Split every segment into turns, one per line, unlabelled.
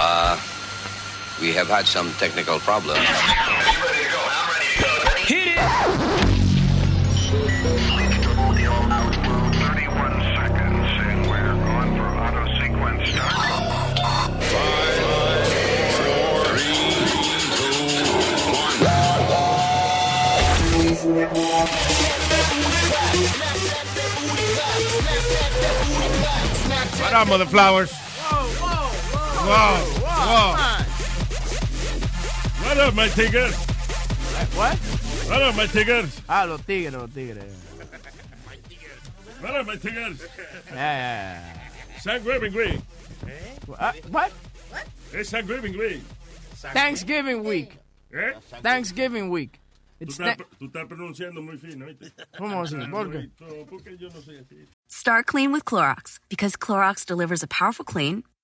Uh, we have had some technical problems.
Hit it!
What up, mother flowers? Whoa, whoa. What up, my tigers?
What?
What up, my tigers?
Ah, los tigres, los tigres.
What up, my tigers?
Yeah,
San Gribbing Green.
yeah. Ah, what?
It's San Gribbing Green.
Thanksgiving week.
¿Eh?
Thanksgiving week.
Tú
It's
estás,
tha-
tú estás pronunciando muy fino, ¿oíste?
¿Cómo así? ¿Por qué?
Manolito, ¿Por qué yo no soy así?
Start clean with Clorox because Clorox delivers a powerful clean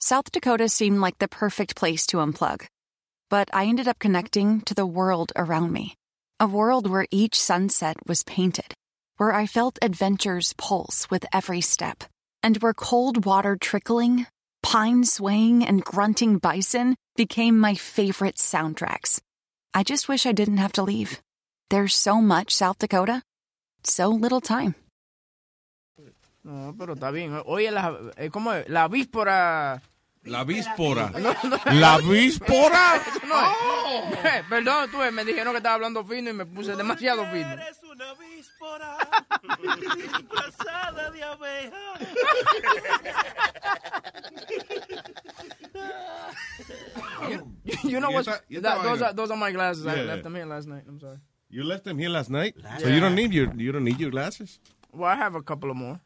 South Dakota seemed like the perfect place to unplug. But I ended up connecting to the world around me a world where each sunset was painted, where I felt adventures pulse with every step, and where cold water trickling, pine swaying, and grunting bison became my favorite soundtracks. I just wish I didn't have to leave. There's so much South Dakota, so little time.
No, pero está bien. Hoy es la, eh, ¿cómo es? La víspora.
La víspora.
No, no,
Ah. La víspora.
eso no es. Perdón, tú ves, me dijeron que estaba hablando fino y me puse demasiado fino.
Eres una víspora disfrazada de abeja.
You know
Y
what's
esta- y esta
that, those,
vaina.
are, those are my glasses. I
Yeah.
left them here last night. I'm sorry.
You left them here last night, so you don't need your you don't need your glasses.
Well, I have a couple of more.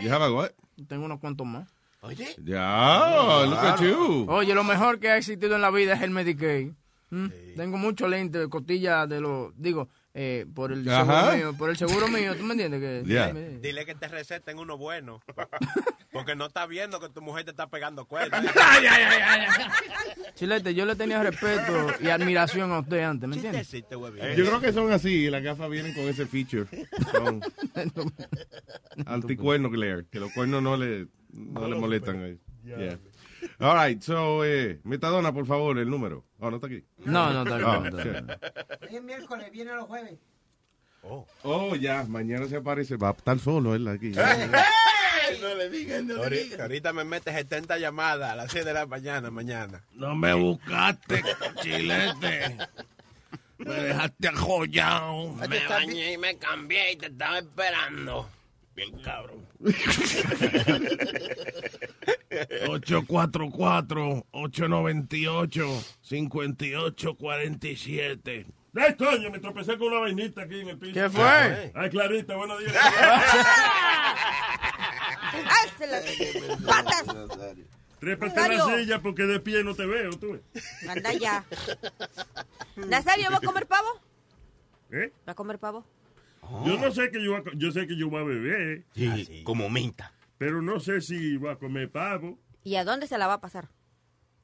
You have a what?
Tengo unos cuantos más.
Oye,
Yeah, Ah, look at you.
Oye, lo mejor que ha existido en la vida es el Medicaid. ¿Mm? Tengo mucho lente de costilla de los. Digo, eh, por el seguro
Ajá.
mío. Por el seguro mío, ¿tú me entiendes? Que,
Yeah.
dile que te receten uno bueno. Porque no está viendo que tu mujer te está pegando cuerda.
Chilete, yo le tenía respeto y admiración a usted antes, ¿me
¿Qué
entiendes?
hiciste, huevín?
Yo creo que son así, y las gafas vienen con ese feature. Son anticuerno glare, que los cuernos no le, no le molestan. ahí. Yeah. All right, so, eh, Metadona, por favor, el número. Oh, no está aquí.
No, no, está bien,
Oh,
no, está bien.
Hoy es miércoles, viene los jueves.
oh, ya, mañana se aparece. Va a estar solo él aquí.
Ahorita, ahorita me metes 70 llamadas a las 6 de la mañana, mañana.
No me buscaste, chilete. Me dejaste ajollado.
Me bañé y me cambié y te estaba esperando. Bien cabrón.
844-898-5847.
¡Ay, coño! Me tropecé con una vainita aquí en el piso.
¿Qué fue?
Ay, Clarita, buenos días.
¡Hazte las patas!
Trépate la
Nazario.
silla porque de pie no te veo, tú.
Anda ya. Nazario, ¿va a comer pavo?
¿Eh?
¿Va a comer pavo?
Yo no sé que yo, voy a co- yo sé que yo voy a beber, Ah,
como minta.
pero no sé si voy a comer pavo.
¿Y a dónde se la va a pasar?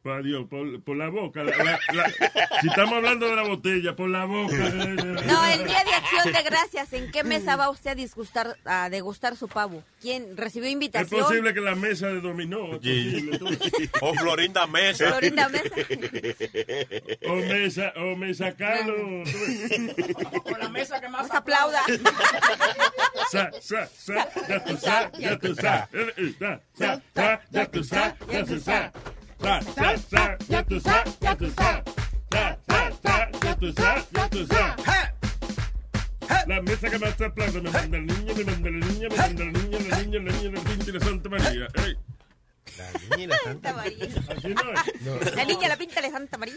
Pa' Dios, por, por la boca. la- la- la- si estamos hablando de la botella, por la boca.
No, el día de acción de gracias. ¿En qué mesa va usted a, disgustar, a degustar su pavo? ¿Quién recibió
Es
invitación?
posible que la mesa de dominó. es posible, tú.
O Florinda Mesa.
Florinda Mesa.
O mesa, o mesa calo.
Con la mesa que más
Nos aplauda.
Sa, sa, sa, ya tú sa, ya tú sa. Eh, eh, sa, sa, sa, ya tú sa, ya tú sa. Sa, sa, sa, ya tú sa, ya tú sa. Sa, sa, sa, ya tú sa, ya tú sa. La mesa que más aplaude me manda el niño, me manda el niño, me manda el niño, la niña, la niña, la niña, la Santa María. Ey,
La niña y la
Santa
santa-
María.
así no es.
La niña la pinta de Santa María.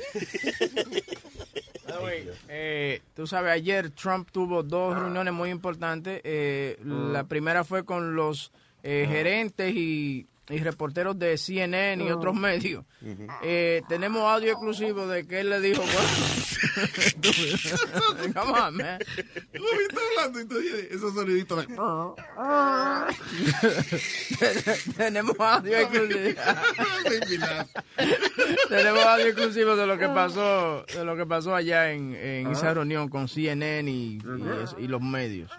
Eh, tú sabes, ayer Trump tuvo dos reuniones Mm. muy importantes. Eh, La primera fue con los eh, gerentes y y reporteros de CNN y
Oh.
otros medios. Eh, tenemos audio exclusivo de que él le dijo. Come on, man.
está hablando y esos soniditos.
Tenemos audio exclusivo. Tenemos audio exclusivo de lo que pasó, de lo que pasó allá en, en
Ah.
esa reunión con CNN y, y es- y los medios.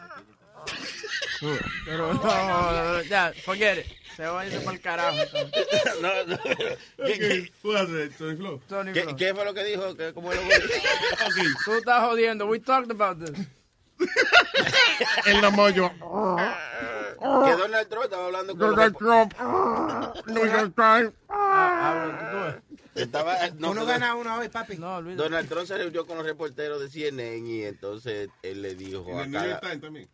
Pero no, ya, forget it. Se va a irse para el carajo.
No, no. ¿Qué,
Tony
qué,
Flow.
qué fue lo que dijo? ¿Qué- ¿Cómo lo
Tú estás jodiendo. We talked about this.
El namoyo.
Que Donald Trump estaba hablando con
Ah.
Ah,
Donald Trump. Ah,
Donald
Trump.
Ah, Estaba, no,
Uno
no,
gana uno hoy, papi.
No,
Donald Trump se reunió con los reporteros de CNN y entonces él le dijo a cada...
también.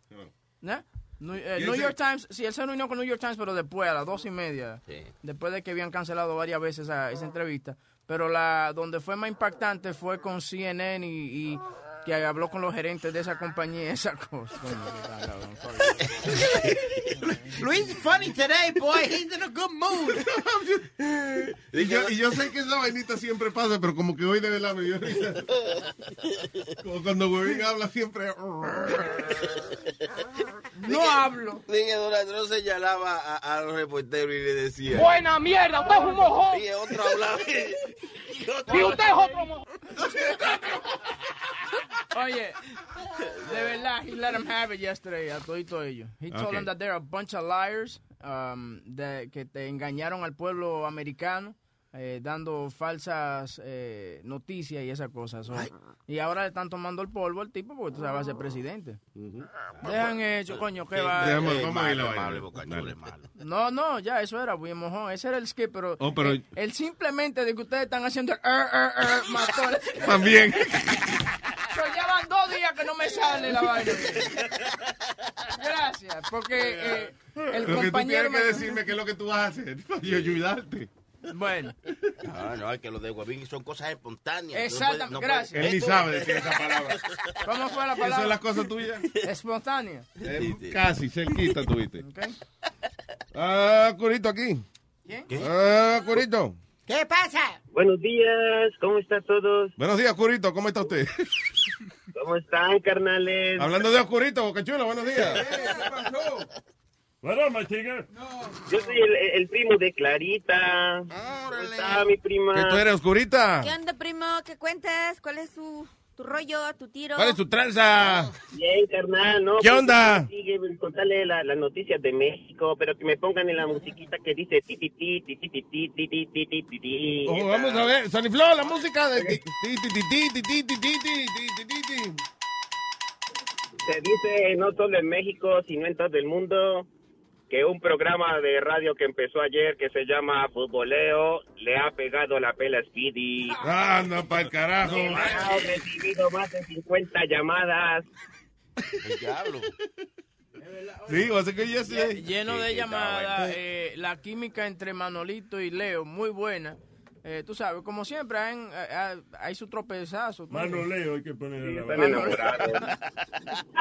¿Eh? New, eh,
Y
New
ese-
York Times, sí, él se reunió con New York Times, pero después, a las dos y media, después de que habían cancelado varias veces esa, esa entrevista. Pero la donde fue más impactante fue con CNN y, y que habló con los gerentes de esa compañía, y esa cosa. Coño, qué cabrón,
Luis funny today, boy. He's in a good mood.
Y yo, y yo sé que esa vainita siempre pasa, pero como que hoy de verdad me dio risa. Como cuando Huevín habla siempre.
No hablo.
Dije, Donald Trump señalaba a, a los reporteros y le decía...
Buena mierda, usted es un mojón.
Y otro hablaba.
Y usted es otro mojón.
Oye, de verdad, he let them have it yesterday a todito ellos. He told
Ok.
them that they're a bunch of liars, um, de- que te engañaron al pueblo americano eh, dando falsas eh, noticias y esas cosas. So, y ahora le están tomando el polvo al tipo porque tú sabes, va a ser presidente. Dejan hecho, coño, que va.
Déjame- vamos a
malo,
ir la
malo,
vaina. Dale.
No, no, ya, eso era muy mojón. Ese era el skip, pero,
Oh, pero-
el, el simplemente de que ustedes están haciendo el er, er, er, mató el skip.
También.
Yo llevan dos días que no me sale la vaina. Gracias, porque eh, el
Lo que tú
compañero
tienes que
me-
decirme qué es lo que tú vas a hacer para yo ayudarte.
Bueno.
Ah, no, es que los de Guavín son cosas espontáneas.
Exactamente, gracias.
Él ni sabe decir esa palabra.
¿Cómo fue
¿Eso
la
es
palabra?
la cosa tuya?
Espontánea.
Casi, cerquita tuviste.
Ok.
Ah, Curito aquí.
¿Quién?
Ah, Curito.
¿Qué pasa?
Buenos días, ¿cómo están todos?
Buenos días, Curito. ¿Cómo está usted?
¿Cómo están, carnales?
Hablando de Oscurito, Bocachulo, buenos días.
Bueno, Machiga.
Yo soy el, el primo de Clarita.
Ah.
¿Cómo está mi prima?
¿Que tú eres Oscurita?
¿Qué onda, primo? ¿Qué cuentas? ¿Cuál es tu, tu rollo, tu tiro?
¿Cuál es tu tranza?
Bien, carnal, ¿no? Pues,
¿Qué onda?
Sigue, contale eh, la- las noticias de México, pero que me pongan en la musiquita que dice ti, ti, ti, ti, ti, ti, ti, ti, ti, ti, ti, ti, ti.
Oh, vamos a ver, Soniflor, la música de ti, ti, ti, ti, ti, ti, ti, ti, ti, ti, ti, ti, ti.
Se dice no solo en México, sino en todo el mundo, que un programa de radio que empezó ayer que se llama Futboleo le ha pegado la pela a Speedy.
Ah,
Ah,
Anda pa'l carajo.
Ha recibido más de 50 llamadas.
El diablo.
Sí, o sea que yo sé.
Lleno de
Sí,
llamadas,
estaba bueno.
eh, la química entre Manolito y Leo, muy buena. Eh, tú sabes, como siempre, hay, hay, hay su tropezazo.
Manoleo hay que poner en la
están enamorados.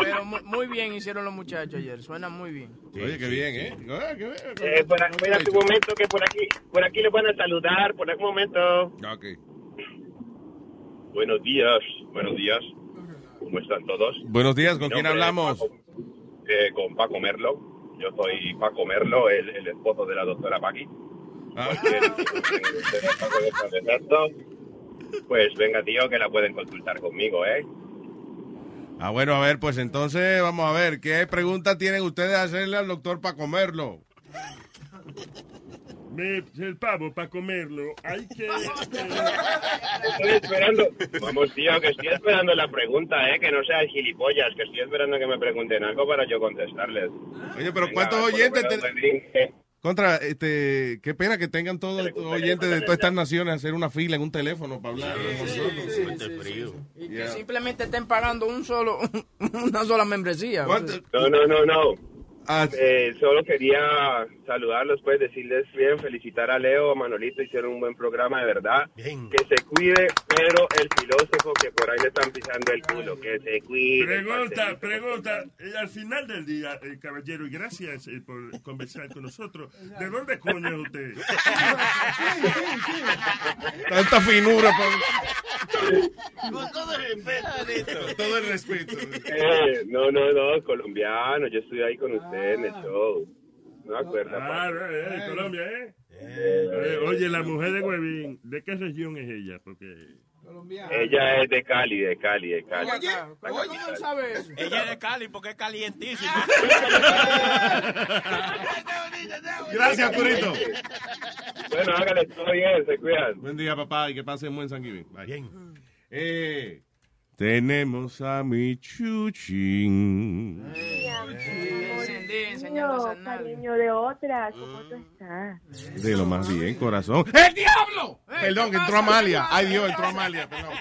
Pero mu- muy bien hicieron los muchachos ayer, suena muy bien.
Oye, qué bien, ¿eh? Ah, qué bien.
Eh, por aquí- espérate un momento que por aquí, por aquí les van a saludar, por algún momento.
Buenos días, buenos días. ¿Cómo están todos?
Buenos días, ¿con
Mi
quién
nombre es
hablamos?
Paco, eh, con Paco Merlo. Yo soy Paco Merlo, el, el esposo de la doctora Paqui.
Ah.
Pues venga, tío, que la pueden consultar conmigo, ¿eh?
Ah, bueno, a ver, pues entonces vamos a ver, ¿qué pregunta tienen ustedes a hacerle al doctor para comerlo?
Me, el pavo para comerlo. Hay que. este,
Estoy esperando. Vamos, tío, que estoy esperando la pregunta, ¿eh? Que no sea el gilipollas, que estoy esperando que me pregunten algo para yo contestarles.
Oye, pero ¿cuántos oyentes te-
te...
Contra, este, qué pena que tengan todos estos oyentes de todas estas naciones a hacer una fila en un teléfono para hablar.
Y que simplemente estén pagando un solo, una sola membresía.
No, no, no, no.
Ah,
Eh, solo quería saludarlos, pues decirles bien, felicitar a Leo, a Manolito, hicieron un buen programa de verdad. Que se cuide, pero el filósofo que por ahí le están pisando el culo, que se cuide.
Pregunta, pregunta. Eh, Al final del día, eh, caballero, y gracias eh, por conversar con nosotros. ¿De dónde coño es usted?
Tanta finura. Pablo.
Con todo el respeto,
Todo el respeto.
Eh, no, no, no, colombiano, yo estoy ahí con usted en el show. No acuerda,
Ah, eh, eh, Colombia, ¿eh? Eh, Oye, la mujer de Huevín, ¿de qué región es ella? Porque...
Ella es de Cali, de Cali, de Cali.
¿Cómo
sabe
Ella es de Cali porque es calientísima.
Gracias, Purito.
Bueno, hágale, todo bien, se cuidan.
Buen día, papá, y que pasen buen Thanksgiving. Bye. Bien. Eh, tenemos a mi chuchín.
Encendí, enseñándose a
Cariño, cariño de otra, ¿cómo tú estás?
De lo más bien, corazón. ¡El diablo! Perdón, que entró Amalia. Ay, Dios, entró Amalia, perdón.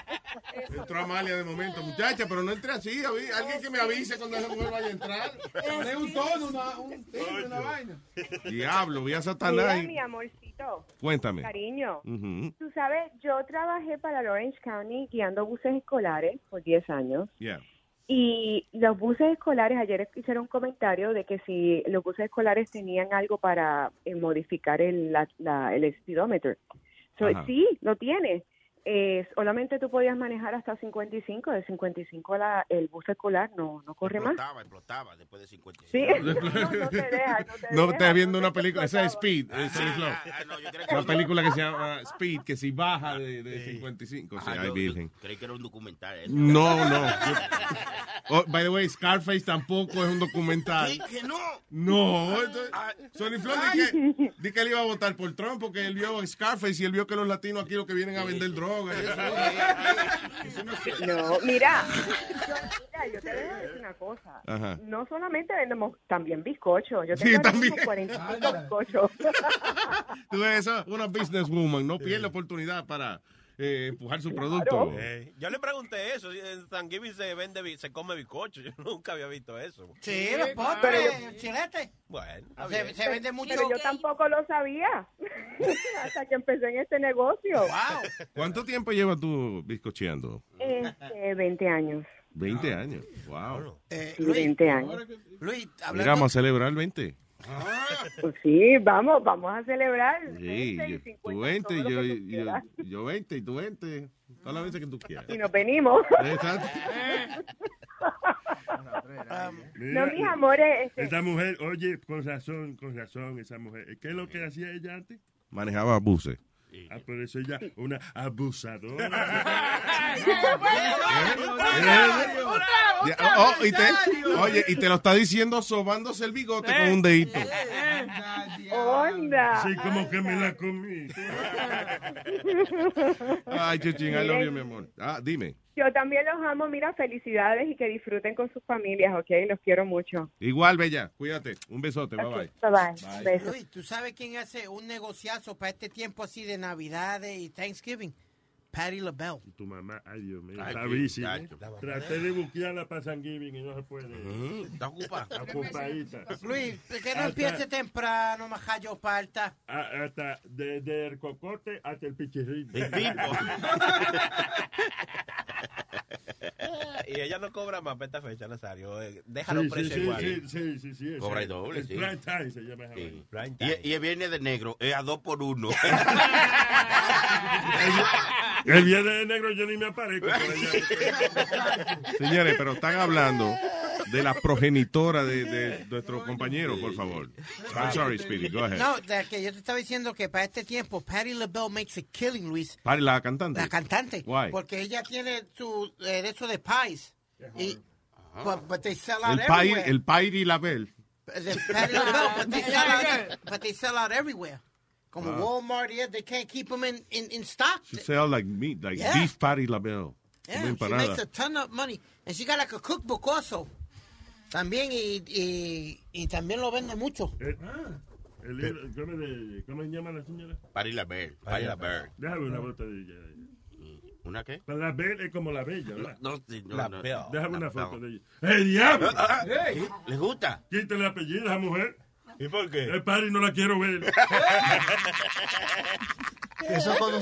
Entró Amalia de momento, muchacha, pero no entre así. a ver, Alguien que me avise cuando esa mujer vaya a entrar.
Poné un tono, una, un timbre, una vaina.
Diablo, vi a Satanás.
Mira,
y-
mi amorcito.
Cuéntame.
Cariño.
Ujú.
Tú sabes, yo trabajé para el Orange County guiando buses escolares por 10 años.
Yeah.
Y los buses escolares, ayer hicieron un comentario de que si los buses escolares tenían algo para eh, modificar el, la, la- el speedometer. So,
Ajá.
sí, lo tiene. Eh, solamente tú podías manejar hasta 55, de 55 la, el bus escolar no, no corre más.
Explotaba, explotaba después de 55.
Sí. No, no te dejas, no te
No
dejas.
estás viendo una película, esa es Speed, eh, Sonny Flow.
creí que
una
Ah, no.
película que se llama ah, Speed, que si baja de, de 55, sí,
Ah,
ay,
yo-
virgen.
yo Creí que era un
¿eh?
documental. eso.
No, no. Oh, by the way, Scarface tampoco es un documental.
¿Qué? ¿Que no? Ah.
No, esto- Sonny Flow di que, di que él iba a votar por Trump porque él vio a Scarface y él vio que los latinos aquí lo que vienen a vender droga. y eso.
No, mira, yo, mira, yo te debo decir una cosa.
Ajá.
No solamente vendemos, también bizcocho. Yo
Sí,
tengo ahora
también.
mismo
Ah,
45 bizcochos.
Tú ves, esa es una businesswoman, no pierde oportunidad para eh, empujar su producto.
Eh, yo le pregunté eso. si En Thanksgiving se vende, bi- se come bizcocho. Yo nunca había visto eso.
Sí, los
Pero
postres,
yo-
el chilete.
Bueno, está
Se-
Ah, bien.
se vende mucho.
Pero yo tampoco lo sabía hasta que empecé en este negocio.
¿Cuánto tiempo llevas tú bizcocheando?
Este, 20 años.
20 años. Wow.
Eh,
Sí, 20 años.
Luis, Ah.
Mira, vamos a celebrar el 20.
Pues sí, vamos, vamos a celebrar.
Sí,
20 y
yo-
50,
tú 20,
todo lo
yo,
que tú
yo,
quieras.
yo 20 y tú 20. Todas las veces que tú quieras.
Y nos venimos.
Exacto.
Um,
No, mis amores, este-
Esa mujer, oye, con razón, con razón, esa mujer. Eh, ¿Qué es lo que hacía ella antes?
Manejaba buses.
Ah, por eso ella, una abusadora. ¿Eh?
Ya, oh, y te, oye, y te lo está diciendo sobándose el bigote con un dedito.
Eh. Onda.
Sí, como que me la comí.
Ay, chuchín, I love you,
Miren.
mi amor. Ah, dime.
Yo también los amo, mira, felicidades y que disfruten con sus familias, ¿ok? Los quiero mucho.
Igual, bella, cuídate. Un besote, bye bye.
Bye bye.
Bye.
Besos.
Luis, ¿tú sabes quién hace un negociazo para este tiempo así de Navidades y Thanksgiving? Patty LaBelle.
Tu mamá, ay Dios mío,
Ay,
está
qué
bici.
gacho.
Traté de buquearla para San Giving y no se puede.
Está
Ah,
ocupada.
Ocupadita.
Luis, ¿por qué no
Hasta-
empiece temprano, majayo palta?
a- Hasta desde el cocote hasta el pichirrín. El
Y ella no cobra más para esta fecha, Nazario. eh, Déjalo precio
sí,
igual.
sí, sí, sí, sí,
Cobra el
sí.
doble,
El
sí.
prime time se llama esa vaina.
Y, y el viernes de negro es a dos por uno.
El viernes de negro yo ni me aparezco. por allá.
Señores, pero están hablando de la progenitora de, de nuestro compañero, por favor. I'm sorry, Speedy, go ahead.
No, de que yo te estaba diciendo que para este tiempo Patty LaBelle makes a killing, Luis.
Pare, la cantante.
La cantante.
Why?
Porque ella tiene su eh, de eso de pies. Y, but, but they sell out
El pai,
everywhere.
el Pairi Label.
The Patty LaBelle, but they sell out, but they sell out everywhere. Como
Ah.
Walmart, yeah, they can't keep them in, in, in stock.
She sell like meat, like
Yeah.
beef Pairi Label.
Yeah,
Muy
she
parada.
makes a ton of money. And she got like a cookbook also. También, y, y, y también lo vende mucho.
Eh, ah.
El libro, ¿cómo, de- cómo se llama la señora?
Party la Bird. Party la Bird.
Déjame una bota de ella.
¿Una qué?
La bella es como la bella, ¿verdad?
No, sí, no,
La
no.
peor. Déjame una
La
foto de
peor.
ella. ¡Ey, diablo!
Ah, ah, ¿qué? ¿Les gusta?
Quítale el apellido a esa mujer.
¿Y por qué?
El padre no la quiero ver.
Eso cuando-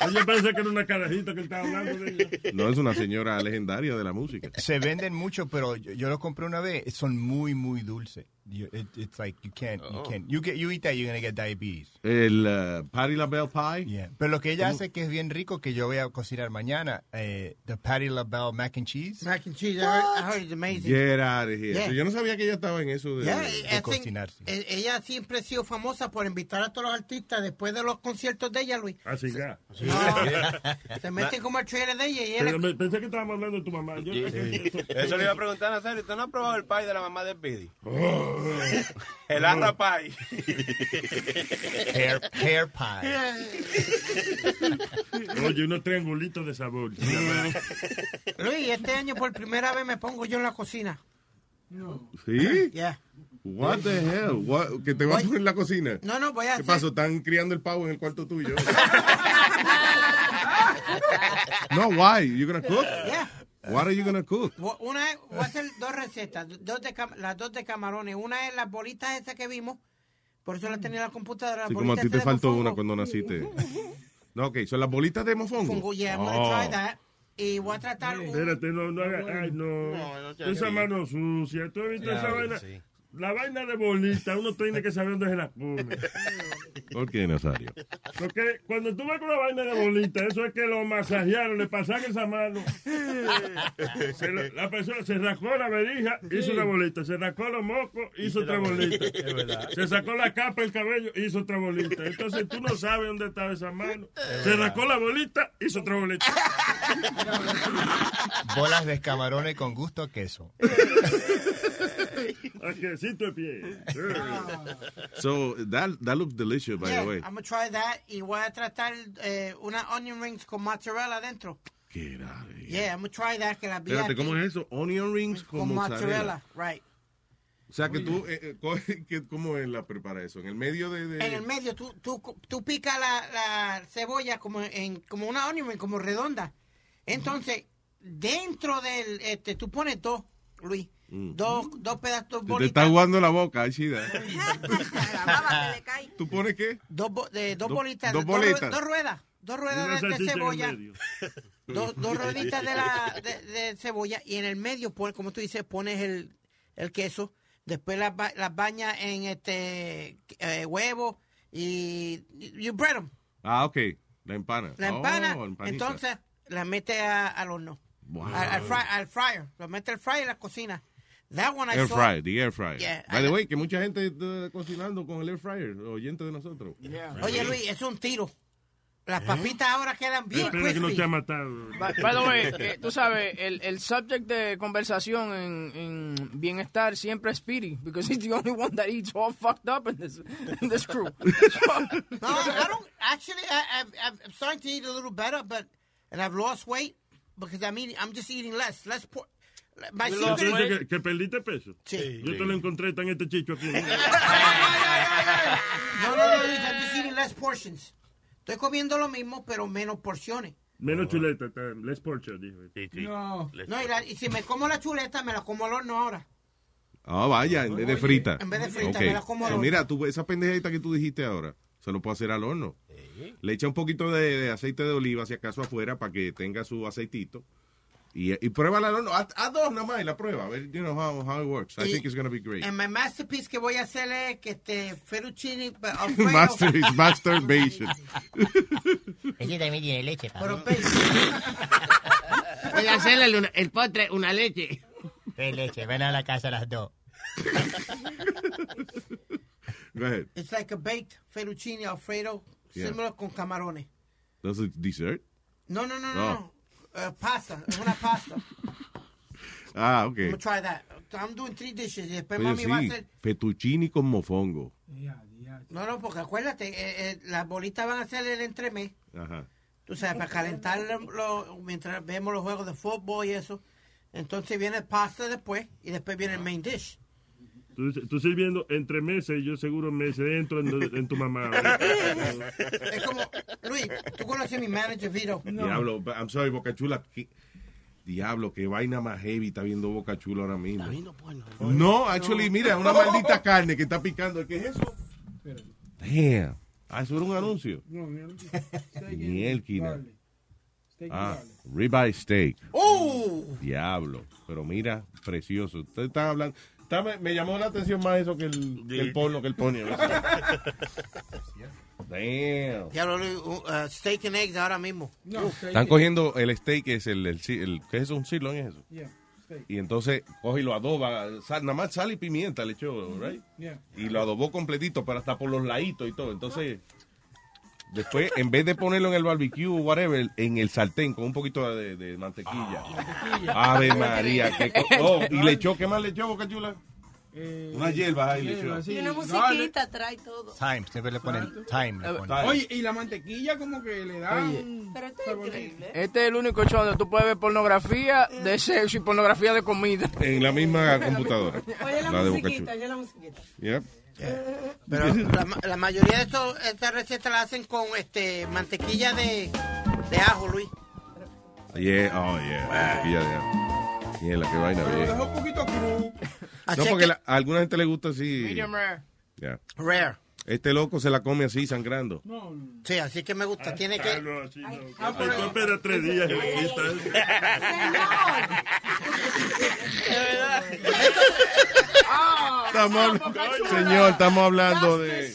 Ella parece que era una carajita que él estaba hablando de ella.
No, es una señora legendaria de la música.
Se venden mucho, pero yo, yo lo compré una vez. Son muy, muy dulces. You- it- it's like you can't, you
Oh.
can't. You, get, you eat that, you're gonna get diabetes.
El eh, Patty LaBelle Pie.
Pero lo que ella
¿Cómo?
hace que es bien rico, que yo voy a cocinar mañana, eh, the Patty LaBelle mac and cheese.
Mac and cheese, I heard, I heard it's amazing.
Get out of here.
Yeah.
Yo no sabía que ella estaba en eso de,
Yeah,
de
I think- Eh, Ella siempre ha sido famosa por invitar a todos los artistas después de los conciertos de ella, Luis.
Así ya.
Se meten como al trailer de ella y ella
Pero me- pensé que estábamos hablando de tu mamá. Yo-
Eso le iba a preguntar a Nazario. ¿Usted no ha probado el pie de la mamá de Speedy?
Oh.
el arra pie.
Hair, hair pie.
Oye, unos triangulitos de sabor.
Luis, este año por primera vez me pongo yo en la cocina.
¿Sí?
Yeah.
What the hell? What- ¿Que te vas a poner en la cocina?
No, no, voy a
¿Qué
hacer-
pasó? ¿Están criando el pavo en el cuarto tuyo? no, why? You gonna cook?
Yeah.
What are you gonna cook?
Vo- Una es- voy a hacer dos recetas, dos de cam- las dos de camarones. Una es las bolitas esas que vimos, por eso las tenía en la computadora. las
Así como a
bolitas
ti te
esas de
faltó
mofongo.
una cuando naciste. No, ok, son las bolitas de mofongo.
Fungo, yeah, I'm gonna
Oh.
try that. Y voy a tratar un-
Espérate, no, no haga. Ay, no.
te hagas
esa
bien.
mano sucia. ¿Tú has visto
Ya,
esa
sí.
vaina? La vaina de bolita, uno tiene que saber dónde se la pone.
¿Por qué, Nazario?
Porque cuando tú vas con una vaina de bolita, eso es que lo masajearon, le pasaron esa mano. Se lo- la persona se rascó la verija, hizo una bolita. Se rascó los mocos, hizo otra bolita.
Es verdad.
Se sacó la capa, el cabello, hizo otra bolita. Entonces tú no sabes dónde estaba esa mano. Se
verdad.
rascó la bolita, hizo otra bolita.
Bolas de camarones con gusto a queso.
Ajecito de pie.
So, that, that looks delicious, by
Yeah,
the way.
I'm gonna try that. Y voy a tratar eh, unas onion rings con mozzarella adentro.
Get out of
Yeah, I'm gonna try that que las vi
Espérate,
aquí.
¿cómo es eso? Onion rings con,
Con
mozzarella.
mozzarella, right.
O sea, que tú, eh, eh, coge- que- ¿cómo es la prepara eso? En el medio de... de-
En el medio, tú, tú, tú picas la, la cebolla como, en, como una onion ring, como redonda. Entonces, dentro del, este, tú pones dos, Luis,
Mm.
dos, dos pedazos
Te
bolitas.
está jugando la boca, ay, chida. ¿Tú pones qué?
Dos, bo- de- dos
Do-
bolitas,
dos
dos, rue-
bolitas.
dos ruedas, dos
Una
ruedas de- de,
salchicha en el
cebolla,
medio.
dos, dos rueditas de, la, de, de cebolla y en el medio, pon- como tú dices, pones el, el queso, después las, ba- las bañas en este eh, huevo y you bread 'em.
Ah, ok. La empana.
La empana,
Oh, empanita.
entonces la mete a- al horno.
Wow.
Al, al fry- al fryer. Lo mete al fryer y la cocina. That one I
Air
saw-
fryer, the air fryer.
Yeah.
By the way, que mucha gente está cocinando con el air fryer, oyente de nosotros.
Oye, Luis, es un tiro.
Eh?
Las papitas ahora quedan bien
Espera que no
crispy.
te ha matado.
By by the way, eh, tú sabes, el, el subject de conversación en, en bienestar siempre es Speedy, because he's the only one that eats all fucked up in this, in this crew.
No, I don't. Actually, I, I, I'm starting to eat a little better, but and I've lost weight because I mean I'm just eating less. Less por My
Yo lo
secret
sé
is-
que, que perdiste peso.
Sí.
Yo te lo encontré, está en este chicho aquí.
No, no, no, Luis, I'm just eating less portions. Estoy comiendo lo mismo, pero menos porciones.
Menos chuleta, está, less portion, dijo.
No. No, y, la- y si me como la chuleta, me la como al horno ahora.
Ah, vaya, en vez de frita.
En vez de frita,
Ok.
me la como al
So,
horno.
Mira, tú, esa pendejita que tú dijiste ahora, se lo puedo hacer al horno. Le echa un poquito de, de aceite de oliva, si acaso afuera, para que tenga su aceitito. Y, y pruébala al horno. Haz haz dos nada más y la prueba. A ver, you know how, how it works. I
Y-
think it's going to be great.
En mi masterpiece que voy a hacer es que este fettuccine but Alfredo.
Master, it's masturbation.
Ese también tiene leche, pa.
Voy a hacerle una- el postre una leche.
Qué leche, ven a la casa a las dos.
Go ahead.
It's like a baked fettuccine alfredo,
Yeah.
similar con camarones.
That's a dessert?
No, no, no, no, no. Uh, pasta, es una pasta.
Ah,
I'm
ok.
gonna try that. I'm doing three dishes. Y después
Oye,
mami va a
sí,
hacer.
fettuccini con mofongo.
No, no, porque acuérdate, eh, eh, las bolitas van a hacer el entremés.
Ajá.
Tú sabes, para calentar lo- mientras vemos los juegos de fútbol y eso. Entonces viene el pasta después y después viene el main dish.
Tú, tú sirviendo entre meses y yo seguro meses dentro en, en tu mamá.
Es como, Luis, Speedy, tú conoces a mi manager, Vito.
Diablo, I'm sorry, Boca Chula. ¿qué- Diablo, qué vaina más heavy está viendo Boca Chula ahora mismo. No, actually, mira, una maldita carne que está picando. ¿Qué es eso? Damn. Ah, eso era un anuncio.
No, mierda.
Mielquina.
Steak and
Ah,
garlic.
ribeye steak. Uh.
¡Oh!
Diablo. Pero mira, precioso. Ustedes están hablando. está- me, me llamó la atención más eso que el, que el porno que el pone. Damn.
Ya lo uh, uh, steak and eggs ahora mismo.
Están cogiendo el steak, que es el, el, si- el- ¿qué es eso? ¿Un sirloin es eso?
Yeah, steak.
Y entonces coge y lo adoba, sal- nada más sal y pimienta le echó, right?
Yeah.
Y lo adobó completito, pero hasta por los laditos y todo. Entonces, después, en vez de ponerlo en el barbecue o whatever, en el sartén con un poquito de, de mantequilla. Ave María, qué co- oh, y le echó, ¿qué más le echó, Boca Chula? Una hierba ahí le echó.
hierba, sí.
Y una
No,
musiquita trae todo.
Time, siempre le ponen time.
Eh,
le ponen.
Oye, y la mantequilla como que le da
Oye.
un
Pero esto
saborcito.
Este es el único show donde tú puedes ver pornografía de sexo y pornografía de comida.
En la misma computadora.
Oye, la,
La de Boca
musiquita,
Chula.
oye la musiquita.
Yep.
Pero la, ma- la mayoría de estos- estas recetas las hacen con este mantequilla de, de ajo, Luis.
Yeah, oh yeah. mantequilla de ajo. Mierda, qué vaina
Pero lo
vieja.
dejó un poquito cru.
No, porque la- a alguna gente le gusta así.
Medium rare.
Ya.
Rare.
Este loco se la come así, sangrando.
Sí, así que me gusta. Tiene que.
Ah, pero- Tú espera tres días y le quitas.
Estamos- señor, estamos hablando de.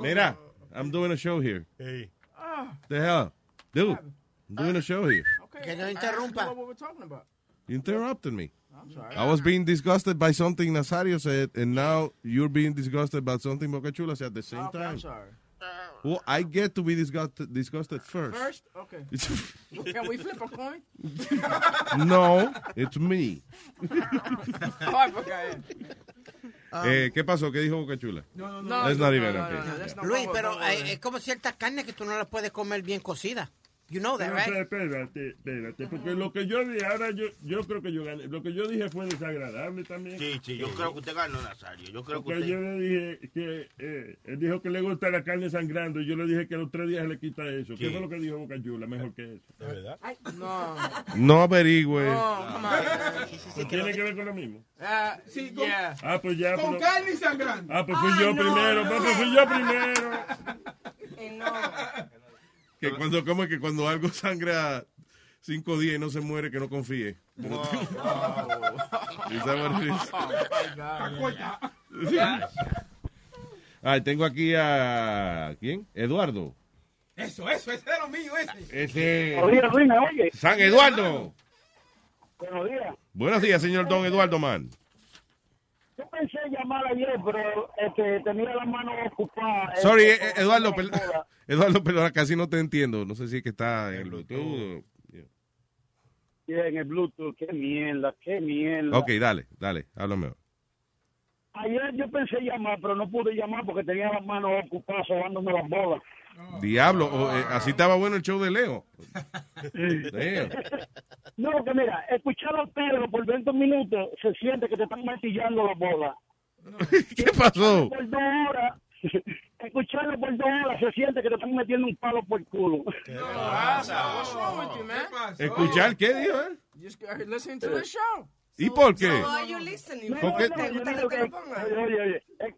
Mira, I'm doing a show here.
Ah,
Ah.
The hell? Dude, I'm doing a show here.
Que no
Ah,
interrumpa.
You interrupted me.
sorry.
I was being disgusted by something Nazario said, and now you're being disgusted by something Boca Chula said at the
Oh,
same time. Well, I get to be disgusted, disgusted first.
First, okay. Can we flip a coin?
no, it's me.
Ay, porque-
Eh, ¿Qué pasó? ¿Qué dijo Boca Chula?
Um. no,
Let's
no, no,
not even
no,
okay.
no, that's not- Luis, pero eh, es como ciertas carnes que tú no las puedes comer bien cocidas. You know that,
No,
right?
espérate, espérate, espérate, porque lo que yo dije ahora, yo, yo creo que yo gané. Lo que yo dije fue desagradable también.
Sí, sí, yo creo que usted ganó, Nazario. Yo creo que
Porque yo
usted.
le dije que eh, él dijo que le gusta la carne sangrando y yo le dije que a los tres días le quita eso. ¿Qué
Sí.
fue lo que dijo Boca Chula? Mejor que eso. ¿De verdad?
No.
No averigüe.
No, come on.
¿Tiene que ver con lo mismo?
Ah, sí, yeah.
Ah, pues ya.
Con
pues,
carne y sangrando.
Ah, pues fui yo primero, pues, pues fui yo primero.
Que cuando, ¿cómo es que cuando algo sangra cinco días y no se muere, que no confíe? Is that what it is? Ah, tengo aquí a... ¿Quién? Eduardo.
Eso, eso, ese era lo mío, ese.
Eh, Ese...
Buenos días, Luis, ¿me
oye?
San Eduardo.
Buenos días.
Buenos días, señor Don Eduardo Man.
Yo pensé llamar ayer, pero este, tenía la mano ocupada.
Sorry,
Este,
eh, Eduardo, perdón. Eduardo, perdón, casi no te entiendo. No sé si es que está en Bluetooth.
En el Bluetooth, qué mierda, qué mierda.
Ok, dale, dale, háblame.
Ayer yo pensé llamar, pero no pude llamar porque tenía las manos ocupadas sobándome las bolas.
Diablo, o, eh, así estaba bueno el show de Leo.
No, que mira, escuchar a Pedro por 20 minutos se siente que te están martillando las bolas.
¿Qué
Oh.
pasó?
Por dos horas, escucharlo por dos horas se siente que te están metiendo un palo por el culo.
What's wrong with you, man?
¿Escuchar qué dijo él?
Just uh, listen to the show.
¿Y por qué?
So are you listening?
No,
qué?
no,
¿Te
yo
gusta
digo
que te
que-
lo pongan?
Oye, oye, oye. Eh,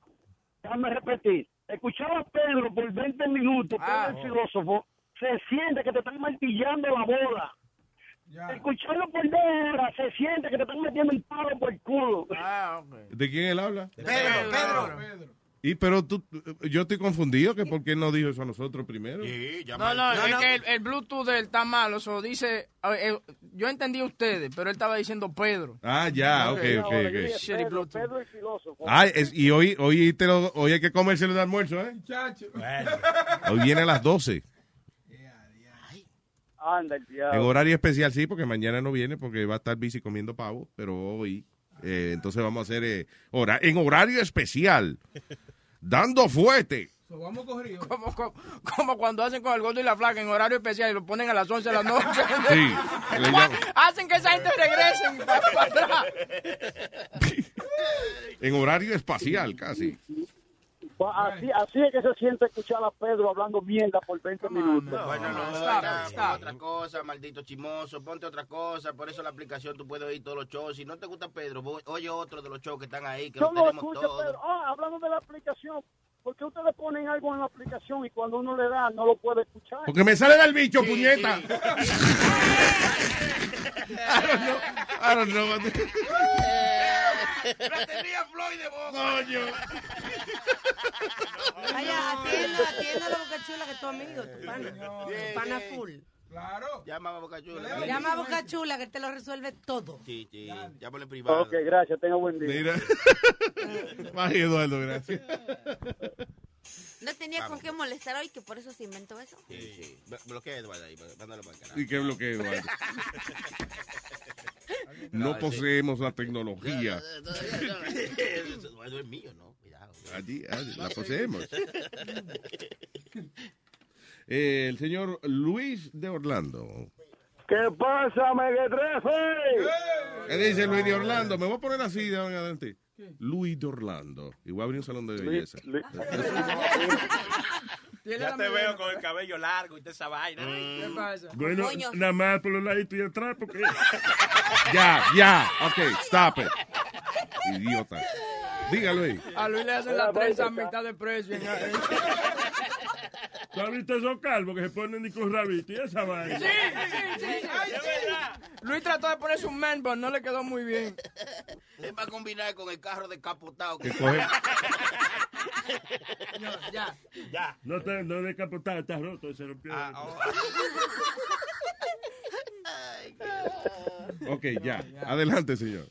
Déjame repetir. Escuchaba a Pedro por 20 minutos, Pedro el filósofo, se siente que te están martillando la bola. Escucharlo por dos horas, se siente que te están metiendo un palo por el culo.
¿De quién él habla?
Pedro, Pedro.
Y pero tú, yo estoy confundido que por qué no dijo eso a nosotros primero.
No, no, es que el, el Bluetooth del está malo. Eso dice. eh, eh, yo entendí ustedes, pero él estaba diciendo Pedro.
Ah, ya, ok, ok, ok.
Shitty Bluetooth.
Ah, es- y hoy, hoy, te lo- hoy hay que comérselo de almuerzo, ¿eh?
Chacho.
Hoy viene a las 12.
Anda, el
En
diablo.
horario especial, sí, porque mañana no viene porque va a estar bici comiendo pavo, pero hoy. eh, entonces vamos a hacer eh, hora, en horario especial. Dando fuerte.
So, vamos
¿eh?
Como, como- como cuando hacen con el gordo y la flaca en horario especial y lo ponen a las 11 de la noche.
Sí. le llamo-
Hacen que esa gente regrese. pa- pa' atrás.
en horario espacial, casi.
Pues así, así es que se siente escuchar a Pedro hablando mierda por 20 minutos.
Bueno, no, era otra cosa, maldito chimoso, ponte otra cosa, por eso la aplicación tú puedes oír todos los shows, si no te gusta Pedro, voy- oye otro de los shows que están ahí, que
Yo
los
no
tenemos
escucho,
todos.
Pedro. Ah, hablando de la aplicación, ¿por qué ustedes ponen algo en la aplicación y cuando uno le da no lo puede escuchar?
Porque me sale del bicho,
Sí,
puñeta.
sí.
I don't know. what the-
La tenía Floyd de boca.
Coño.
Vaya, atienda, atienda la boca chula que es tu amigo, tu pana. Tu pana full.
Claro. Llama a Boca Chula.
Llama a boca chula que te lo resuelve todo.
Sí, sí, llámale privado.
Ok, gracias, tenga buen día.
Mira. Más Eduardo, gracias.
No tenía
Vamos.
con qué molestar hoy, que por eso se inventó eso.
Sí, sí. Blo- Bloquea a Eduardo ahí, mándalo para el canal.
¿Y qué bloqueo, Eduardo? No poseemos la tecnología.
Eduardo es mío, ¿no? Cuidado.
Allí, allí, la poseemos. Eh, el señor Luis de Orlando.
¿Qué pasa, Mequetrefe?
¿Qué dice Luis de Orlando? Me voy a poner así de ahora en adelante. Luis de Orlando. Y voy a abrir un salón de belleza.
Ya te veo con el cabello largo y toda esa vaina.
¿Qué pasa?
Mm. Bueno, nada más por los laditos y atrás, porque.
Ya, ya. Ok, stop it. Idiota. Dígalo ahí.
A Luis le hacen la trenza a mitad de precio.
¿Tú has visto esos calvos que se ponen ni con rabito y esa vaina?
Sí, sí, sí.
Ah.
Luis trató de ponerse un man, pero no le quedó muy bien.
Es para combinar con el carro descapotado.
Que coge-
No, ya. Ya.
No te no descapotado, estás roto, se rompió.
Ok, ya. Adelante, señor.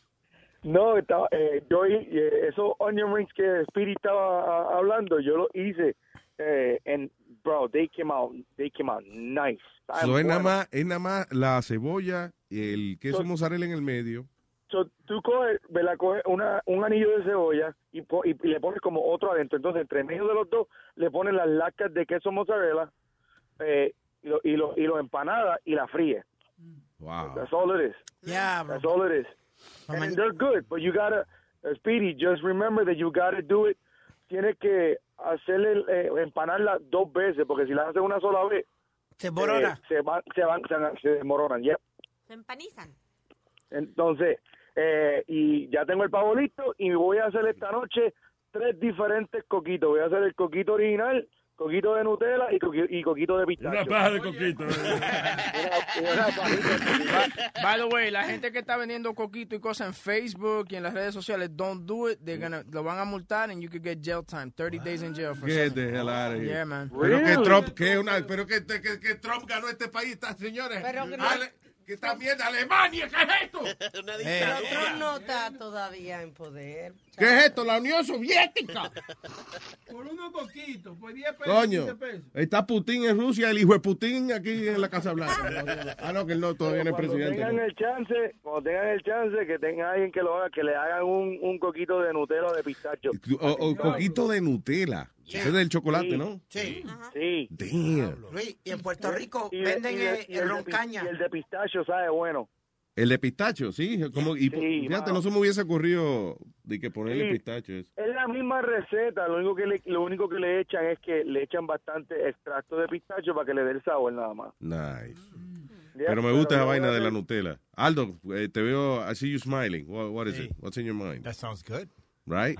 No, estaba, eh, yo hi- eh, esos onion rings que Spirit estaba ah, hablando, yo lo hice. Eh, and bro, they came out, they came out nice. Estaban
So, es, nada
buenos.
más, es nada más la cebolla, el queso
So-
mozzarella en el medio.
So, tú coges, ¿verdad? Coges una, un anillo de cebolla y, po- y le pones como otro adentro. Entonces, entre medio de los dos, le pones las lacas de queso mozzarella eh, y lo, y lo, y lo empanadas y la fríes.
Wow.
That's all it is.
Yeah,
That's all it is. And they're good, but you gotta, uh, Speedy, just remember that you gotta do it. Tienes que hacerle, eh, empanarla dos veces, porque si la haces una sola vez,
se
morona. se, van, se, van, se, se desmoronan, yep.
Se empanizan.
Entonces, eh, y ya tengo el pavo listo y voy a hacer esta noche tres diferentes coquitos. Voy a hacer el coquito original, coquito de Nutella y, coqui- y coquito de pistacho.
Una paja de coquito. eh.
By the way, la gente que está vendiendo coquito y cosas en Facebook y en las redes sociales, don't do it. They're gonna, lo van a multar and you could get jail time. 30 days in jail for
Get
something.
the hell out of here.
Pues Yeah, man.
Pero que Trump, que es una, pero que, que, que Trump ganó este país, está, señores.
Pero que no-
Ale- que está mierda, Alemania, ¿qué es esto?
Pero Trump no está todavía en poder.
¿Qué es esto? La Unión Soviética.
Por unos poquitos, por 10 pesos.
Coño,
15 pesos.
está Putin en Rusia, el hijo de Putin aquí en la Casa Blanca. Ah, no, que él no, todavía no es
Cuando
presidente.
tengan
¿no?
el chance, cuando tengan el chance, que tengan alguien que lo haga, que le hagan un, un coquito de Nutella o de pistacho.
O, o coquito de Nutella. Ese es del chocolate, ¿no?
Sí.
Sí.
Damn.
Luis, y en Puerto Rico
Y de-
venden
y de-
eh,
y
el
de
ron
pi-
caña.
Y el de pistacho sabe bueno.
El de pistacho, sí. Como, y, fíjate,
wow.
no se me hubiese ocurrido de que ponerle
Sí.
pistacho. Eso.
Es la misma receta, lo único que le, lo único que le echan es que le echan bastante extracto de pistacho para que le dé el sabor nada más.
Nice.
Ya,
Pero me gusta la
yo
vaina
voy a
de la
hacer-
Nutella. Aldo, eh, te veo, I see you smiling. What, what is it? What's in your mind?
That sounds good.
Right?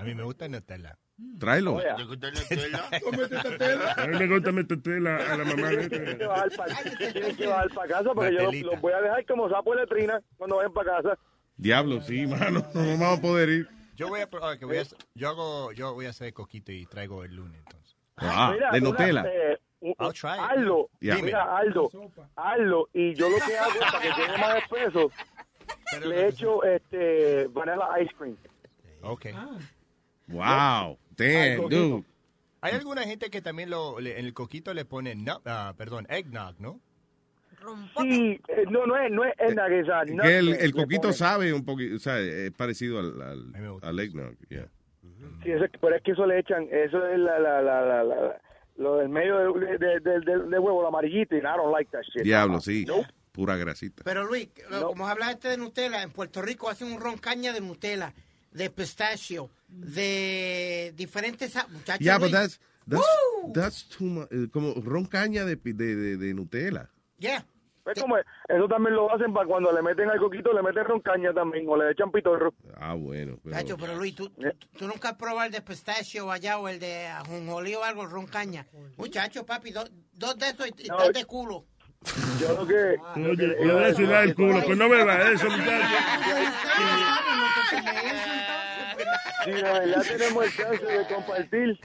A mí me gusta Nutella.
Mm.
Oh,
Tráelo.
¿Te gusta Nutella?
A mí me gusta meter la, a la mamá. de-
Tienes que bajar pa- tienes que bajar para casa porque yo los, los voy a dejar como sapo de letrina cuando vayan para casa.
Diablo, sí, mano. No vamos a poder ir.
Yo voy a, ok, voy a hacer- yo hago, yo voy a hacer coquito y traigo el lunes entonces.
Ah, de
una,
Nutella.
eh, un-
I'll try it.
Aldo,
Yeah.
mira, Aldo, Aldo, y yo lo que hago es para que quede más espeso, le echo este vanilla ice cream.
Okay.
Wow. Damn, dude.
Hay alguna gente que también lo, le- en el coquito le pone, nu- ah, perdón, eggnog, ¿no?
Sí, eh, no, no es, no es en
Que el, el coquito sabe un poquito, o sea, eh, es parecido al, al, al eggnog. yeah.
Sí, eso, pero es que eso le echan, eso es la, la, la, la, la- la- lo del medio de, de, de- de- de huevo, la amarillita, y I don't like that shit.
Diablo, sí. Pura grasita.
Pero Luis, eh, lo- como hablaste de Nutella, en Puerto Rico hacen un ron caña de Nutella, de pistachio, de diferentes a- muchachos.
Yeah, but
Luis.
pues, that's, that's,
Woo!
that's too much. eh, Como ron caña de, de, de, de Nutella.
Yeah.
¿Ves cómo es? Eso también lo hacen para cuando le meten al coquito, le meten roncaña también, o le echan pitorro. Eh,
Ah, bueno. pero-
Chacho, pero Luis, tú, tú, tú nunca has probado el de pistachio allá o el de ajonjolí o algo, ron caña. Muchacho, papi, do- dos de esos y, y estás de culo.
Yo lo que...
Oye, le voy a sudar el culo, pero no beba eso, muchacho.
Si de verdad tenemos el chance de compartir,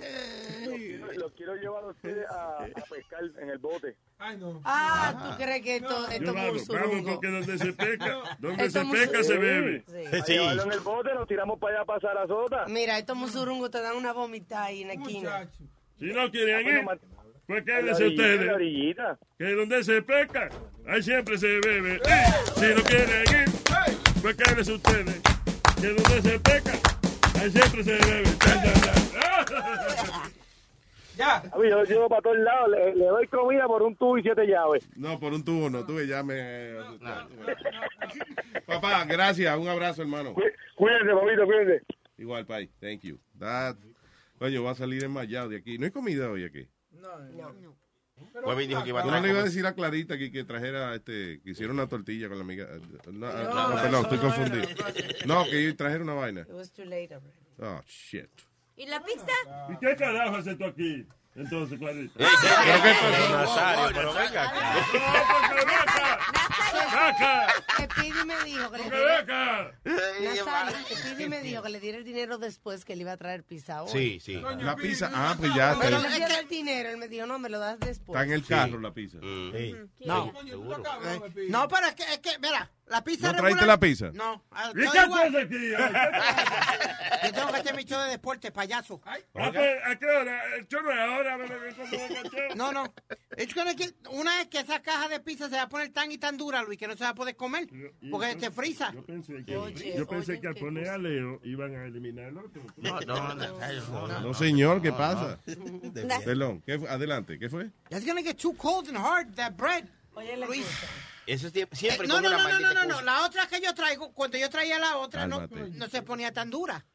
los quiero llevar a ustedes a, a pescar en el bote.
Ay, no.
Ah, ¿tú crees que esto, esto es muy
Vamos, vamos,
surungo?
porque donde se peca, donde
Esto
se
es muy
peca se
seguro.
bebe.
A llevarlo en el bote, nos tiramos para allá a pasar a Sota.
Mira, estos musurungos te dan una vomita ahí en la esquina.
Si no quieren ir, pues
Ah, A
quédense
la orillita,
ustedes.
a la
Que donde se peca, ahí siempre se bebe. ¡Ey! Si no quieren ir, pues quédense ustedes. Que donde se peca, ahí siempre se bebe. Tan, tan, tan.
Ya. Yo lo llevo para todos lados, le, le doy comida por un tubo y siete llaves.
No, por un tubo no, tuve ya me... Papá, gracias, un abrazo, hermano.
Cuídense, papito, cuídense.
Igual, pai, thank you. That... Coño, va a salir enmayado de aquí. ¿No hay comida hoy aquí?
Huevín dijo que iba a
Yo no le iba a
traer.
decir a Clarita que, que trajera, este, que hiciera una tortilla con la amiga. eh, No, ah, no,
No,
no, perdón,
eso no
estoy
era.
confundido. No, que trajera una vaina.
It was too late already.
Oh, shit.
¿Y la pizza?
¿Y qué carajo haces tú aquí? Entonces, Clarita.
Eh,
Pero ¿qué pasó?
Nazario, pero venga
Que Pidi me dijo que le
Porque
diera-
venga.
Nazario,
este,
que Pidi me dijo que le diera el dinero después que le iba a traer pizza hoy.
Sí, sí. La pizza, ah, pues ya
Pero no
está,
me dio el dinero, él me dijo, no, me lo das después.
está en el carro la pizza.
Mm.
No. No, pero es que, es que, mira, la pizza
¿No
regular-
traíste la pizza?
No. ah,
¿Y
estoy
qué
igual.
haces aquí? Ay,
Yo tengo que hacer mi show de deporte, payaso.
Ah, pues, ¿A qué hora? El chorro es ahora. me- me- me- me- me- me-
No, no. It's gonna get- una vez que esa caja de pizza se va a poner tan y tan dura, Luis, que no se va a poder comer. Porque
yo-
se frisa.
Yo pensé que, yo pensé que al poner a Leo iban a eliminarlo. pero-
No, no, Nazario, no, no.
No, señor, ¿qué pasa?
Nazario.
Perdón, ¿qué fue? adelante, ¿qué fue?
It's gonna get too cold and hard, that bread. Luis. eh,
Eso es tie- siempre
No,
con
no,
una
no, no,
maldita
no, no, no.
excusa.
La otra que yo traigo, cuando yo traía la otra, no,
Cálmate.
no se ponía tan dura.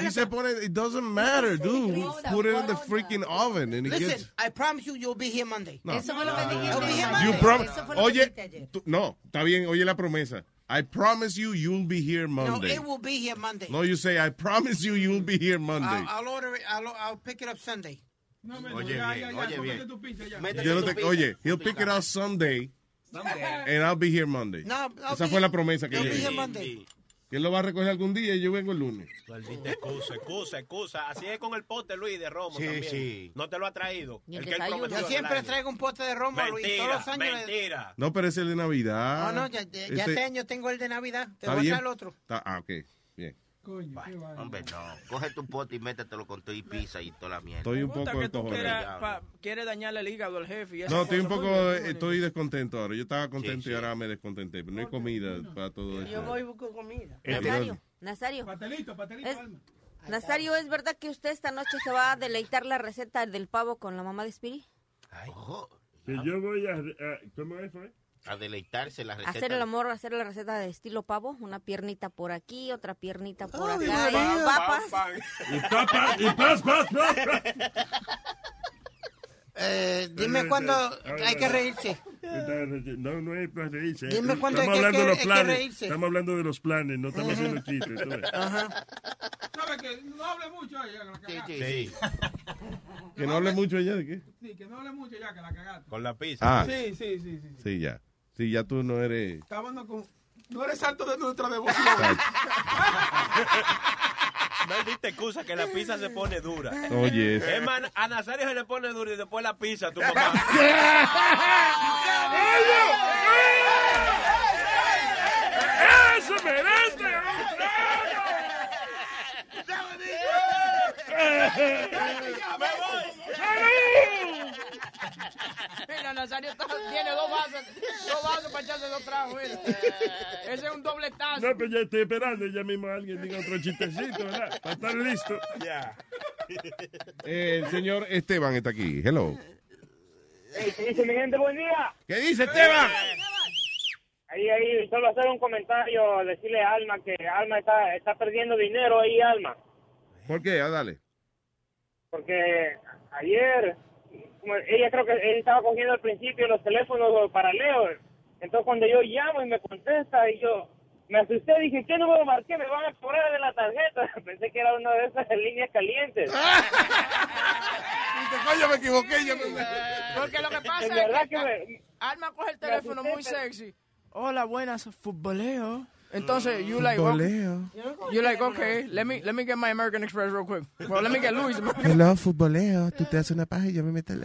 Si se pone, it doesn't matter, dude. Put it in the freaking oven and it
Listen,
gets...
I promise you, you'll be here Monday.
No. Eso fue
lo que dijiste.
I'll be here
You
Monday.
prom- oye, tú- no, está bien, oye la promesa. I promise you, you'll be here
No,
Monday.
it will be here Monday.
No, you say, I promise you, you'll be here Monday.
I'll, I'll order it. I'll, I'll pick it up Sunday.
Oye, ya, bien, ya, ya, oye, cómete bien. tu
ah,
Yo no te- oye, he'll pick it out someday, and I'll be here Monday.
No, I'll
Esa
be-
fue la promesa que
I'll
yo
be here
hice.
Monday.
Que él lo va a recoger algún día y yo vengo el lunes.
Maldita excusa, excusa, excusa. Así es con el pote, Luis, de Romo
Sí,
también.
sí.
No te lo ha traído.
Yo
El que él prometió al
siempre
año.
traigo un pote de romo, Luis. Todos los
Mentira,
años. le-
mentira.
No, pero es el de
No,
Navidad.
no, ya, ya
Este-
este año tengo el de Navidad. Te
¿Está
voy a
bien?
traer otro.
Está- ah, ok, bien.
Hombre, no. Coge tu pote y métetelo con todo y pizza y toda la mierda.
Estoy un poco
que tú quieras,
encojonado.
pa- quieres dañarle el hígado al jefe. y esas
No, estoy un
cosas.
poco, eh,
Muy bien,
estoy descontento ahora. Yo estaba contento y ahora me descontenté. Pero no hay comida para todo
Yo
esto.
voy y busco comida.
Eh,
Nazario, Nazario. Patelito, patelito, Nazario, ¿es verdad que usted esta noche se va a deleitar la receta del pavo con la mamá de Spiri?
Que yo voy a, a- ¿Cómo es, fue?
Ah. A deleitarse la receta.
Hacer el amor, hacer la receta de estilo pavo, una piernita por aquí, otra piernita por acá,
María.
y papas.
Y papa, y paz, paz, paz.
Eh, dime cuándo hay que reírse.
No, no hay para reírse.
Dime cuándo
Estamos
hay que-
hablando de
que-
los
hay que
planes.
reírse.
Estamos hablando de los planes, no estamos haciendo chistes. tú ves.
¿Sabe que no hable mucho ahí, que la cagaste.
Sí. Que no hable mucho ella de qué.
Sí, que no hable mucho ya, que la cagaste.
Con la pizza.
Ah.
Sí, sí, sí, sí.
Sí, ya. Sí, ya tú no eres.
Estábamos con... No eres santo de nuestra devoción.
Maldita excusa que la pizza se pone dura.
Oye, eso.
Es más, a Nazario se le pone dura y después la pizza, tu papá.
¡Eso
Mira, Nazario está- tiene dos vasos, dos vasos para echarse dos tragos. mira. Ese es un doble tazo.
No, pero ya estoy esperando. Ya mismo alguien diga otro chistecito, ¿verdad? Para estar listo.
Ya.
Eh, el señor Esteban está aquí. Hello.
¿Qué dice mi gente? Buen día.
¿Qué dice
Este
Esteban?
Ahí, ahí, solo hacer un comentario, decirle a Alma que Alma está, está perdiendo dinero ahí, Alma.
¿Por qué? Ah, dale.
Porque ayer, como ella creo que él estaba cogiendo al principio los teléfonos para Leo. Entonces cuando yo llamo y me contesta y yo me asusté, dije, ¿qué número marqué? Me van a cobrar de la tarjeta. Pensé que era una de esas líneas calientes.
Este
Coño, me equivoqué. Yo
Porque lo que pasa
Es
es,
verdad
que,
que me-
Alma coge el Este teléfono
asusté,
muy
pero-
sexy. Hola, buenas, futboleo. Entonces,
Mm,
you like,
Futboleo.
okay, you like, okay, let me, let me get my American Express real quick. Well, let me get Luis.
Hello, futboleo. Tú te haces una paja y yo me meto el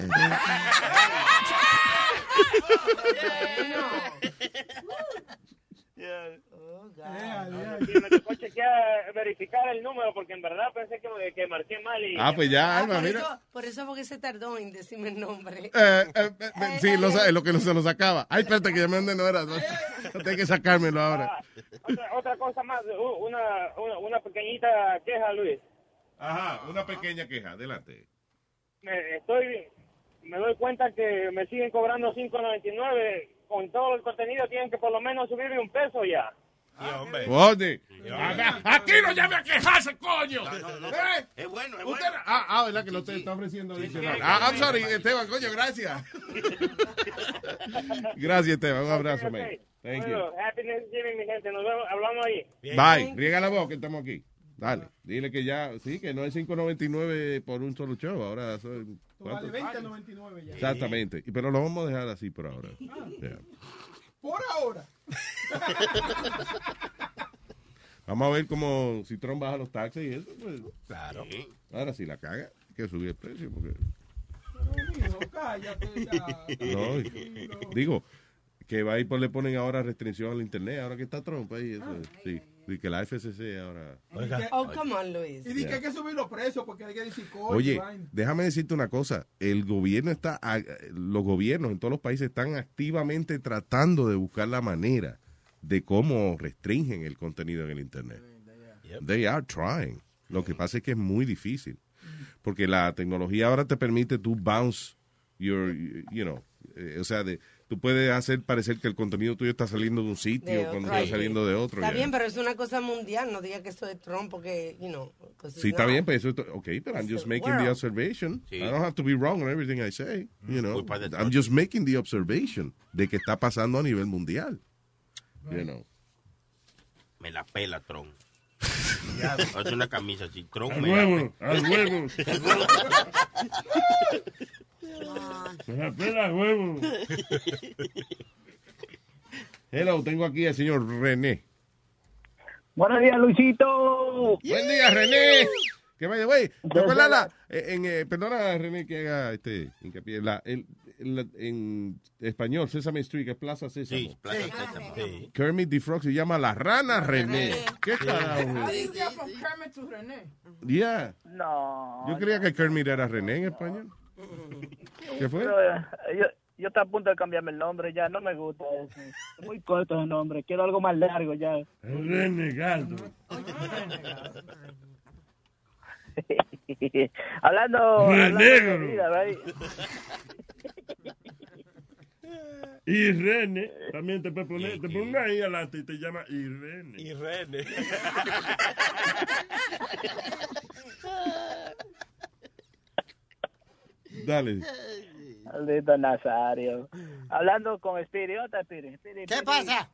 me tocó chequear, verificar el número porque en verdad pensé que, me- que marqué mal y...
Ah, pues ya, Alma,
por
mira.
Eso, por eso porque se tardó en decirme el nombre.
Eh, eh, eh, eh, sí, lo, sa- lo que lo- se lo sacaba. Ay, espérate, que ya me no era. No, tengo que sacármelo ahora.
Otra, otra cosa más, u- una, una, una pequeñita queja, Luis.
Ajá, una pequeña queja, adelante.
Me, estoy, me doy cuenta que me siguen cobrando 5.99. Con todo el contenido tienen que por lo menos subirme un peso ya.
Oye.
Aquí no llame a quejarse, coño. ¿Eh?
Es bueno, es
bueno.
Ah, ah, ¿verdad que lo te está ofreciendo adicional? Ah, I'm sorry, Esteban, coño, gracias. Gracias, Esteban. Un abrazo, man. Thank you.
Bueno, happy Thanksgiving, mi gente. Nos vemos, hablamos ahí.
Bye. Riega la voz que estamos aquí. Dale. Dile que ya, sí, que no es 5.99 por un solo show. Ahora son.
Vale
¿cuánto?
20 a 99 ya.
Exactamente. Y- Pero lo vamos a dejar así por ahora. Ya.
Por ahora.
Vamos a ver cómo si Trump baja los taxes y eso. Pues,
Claro.
Ahora si la caga, hay que subir el precio. Porque,
Hijo, cállate ya.
no, y- digo, que va y pues le ponen ahora restricción al internet, ahora que está Trump ahí. eso, sí. Y que la FCC ahora.
Oh, come on, Luis.
Y dije que hay que subir los precios porque hay que decir coño.
Oye,
vaina.
déjame decirte una cosa. El gobierno está, a- los gobiernos en todos los países están activamente tratando de buscar la manera de cómo restringen el contenido en el internet. They are trying. Lo
Mm.
que pasa es que es muy difícil, porque la tecnología ahora te permite tú bounce your, you know, eh, o sea, de, tú puedes hacer parecer que el contenido tuyo está saliendo de un sitio
De
cuando
otro,
está
sí.
saliendo de otro.
Está
ya.
bien, pero es una cosa mundial. No diga que eso es Trump porque, you know. 'cause it's
Sí, está
not.
bien, pero eso es- ok, pero I'm just making the
world.
observation.
Sí. Mm-hmm.
I don't have to be wrong on everything I say, you know.
Culpa de
I'm
todos.
just making the observation de que está pasando a nivel mundial. You know.
Me la pela, Tron. Hace una camisa así, Tron.
Al
me la
huevo,
pela.
al huevo. Me la pela al huevo.
Hello, tengo aquí al señor René.
Buenos días, Luisito.
Buen día, René. Que vaya, güey. ¿Te acuerdas la- en, eh, perdona, René, que haga este hincapié. La, el- el- en español, Sesame Street, que es Plaza Sésamo.
Sí, plaza sésamo. Sí.
Kermit the Frog se llama La Rana René. ¿Qué carajo?
How do you get from Kermit to René?
Yeah.
No.
Yo creía que Kermit era René en español. ¿Qué fue?
Pero, eh, yo, yo estoy a punto de cambiarme el nombre ya, no me gusta eso. Es muy corto el nombre, quiero algo más largo ya.
Renegado.
hablando, hablando de
Renégalo.
comida, ¿verdad?
Irene, también te puede poner, te ponga ahí adelante y te llama Irene.
Irene.
Dale.
Maldito Nazario. Hablando con Spirit, ¿dónde está Spirit? Spirit,
¿Qué
Spirit.
pasa?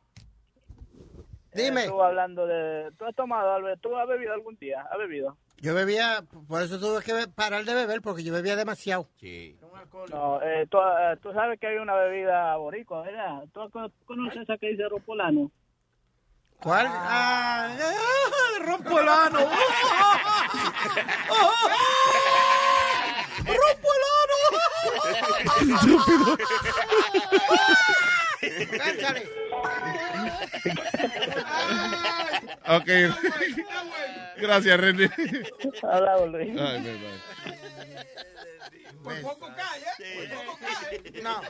Eh,
Dime.
Tú hablando de... ¿Tú has tomado algo? ¿Tú has bebido algún día? ¿Has bebido?
Yo bebía, por eso tuve que be- parar de beber, porque yo bebía demasiado.
No, eh, tú, eh, tú sabes que hay una bebida boricua, ¿verdad? ¿Tú co- conoces esa que dice Ropolano?
¿Cuál? Ah, ah, rompolano.
¡Estúpido!
Ok. Gracias, René.
Hablamos, Luis.
Ay, bye, bye.
Por poco cae, ¿eh? Por poco cae.
No.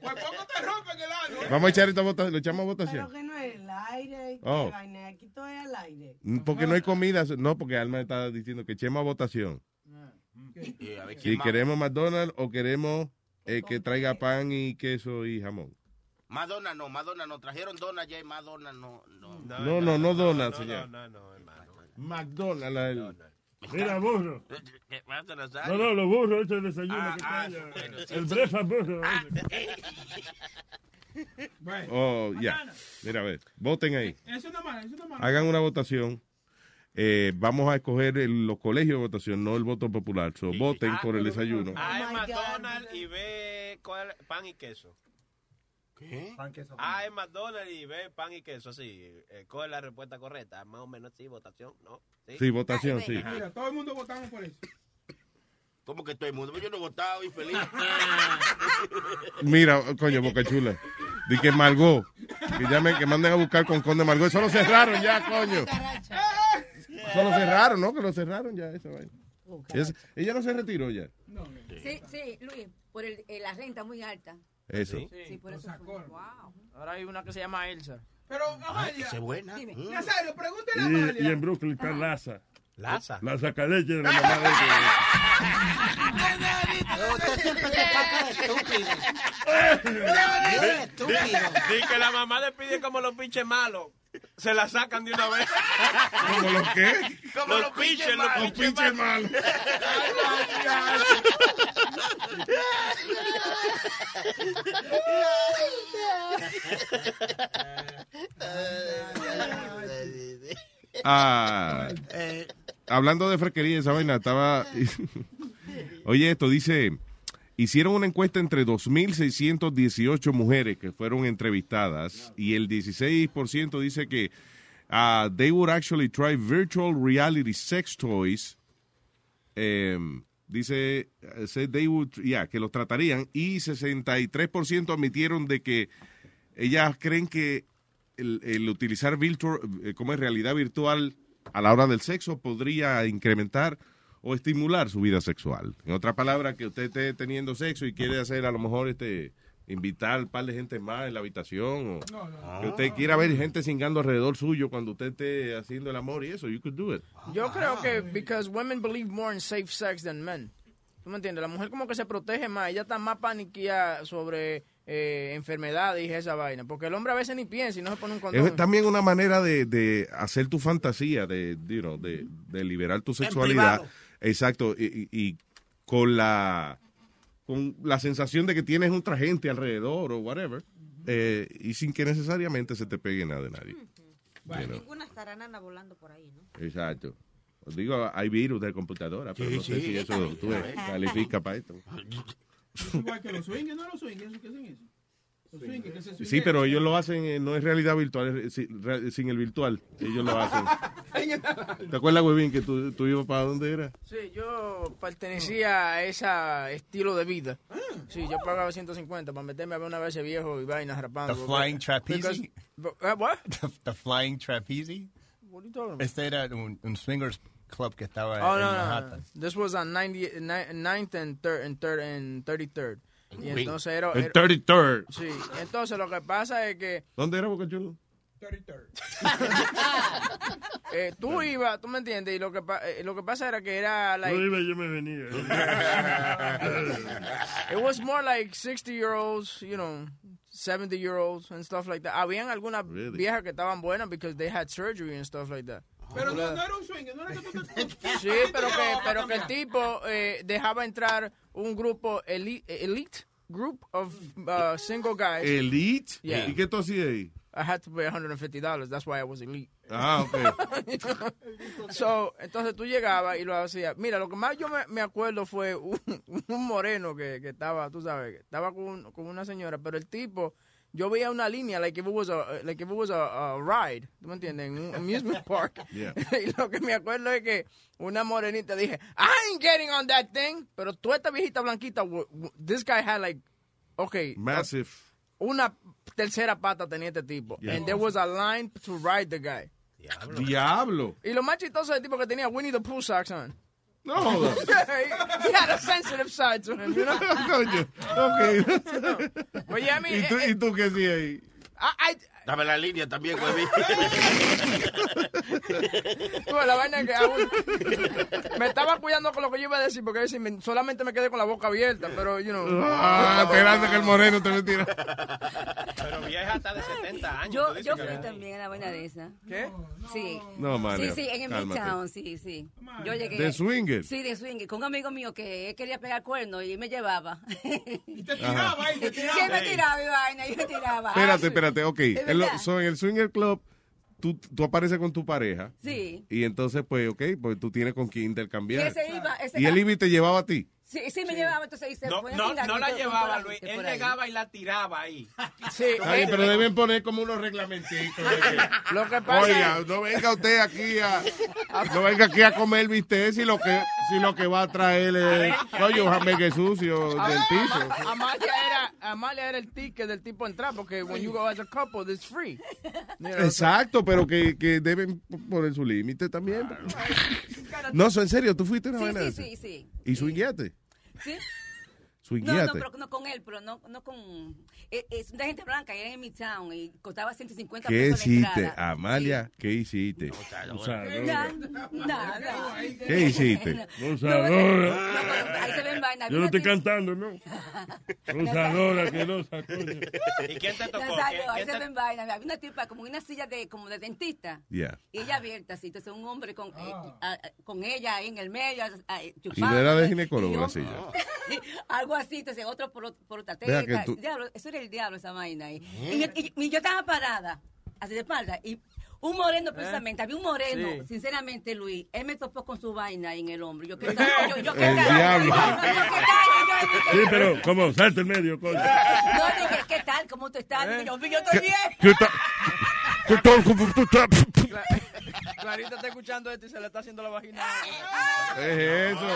Por poco te rompen el ano. ¿eh?
Vamos a echar esta votación. ¿Lo echamos a votación?
Pero que no es el aire. qué
Oh. Mm,
vaina, Aquí todo es al aire.
Porque no hay comida. No, porque Alma está diciendo que echemos a votación.
Sí, a ver quién
Si
más.
queremos McDonald's o queremos eh, que traiga pan y queso y jamón.
Madonna no, Madonna no. Trajeron dona ya y Madonna no. No,
No, no, no donas, señor.
No, no, hermano.
McDonald's. el- Mira, burro.
¿Qué pasa,
No,
Nazario?
no, los burros, este desayuno
Ah,
que
ah,
trae,
bueno, sí,
El
sí.
brefa burro.
Ah,
Oh, ya. Mira, a ver, voten ahí.
Es una mano, es una mano.
Hagan una votación. Eh, vamos a escoger el- los colegios de votación, no el voto popular. So, voten
Ah,
por el desayuno.
A en McDonald's y ve cuál- pan y queso. ¿Qué?
Pan, queso,
A en McDonald's y ve pan y queso, sí. Eh, coge la respuesta correcta. Más o menos, sí, votación, ¿no?
Sí, votación, sí.
Ajá.
Mira, todo el mundo votamos por eso.
¿Cómo que todo el mundo? Yo no he votado, infeliz.
Mira, coño, Boca Chula. Di que Margot. Que llamen, que manden a buscar con Conde Margot. Eso lo cerraron ya, coño. Eso lo cerraron, ¿no? Que lo cerraron ya, esa vaina. Es- ella no se retiró ya.
Sí, sí, Luis, por el, eh, la renta muy alta.
Eso.
Sí, por eso. fue. Wow.
Ahora hay una que se llama Elsa.
Pero, Amalia.
esa es buena.
Dime.
Mm.
Nazario, pregúntale a Amalia.
Y, y en Brooklyn
Ah.
está Laza.
Laza.
La sacaleche de la mamá de ella.
Usted siempre se pasa de estúpido.
Di-
estúpido.
Di, di que la mamá le pide como los pinches malos. Se la sacan de una vez.
¿Como los qué?
Como los pinches, los
malos.
pinches malos.
Ah,
Eh,
hablando de fresquería, esa vaina estaba. Oye, esto dice: hicieron una encuesta entre 2.618 mujeres que fueron entrevistadas y el 16% dice que ah, they would actually try virtual reality sex toys. Em, dice, eh, said they would, yeah, que los tratarían y 63% admitieron de que ellas creen que el, el utilizar virtual, eh, como es realidad virtual a la hora del sexo podría incrementar o estimular su vida sexual. En otras palabras, que usted esté teniendo sexo y quiere hacer a lo mejor este invitar un par de gente más en la habitación o que usted quiera ver gente cingando alrededor suyo cuando usted esté haciendo el amor y eso, you could do it.
Yo creo que because women believe more in safe sex than men. ¿Tú me entiendes? La mujer como que se protege más, ella está más paniqueada sobre eh, enfermedades y esa vaina, porque el hombre a veces ni piensa y no se pone un condón.
Es también una manera de, de hacer tu fantasía, de, you know, de, de liberar tu sexualidad.
privado.
Exacto, y, y- y con la con la sensación de que tienes otra gente alrededor o whatever, eh, y sin que necesariamente se te pegue nada de nadie. You know,
Ninguna taranana volando por ahí, ¿no?
Exacto. Os digo, hay virus de computadora, pero
Sí,
no sé
sí.
si eso tú ves, califica para esto.
Es igual que los swingers, no los swingers, ¿qué hacen eso? Los swingers, que se
Sí, pero ellos lo hacen, eh, no es realidad virtual, es si- re- sin el virtual, ellos lo hacen. ¿Te acuerdas, Webin, que tú, tú ibas para dónde era?
Sí, yo pertenecía a ese estilo de vida. Sí, yo pagaba 150 para meterme a ver una vez ese viejo y vainas rapando.
The flying
Ah, Because-
trapeze.
but- uh, what?
The, the flying trapeze.
What are you talking about?
Este era un, un swingers club que estaba
Oh,
en
no, no, no.
Manhattan.
This was on 90, ni- 9th and 3rd and 3rd and 33rd. Y
Uy.
entonces era...
El
era-
33rd.
Sí, entonces lo que pasa es que
¿Dónde era Boca Chula?
eh, tú ibas, tú me entiendes, y lo que, pa- eh, lo que pasa era que era...
Yo
Like,
iba y yo me venía.
It was more like 60 year olds, you know, 70 year olds and stuff like that. Habían algunas
Really?
viejas que estaban buenas because they had surgery and stuff like that.
Pero no,
Hola.
no era un swinger, no era que tú te...
Sí, pero que, pero que el tipo eh, dejaba entrar un grupo elite, elite group of uh, single guys.
Elite.
Yeah.
¿Y qué tú hacías ahí?
I had to pay $150. That's why I was elite.
Ah, ok.
so, entonces tú llegabas y lo hacías. Mira, lo que más yo me, me acuerdo fue un, un moreno que, que estaba, tú sabes, que estaba con, un- con una señora, pero el tipo, yo veía una línea, like if it was a, like if it was a, a ride, ¿tú me entiendes? En un amusement park.
Yeah.
y lo que me acuerdo es que una morenita dije, I ain't getting on that thing, pero tú esta viejita blanquita, w- w- this guy had like, okay,
Massive.
una tercera pata tenía este tipo.
Yeah.
And there was a line to ride the guy.
Diablo.
Y lo más chistoso es el tipo que tenía Winnie the Pooh socks on.
No jodas.
Yeah, he, he had a sensitive side to him, you know?
Coño. Ok.
But yeah, I mean,
¿Y tú,
it- eh,
¿Y tú qué hacías ahí?
I, I,
Dame la línea también, güey.
Tú, la vaina que aún- Me estaba cuidando con lo que yo iba a decir, porque a veces me- solamente me quedé con la boca abierta, pero, you know.
Ah, esperando que el moreno te metiera.
Pero vieja está de 70 años.
Yo,
tú dices
yo
que-
fui también a la vaina de esa.
¿Qué?
Sí.
No, Mario,
Sí, sí, en el
cálmate.
Midtown, sí, sí. Yo llegué.
¿De swinger?
Sí, de swinger. Con un amigo mío que él quería pegar cuerno y me llevaba. Y te
tiraba,
y te tiraba.
Sí, me tiraba mi vaina, yo me tiraba. Ah,
Espérate,
sí.
espérate, ok.
Es
En lo-
verdad.
so, en el swinger club, tú, tú apareces con tu pareja.
Sí.
Y entonces, pues, ok, pues tú tienes con quién
Y
intercambiar.
ese iba, ese
Y el
iba-
Ibi te llevaba a ti.
Sí, sí, me llevaba, entonces ahí se
No,
ponía
no,
sin
no la
con- con
llevaba,
toda
Luis.
gente
Él
por ahí.
llegaba y la tiraba ahí.
Sí.
Ay, pero deben poner como unos reglamenticos. de que-
Lo que pasa
Oiga,
es-
no venga usted aquí a... No venga aquí a comer bistec si lo que, si lo que va a traer es... Oye, un jameque sucio del piso.
Ah, Amalia era, Amalia era el ticket del tipo entrar, porque when you go as a couple, it's free. You know,
Exacto, pero que, que deben poner su límite también. No, so, en serio, tú fuiste a una vaina de
Sí, sí,
esa?
sí, sí.
¿Y swingueate?
¿Sí? No, no,
Swingueate.
pero no con él, pero no, no con... eh, Es una gente blanca, era en mi town y costaba 150
¿Qué
pesos la
hiciste,
entrada.
Amalia? ¿Qué hiciste?
Nada, nada.
¿Qué hiciste?
Gozadora.
Ahí se ven vainas.
Yo no estoy
Fíjate,
cantando, no. Gozadora, querosa, coño.
¿Y quién te tocó?
Nazario,
¿Quién-
ahí
quién
se
te-
ven vainas. Había una tipa como una silla de como de dentista.
Ya.
Y ella abierta, así. Entonces un hombre con, eh, a- a- con ella ahí en el medio. a- a-
Y no era de
Y
ginecólogo
yo-
la silla.
Algo así, entonces otro por, ot- por otra
Vea que
teta.
tú-
Diablo, eso era el diablo, esa vaina ahí. Y, yo- y- y yo estaba parada, así de espalda, y un moreno precisamente, había un moreno,
Sí.
sinceramente, Luis, él me topó con su vaina ahí en el hombro. Yo, ¿qué tal? Yo, yo, ¿qué
El
tal?
diablo.
Sí,
Sí, pero como salta el medio, coño.
No, dije, ¿qué tal? ¿Cómo tú estás? Dije, Yo, yo estoy bien.
¿Qué tal? ¿Qué tal? ¿Cómo tú estás?
Clarita está escuchando esto y se le está haciendo la vagina.
¿Qué es eso?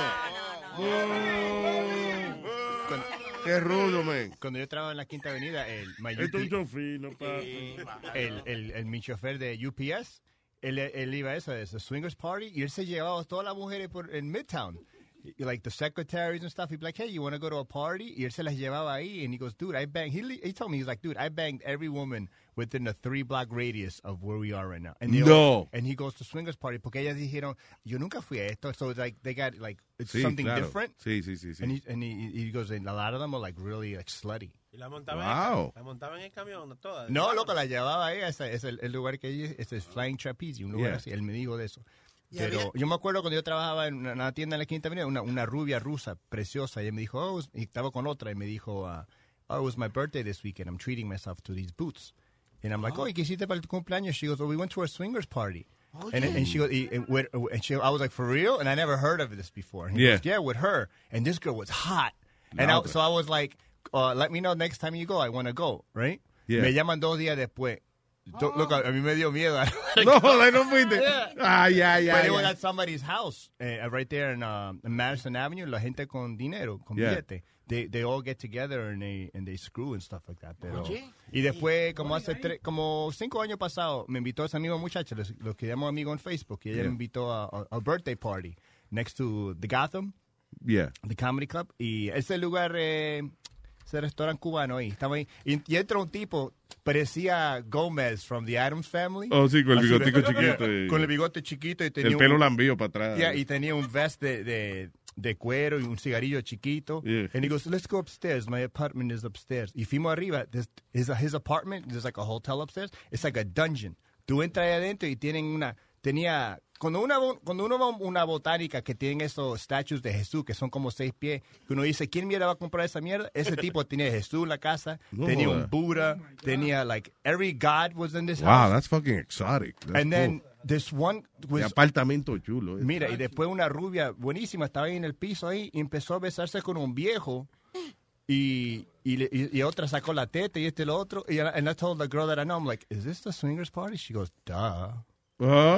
Cuando- Qué rudo, men.
Cuando yo trabajaba en la Quinta Avenida, el mayor-
Esto es un chofino, papi.
el, el, el, mi chofer de UPS, él, él iba a eso, a eso, swingers party, y él se llevaba a todas las mujeres por, en Midtown. Y, Like the secretaries and stuff. He'd be like, hey, you want to go to a party? Y él se las llevaba ahí. And he goes, dude, I banged. He, li- he told me, he's like, dude, I banged every woman within a three block radius of where we are right now. And they
No.
and he goes to swingers party porque ellas dijeron, yo nunca fui a esto. So it's like, they got like, it's
Sí,
something
claro.
different.
Sí, sí, sí, sí.
And, he, and he, he goes, and a lot of them are like really like slutty.
Y la montaba, en el-
Wow.
la montaba en el camión, toda.
No, loco, la llevaba ahí. Ese es el, el lugar que ella, ese es Flying Trapeze, un lugar
Yeah.
así. Él me dijo de eso.
Y
Pero
había-
yo me acuerdo cuando yo trabajaba en una, una tienda en la Quinta Avenida, una, una rubia rusa preciosa. Y ella me dijo, oh, y estaba con otra. Y me dijo, ah, oh, it was my birthday this weekend. I'm treating myself to these boots. And I'm
Ah.
like, oh, ¿y qué hiciste para tu cumpleaños? She goes, oh, we went to a swingers party. and,
Oye.
and she goes, y- and, with- and she, I was like, for real? And I never heard of this before. And he
Yeah.
goes, yeah, with her. And this girl was hot. And
No,
I,
pues.
so I was like, uh, let me know next time you go. I want to go, right?
Yeah.
Me llaman dos días después. Do- Loco, a mí me dio miedo.
No, joder, no fuiste. Ah,
Yeah.
Ay, ay,
But
ay.
it was
ay.
at somebody's house eh, right there in um, Madison Avenue. La gente con dinero, con
Yeah.
billete. They, they all get together and they, and they screw and stuff like that. Pero,
Oye.
y después, como hace tres, como cinco años pasado, me invitó esa misma muchacha, los, los que llamo amigo en Facebook, y ella
Yeah.
me invitó a, a, a birthday party next to the Gotham.
Yeah.
The Comedy Club. Y ese lugar, eh, ese restaurante cubano ahí. Estaba ahí. Y, y entra un tipo, parecía Gómez from the Adams Family.
Oh, sí, con el
Así,
bigotico chiquito y-
Con el bigote chiquito y tenía
El
un-
pelo lambío para atrás.
Yeah, y tenía un vest de, de, de cuero y un cigarrillo chiquito. And he goes, let's go upstairs. My apartment is upstairs. Y fuimos arriba. This- His, his apartment, there's like a hotel upstairs. It's like a dungeon. Tú entras ahí adentro y tienen una... Tenía... Cuando, una, bo- cuando uno va a una botánica que tienen esos statues de Jesús, que son como seis pies, que uno dice, ¿quién mierda va a comprar esa mierda? Ese tipo tenía Jesús en la casa,
No
tenía
joda.
un Buda, tenía, like, every god was in this
Wow,
house.
that's fucking exotic. That's
And then
cool.
this one
Qué
was
apartamento chulo. eh.
Mira, y después una rubia buenísima estaba ahí en el piso ahí y empezó a besarse con un viejo y, y, le- y- y otra sacó la teta y este y lo otro. Y and I- and I told the girl that I know, I'm like, is this the swingers party? She goes, duh.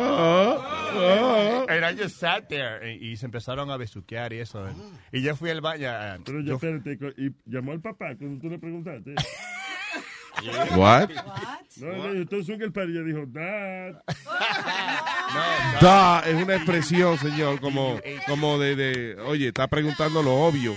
ah, ah.
And I just sat there. Y, y se empezaron a besuquear y eso. Y yo fui al baño. eh,
Pero ya
yo-
espérate, co- y llamó al papá cuando tú le preguntaste.
What?
No, no, yo estoy en el par y ella dijo, dad.
Da es una expresión, señor, como, como de, de, oye, está preguntando lo obvio.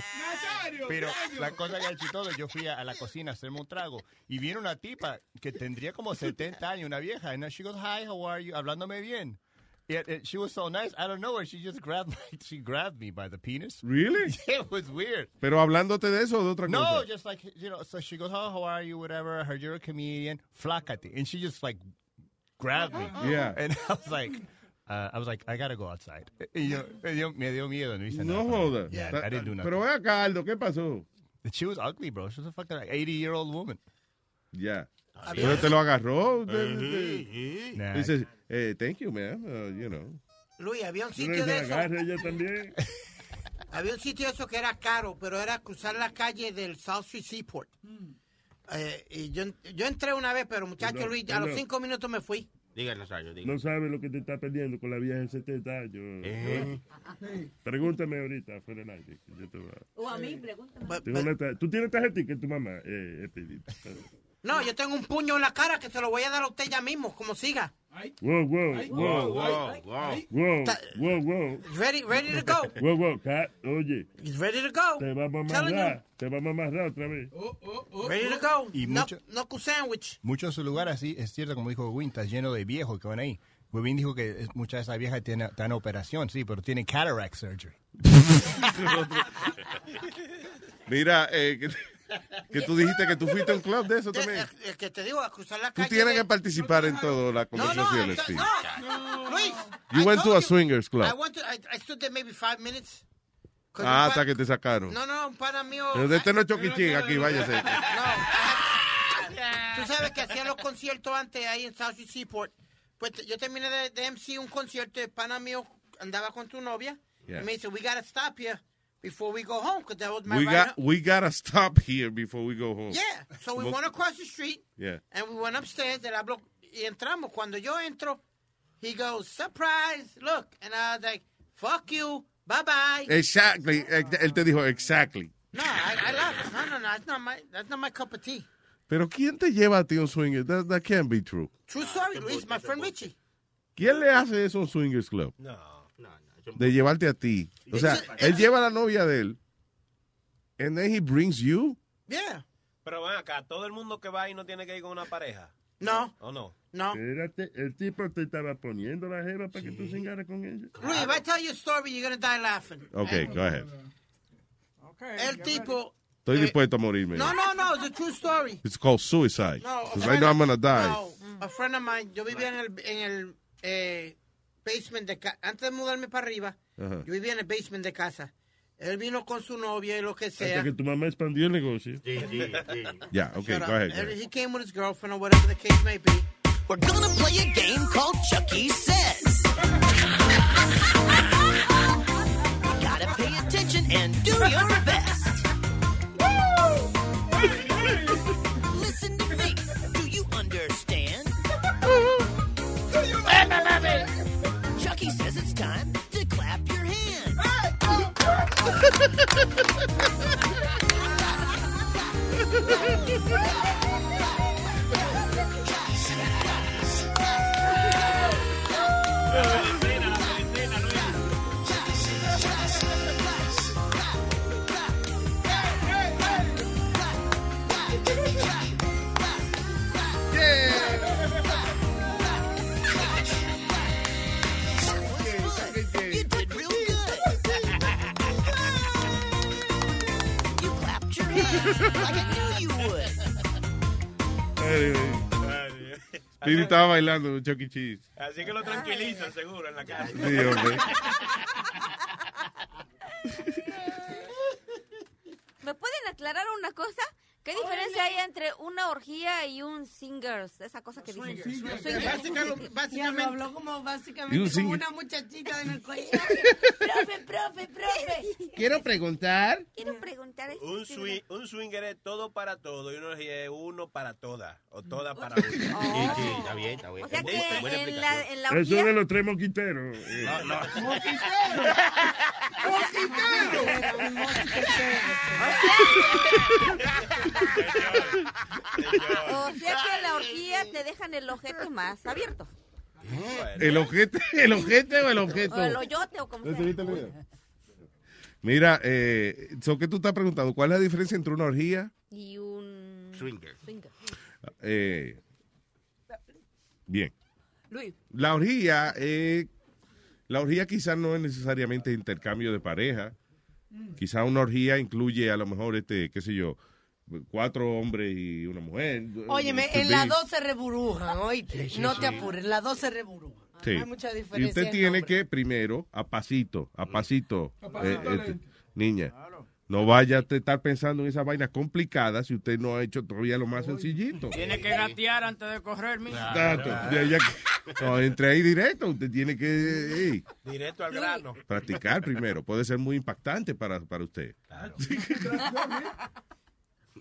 Pero la cosa que es chistosa, yo fui a, a la cocina a hacerme un trago y viene una tipa que tendría como 70 años, una vieja. And she goes, hi, how are you? Hablándome bien. It, it, she was so nice. I don't know her. She just grabbed my, she grabbed me by the penis.
Really?
Yeah, it was weird.
Pero hablándote de eso o de otra
No,
cosa.
just like you know. So she goes, "Oh, how are you? Whatever. I heard you're a comedian. Flacate," and she just like grabbed me.
Oh, Yeah.
and I was like. Uh, I was like, I gotta go outside. Y yo, me dio- me dio miedo. No, hice
No
nada.
joda.
Yeah,
Ta-
I didn't do nothing.
Pero ve acá, Aldo, ¿qué pasó?
She was ugly, bro. She was a fucking like, 80 year old woman.
Ya.
Está
Pero
bien.
te lo agarró. te-
Ujú,
te-
ujú. Nah.
Dices, eh, thank you, ma'am. uh, you know.
Luis, había un
Yo
sitio
le
de
dije,
eso.
agarre
también.
Había un sitio de eso que era caro, pero era cruzar la calle del South Street Seaport.
Hmm.
Eh, y yo, yo entré una vez, pero muchacho
No,
Luis, a
no.
los cinco minutos me fui.
Díganos, Nazario,
No
díganos.
sabes lo que te está perdiendo con la vieja de 70 años.
Eh.
Pregúntame ahorita, fuera del aire. que yo te voy a-
O a mí,
Uh,
pregúntame.
Tengo una ta- ¿Tú tienes tarjetica en tu mamá? Eh, Epidita.
No, yo tengo un puño en la cara que se lo voy a dar a usted ya mismo, como siga.
Wow, wow,
Ay,
wow,
wow, ay,
wow,
ay.
wow,
Ta-
wow, wow.
Ready, ready to go.
Wow, wow, cat, oye.
He's ready to go.
Te vamos a
Telling
amarrar, te vamos a amarrar otra vez.
Ready to go.
Y
no,
mucho-
Knuckle sandwich.
Muchos de sus lugares, sí, es cierto, como dijo Win, está lleno de viejos que van ahí. Win dijo que es- muchas de esas viejas tienen, están en operación, sí, pero tienen cataract surgery.
Ah. Mira, eh, que, que tú dijiste que tú fuiste a un club de eso también.
El Eh, que te digo, a cruzar la
Tú
calle.
tienes
de-
que participar en todas las conversaciones, Steve.
No, Ah, Luis.
You
I
went to
told
a swingers club.
I went to, I, I stood there maybe five minutes. 'Cause
Ah,
un
hasta
pan-
que te sacaron.
No, no, un pana mío.
Pero de este no es choquichín aquí, váyase.
Tú sabes que hacía los conciertos antes ahí en South Street Seaport. Pues te- yo terminé de, de MC un concierto de pana mío andaba con tu novia.
Yeah.
Y me dice, we gotta stop here before we go home. Because that was my
We
right
got we gotta stop here before we go home.
Yeah, so we
Mo-
went across the street
Yeah.
and we went upstairs and I block y entramos. Cuando yo entro, he goes, surprise, look. And I was like, fuck you, bye bye.
Exactly. eh, Él te dijo exactly.
No, I, I laughed. No, no, no, that's not my, that's not my cup of tea.
Pero quién te lleva a ti a un swinger? That, that can't be true.
True story, Luis, my friend Richie.
¿Quién le hace eso a un swingers club?
No, no,
De llevarte a ti. O sea, él lleva a la novia de él. And then he brings you.
Yeah.
Pero ven acá, todo el mundo que va ahí no tiene que ir con una pareja.
No.
¿O no?
No.
Espérate, el tipo te estaba poniendo la jeva para que tú cingaras con ella.
Luis, if I tell you a story, you're going to die laughing.
Okay, go ahead.
eh, El tipo.
Estoy
eh,
dispuesto a morirme.
No, no, no, it's a true story.
It's called suicide.
No,
Because right now I'm gonna die.
No, a friend of mine, yo vivía en el, en el eh, basement de casa. Antes de mudarme para arriba,
Ajá.
yo vivía en el basement de casa. Él vino con su novia y lo que sea.
Hasta que tu mamá expandió el negocio.
Yeah, okay,
Shut up.
go ahead. go
And
ahead.
He came with his girlfriend or whatever the case may be.
We're gonna play a game called Chucky Says. Gotta pay attention and do your best. Listen to me. Do you understand? Chucky says it's time to clap your hands. You did real good. You clapped your hands like I knew you would.
Anyway. Speedy estaba bailando un Chucky Cheese.
Así que lo tranquilizan, seguro, en la casa.
Sí, hombre.
¿Me pueden aclarar una cosa? ¿Qué diferencia hay entre una orgía y un singers? Esa cosa que dicen. Los
Diablo,
Básicamente,
swingers.
básicamente-
habló como
Y un
básicamente como
singer.
una muchachita en el colegio. profe, profe, profe.
Quiero preguntar.
Quiero preguntar esto.
Un, swing, un swinger es todo para todo y uno es uno para todas. O todas para uno.
Sí,
sí, está bien, está bien.
Mm. Oh. O sea que en la, en la
Eso
orgía...
de los tres mosquiteros. eh.
O sea que en la orgía te dejan el ojete más abierto.
El ojete, el ojete o el
O el
objeto.
hoyote o como
¿No
sea.
te viste el video? Mira, eh, so que tú estás preguntando, ¿cuál es la diferencia entre una orgía?
Y un...
Swinger.
Eh, bien.
Luis.
La orgía, eh, la orgía quizás no es necesariamente intercambio de pareja. Quizás una orgía incluye a lo mejor, este, qué sé yo, cuatro hombres y una mujer.
Óyeme,
Could
en las
be.
dos se reburujan, oíste.
Este, Sí, sí,
no te
sí.
apures, en las dos se reburujan.
Sí.
No hay mucha
Y
diferencia.
usted
en
tiene
nombre.
que primero, a pasito, a pasito, eh,
pasito
este, niña, no vaya a estar pensando en esa vaina complicada si usted no ha hecho todavía lo más sencillito.
Tiene que gatear antes de correr, mijo.
Exacto. Ya- ya- no, entre ahí directo, usted tiene que eh,
Directo al grano.
practicar primero. Puede ser muy impactante para, para usted.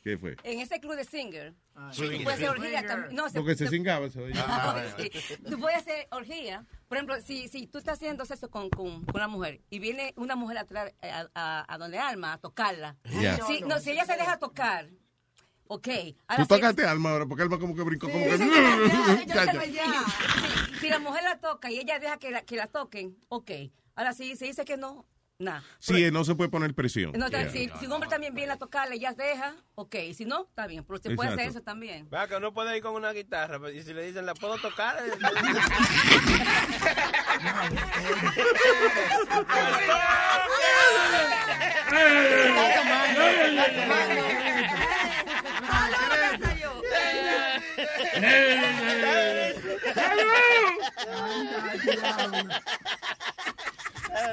¿Qué fue?
En ese club de singer,
Swinger.
tú puedes hacer orgía también. No, se-
Porque se
tú-
cingaba. se oía.
Sí. Tú puedes hacer orgía. Por ejemplo, si, si tú estás haciendo sexo con, con, con una mujer y viene una mujer atrás eh, a, a, a donde Alma a tocarla.
Ya.
Si, no, si ella se deja tocar, ok. Ahora,
Tú
si-
tocaste alma ahora, porque alma como que brincó, como que...
Ya,
Chacha.
ya, ya. Si, si la mujer la toca y ella deja que la, que la toquen, ok. Ahora sí, se dice que no, nada.
Sí, eh, no se puede poner presión.
No,
Yeah.
si, si un hombre también viene a tocarla y ella deja, ok. Si no, está bien. Pero usted puede hacer
Exacto.
eso también.
Vea que no puede ir con una guitarra. pero- Y si le dicen, ¿la puedo tocar?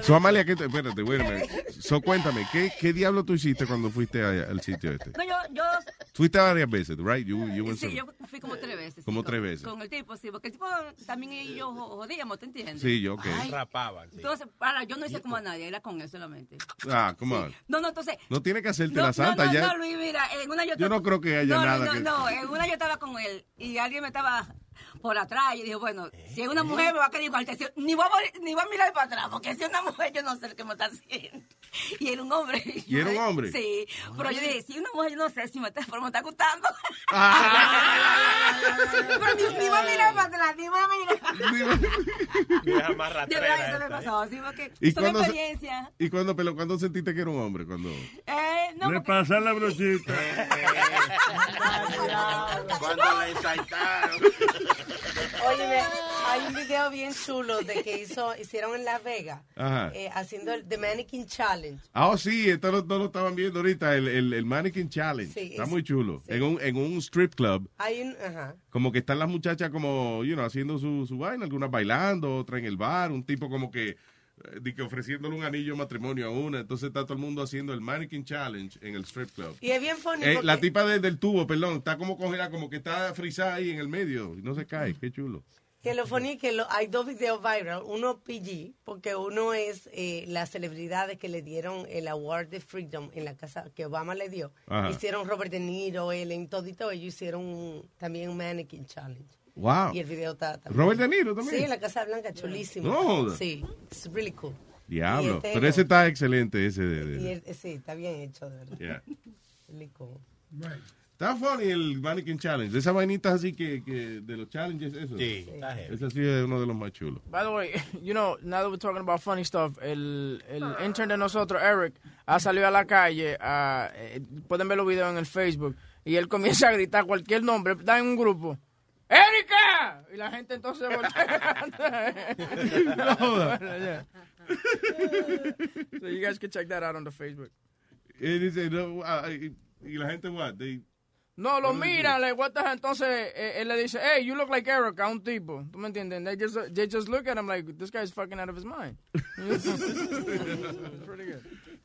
So, Amalia, ¿qué te- espérate, wait a minute. So, cuéntame, ¿qué, ¿qué diablo tú hiciste cuando fuiste a- al sitio este?
No, yo, yo,
Fuiste varias veces, right? You, you went
sí, yo
some-
fui como tres veces.
Como
sí,
tres
con-
veces.
Con el tipo, sí, porque el tipo también él y yo jo- jodíamos, ¿te entiendes?
Sí, yo, ok.
Ay,
Rapaban.
Entonces, para, yo no hice como a nadie, era con él solamente.
Ah, come on.
No, no, entonces.
No tiene que hacerte
No,
la santa
no, no,
ya.
no, Luis, mira, en una yo,
Yo no creo que haya
No, no,
nada
No,
que-
no, en una yo estaba con él y alguien me estaba por atrás. Y yo dije, bueno, si es una mujer me va a querer igual. que si- Ni voy, a, vol- ni voy a mirar para atrás, porque si es una mujer yo no sé qué me está haciendo. Y era un hombre.
¿Y era un hombre?
Sí, pero yo dije, si es una mujer yo no sé si me está, pero me está gustando. pero ni, ni voy a mirar para atrás, ni voy a mirar.
Vieja más
De verdad,
rastrera
eso me
esta, ¿eh?
pasó. Sí, porque
¿Y
son
cuándo se-
experiencias.
¿Y cuándo, pero cuándo sentiste que era un hombre? Cuando...
Eh, no,
Le
porque-
pasa la brochita.
Cuando la insaltaron.
Óyeme, hay un video bien chulo de que hizo, hicieron en Las Vegas,
Ajá.
eh, haciendo el The Mannequin Challenge.
Ah, oh, sí, esto lo, no lo estaban viendo ahorita, el, el, el Mannequin Challenge.
Sí,
Está
es-
muy chulo. En, un, en un strip club,
Hay un, ajá.
como que están las muchachas como, you know, haciendo su, su vaina, algunas bailando, otra en el bar, un tipo como que, eh, de que ofreciéndole un anillo de matrimonio a una. Entonces está todo el mundo haciendo el Mannequin Challenge en el strip club.
Y es bien funny
Eh,
porque-
la tipa de- del tubo, perdón, está como congelada, como que está frisada ahí en el medio y no se cae. Qué chulo.
Que lo funny es que lo- hay dos videos viral, uno PG, porque uno es eh, las celebridades que le dieron el Award de Freedom en la casa que Obama le dio.
Ajá.
Hicieron Robert De Niro, Ellen, todito, ellos hicieron un- también un Mannequin Challenge.
Wow.
Y el video está también.
Robert De Niro también.
Sí, en la Casa Blanca, chulísimo.
No joda.
Sí, it's really cool. Y
Diablo.
este-
Pero ese está excelente, ese de... de-
Y el- sí, está bien hecho, de verdad.
Yeah.
Really cool.
Está funny el Mannequin Challenge. De esas vainitas así que, que de los challenges, eso.
Sí, está heavy.
Ese sí es uno de los más chulos.
By the way, you know, now that we're talking about funny stuff, el, el intern de nosotros, Eric, ha salido a la calle, a- eh, pueden ver los videos en el Facebook, y él comienza a gritar cualquier nombre, está en un grupo. ¡Erika! Y la gente entonces voltea.
No joda.
Yeah. so you guys can check that out on the Facebook.
Y dice, no, ah, y, y la gente, what? They-
No, lo
What do they do?
miran, le guardan, entonces eh, él le dice, hey, you look like Eric, a un tipo. ¿Tú me entiendes? And They just, they just look at him like, this guy's fucking out of his mind. It's pretty good.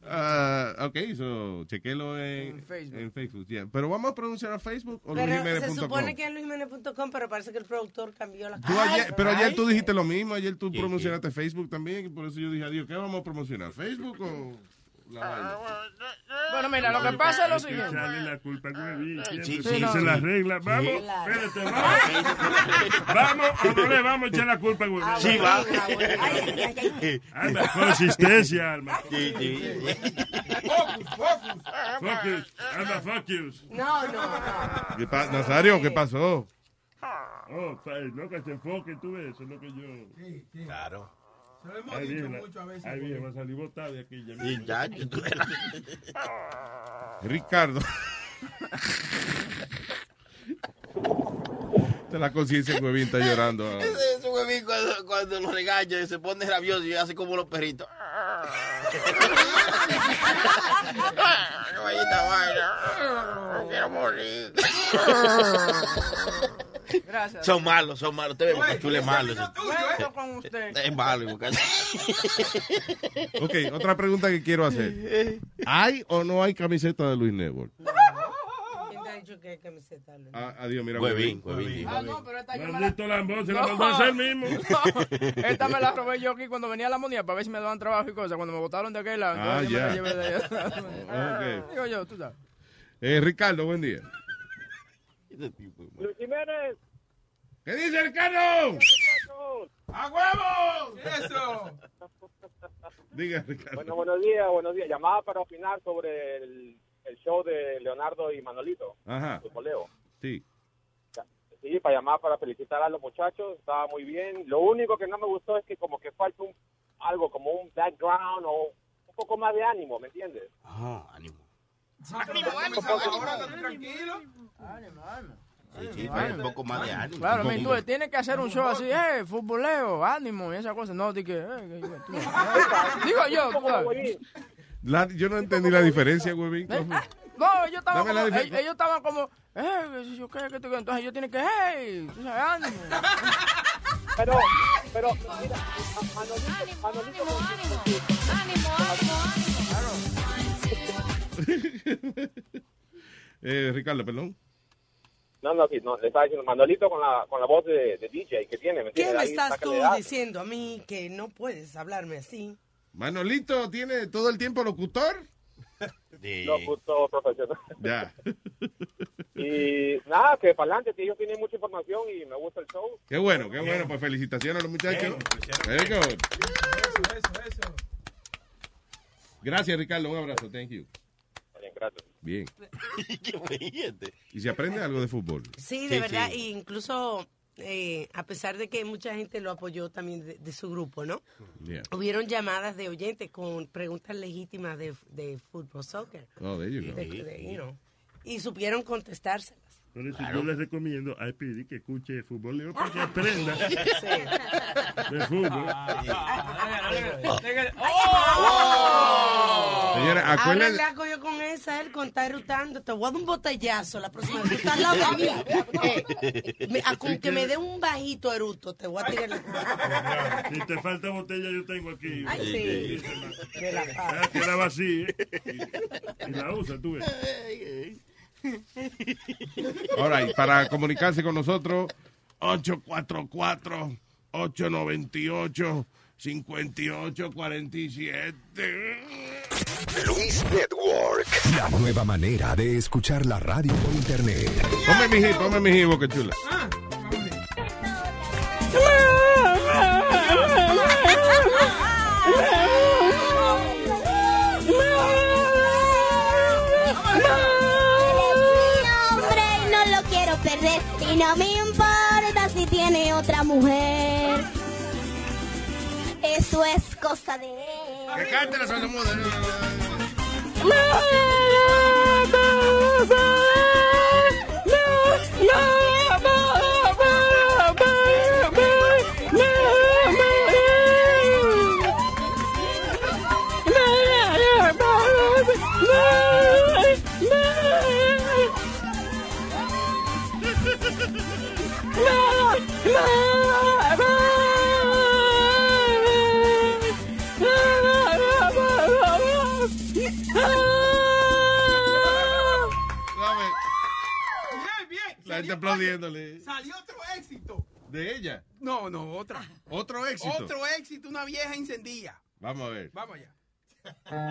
Ah, ok, so, chequelo en,
En Facebook.
en Facebook, yeah. Pero vamos a pronunciar a Facebook o
Pero se
luisjimenez.com.
supone que es luisjimenez.com, pero parece que el productor cambió la
Tú ayer- pero ayer tú dijiste lo mismo, ayer tú promocionaste Facebook también, y por eso yo dije, adiós, ¿qué vamos a promocionar? ¿Facebook o la vaina?
Bueno, mira, lo que pasa es lo
Que
siguiente.
sale la culpa que me vi. siempre.
Sí, sí,
Dice
sí.
las reglas. Vamos,
Sí. Claro.
espérate, vamos. Vamos o no le vamos a echar la culpa, güey.
Sí, va.
Anda, consistencia, alma.
Sí, sí.
Focus, anda, focus.
No, no,
¿Qué pa- Nazario, ¿qué pasó?
Oh, pa- no, que se enfoque, tú ves, eso es lo que yo.
Claro.
Se lo hemos
Ahí
dicho
viene,
mucho a veces.
ahí viene, va a salir botada de aquí. Ya,
Ricardo. Te la conciencia que está llorando. ahora.
Ese, ese huevín cuando, cuando lo regaña y se pone rabioso y hace como los perritos. No vaya esta vaina. No quiero morir.
Gracias.
Son malos, son malos. Usted ve,
Güey,
Bocachula es
ese
malo.
vino tuyo, ¿eh? Con usted.
Es malo, Bocachula.
Ok, otra pregunta que quiero hacer. ¿Hay o no hay camiseta de Luis Network?
¿Quién te ha dicho que camiseta? Luis?
Ah, Adiós, mira.
Huevín,
huevín.
Ah, no, pero esta yo me la...
Maldito lambón, se la mandó a hacer mismo.
No, esta me la robé yo aquí cuando venía a la monía para ver si me daban trabajo y cosas. Cuando me botaron de aquella,
Ah,
entonces yo
ya.
me la llevé de allá.
Ok.
Digo yo, tú sabes.
Eh, Ricardo, buen día.
Luis Jiménez.
¿Qué dice Ricardo?
¡A huevo! ¡Eso!
Diga, Ricardo.
Bueno, buenos días, buenos días. Llamaba para opinar sobre el, el show de Leonardo y Manolito,
Ah.
Ajá,
su coleo.
sí.
Sí, para llamar, para felicitar a los muchachos, estaba muy bien. Lo único que no me gustó es que como que falta un, algo, como un background o un poco más de ánimo, ¿me entiendes?
Ah, ánimo.
Ahora está tranquilo.
Sí, sí, vale, un poco más de ánimo.
Claro,
Un
men, tú
poco-
tienes que hacer un show así, eh, futboleo, ánimo y esas cosas. No, di que, eh, que- que- tú- eh, digo yo, tú sabes.
La- yo no entendí la diferencia, huevín.
No, ellos estaban
Dame la
como,
difer-
ellos, ellos estaban como, eh, qué sé yo qué, qué sé yo. entonces ellos tienen que, hey, tú sabes, ánimo.
Pero, pero, mira, Manolito, Manolito,
Eh, Ricardo, perdón.
No, no, sí, no, le estaba diciendo Manolito con la, con la voz de, de DJ que tiene, ¿me
¿Qué
entiendes?
me
Ahí
estás
sácale
tú
de ánimo.
diciendo a mí que no puedes hablarme así?
Manolito tiene todo el tiempo locutor.
No, justo profesional.
Ya.
Y nada, que para adelante, ellos tienen mucha información y me gusta el show.
Qué bueno, qué bueno. Pues felicitaciones a los muchachos. Very good. Gracias, Ricardo. Un abrazo. Thank you. Bien. Y se aprende algo de fútbol.
Sí, de verdad, y incluso eh, a pesar de que mucha gente lo apoyó también de, de su grupo, ¿no?
Yeah.
Hubieron llamadas de oyentes con preguntas legítimas de, de fútbol, soccer,
Oh, there you go.
de- de- you know, y supieron contestárselas.
Por eso yo les recomiendo a Pidi que escuche fútbol Leo, para que aprenda de fútbol. ¡oh!
Señora,
¡oh! Ahora
acuérdense.
le hago yo con esa, él con está erutando. Te voy a dar un botellazo la próxima vez. Tú estás al lado de mí. Eh, me- a- con que me dé un bajito eruto, te voy a tirar la
Si te falta botella, yo tengo aquí.
Ay, sí. de la paz.
Ah, quedaba así, ¿eh? Y, y la usa, tú ves.
Ahora, y para comunicarse con nosotros, 844-898-5847.
Luis Network. La nueva manera de escuchar la radio por internet.
Ponme mi hit, ponme mi hit, boca chula.
hombre y no lo quiero perder y no me importa si tiene otra mujer. Eso es cosa de él.
Que cante la salsa muda.
Bien, bien.
La gente aplaudiéndole.
Salió otro éxito.
De ella.
No, no, otra.
Otro éxito.
Otro éxito, una vieja incendia.
Vamos a ver.
Vamos allá.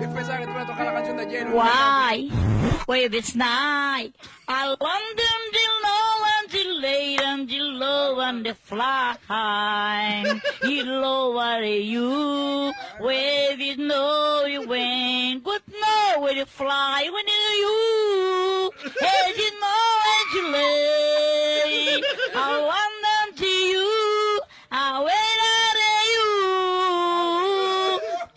Yo pensaba que tú ibas a tocar la canción de Jenny.
Why? Wave it's night. I want them to know until late, until low and the fly. You low are you? Wave it no you went, but no where you fly when you you. As you know, as you lay.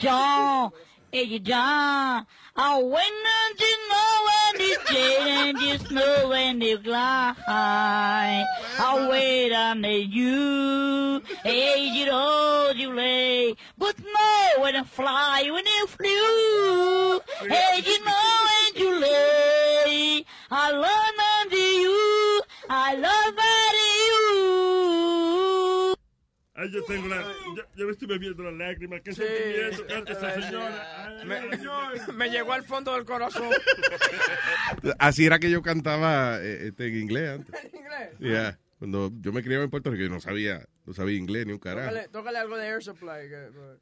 know. It's John. I went on to know when it's shade and the snow when they fly. I wait on the you. Age it all you lay. But no, when I fly, when I flew. Age it know and you lay. I love under you. I love under you.
Ay, yo tengo la. Yo, yo me estoy bebiendo la lágrima. Qué sentimiento canta esa señora. Ay,
Me, me llegó al fondo del corazón.
Así era que yo cantaba eh, este, en inglés antes.
¿En inglés?
Yeah. Cuando yo me criaba en Puerto Rico, yo no sabía, no sabía inglés ni un carajo.
Tócale, tócale algo de Air Supply. que-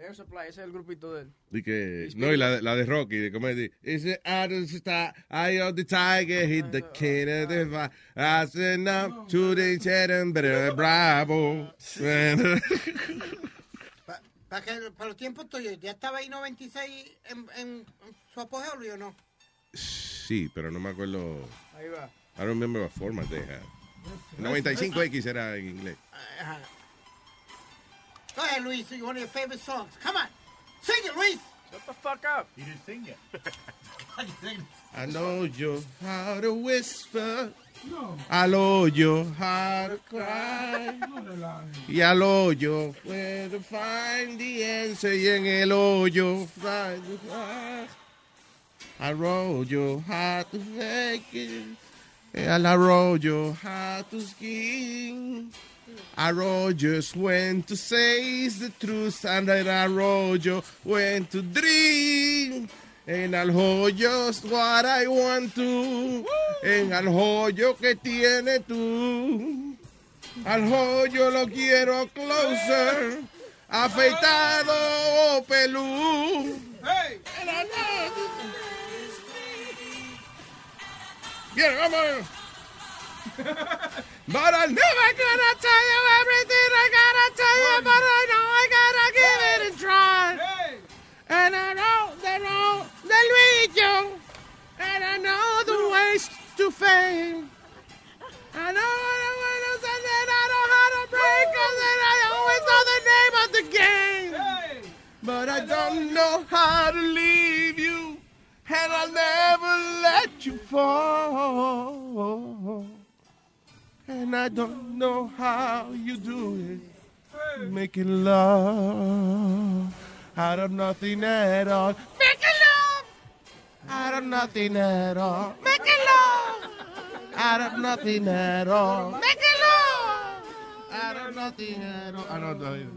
Air Supply, ese es el grupito de él.
Y que, no, y la, la de Rocky, de cómo es, de, It's the Adam Star, Eye of the Tiger, hit the king of the fire, as enough to the shed and bra- bravo.
Para que para los tiempos tuyos, ¿ya estaba ahí 96 en, en, en su apogeo, Luis, o no?
Sí, pero no me acuerdo.
Ahí va.
I don't remember what format they had. 95X era en inglés.
Ajá. Go ahead, Luis, one of your favorite songs. Come on, sing it, Luis. Shut the fuck up. You didn't sing it.
I know you how to whisper. Al hoyo, how to cry. Y al hoyo, where to find the answer. Y en el hoyo, find the fire. Al hoyo, how to fake it. Y eh, Al arroyo, how to skin. Arroyos, when to say is the truth. And al arroyo, when to dream. En al hoyo's what I want to. En al hoyo que tiene tú. Al hoyo lo quiero closer. Afeitado o pelú. Bien, vamos. But I'm never gonna tell you everything I gotta tell you, but I know I gotta give it a try. And I know the road, the Luigi, and I know the ways to fame. I know what I want to say, and I know how to break, and then I always know the name of the game. But I don't know how to leave you, and I'll never let you fall. And I don't know how you do it, making love out of nothing at all. Making love out of nothing at all. Making love out of nothing at all. Making love out of nothing at all. I don't know.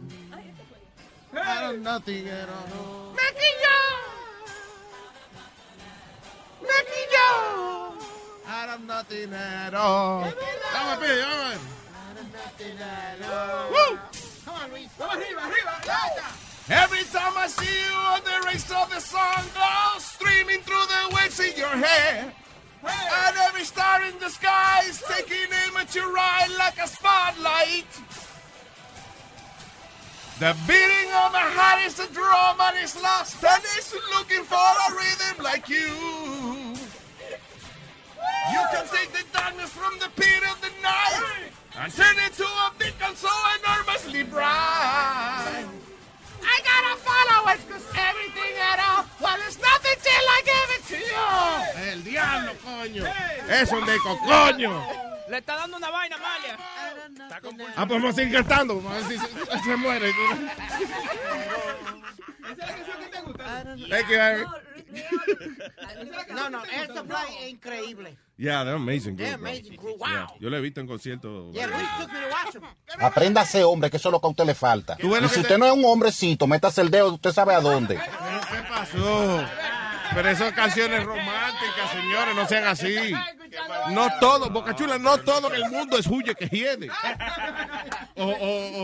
Out of nothing at all. Making love. Making love out of nothing at all. Vamos, Pi, vamos. Woo!
Come on, Luis.
Vamos arriba, arriba. Ya está.
Every time I see you on the race of the sun goes streaming through the waves in your hair. And every star in the sky is taking aim at your eye like a spotlight. The beating of my heart is a drum and it's lost and it's looking for a rhythm like you. You can take the darkness from the pit of the night and turn it to a beacon so enormously bright. I gotta follow it cause everything at all. Well, it's nothing till I give it to you. El diablo, coño. Eso es de coño.
Le está dando una vaina, Malia.
Ah, pues vamos a seguir cantando. Vamos a ver si se, se muere. Thank you, Eric.
No, no, Air Supply es increíble.
Yeah, they're amazing.
They're
Group, bro.
amazing group.
Yeah,
Wow.
Yo lo he visto en concierto.
Yeah, Luis took me to watch them.
Apréndase, hombre, que eso es lo que a usted le falta.
Tú ves lo
Y
que
si
te-
usted no es un hombrecito, métase el dedo, usted sabe a dónde.
¿Qué pasó? Pero esas canciones románticas, señores, no sean así. No todo, Bocachula, no todo en el mundo es huye que hiede. O, o,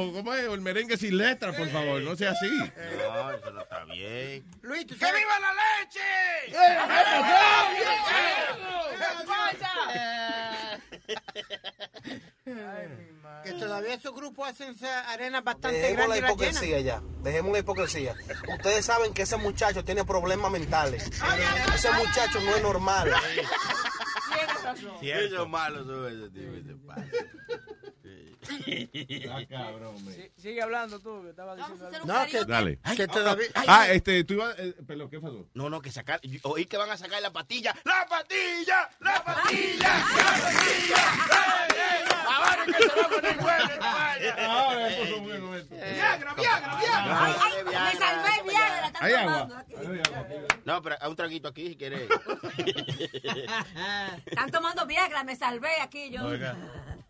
o, ¿cómo es? O el merengue sin letra, por favor, no sea así.
No, eso no está bien.
Luis, ¿tú ¡Eh,
¡Que viva la leche!
Que todavía esos grupos hacen esa arena bastante
Dejemos la
grande y la llenan.
hipocresía ya. Dejemos la hipocresía. Ustedes saben que ese muchacho tiene problemas mentales. Ese muchacho no es normal.
Si eso es malo, eso es, tío, que te pasa.
Ah,
Sí, sigue hablando tú, que estaba diciendo. algo.
No, que-
Dale.
Ay, que todavía- ay,
ah,
ay.
este, tú ibas. eh, perdón, ¿qué pasó?
No, no, que sacar. yo Oí que van a sacar la patilla. ¡La patilla! ¡La patilla! ¡La patilla! ¡La patilla! Ahora es que se va a poner bueno, hermano.
Ahora es cosa bueno esto.
Viagra,
Viagra, Viagra.
Ay, ay,
Me salvé,
Viagra,
Viagra, la
está
Hay agua.
tomando. No, pero a un traguito aquí si quieres.
Están tomando Viagra, me salvé aquí yo.
Oiga.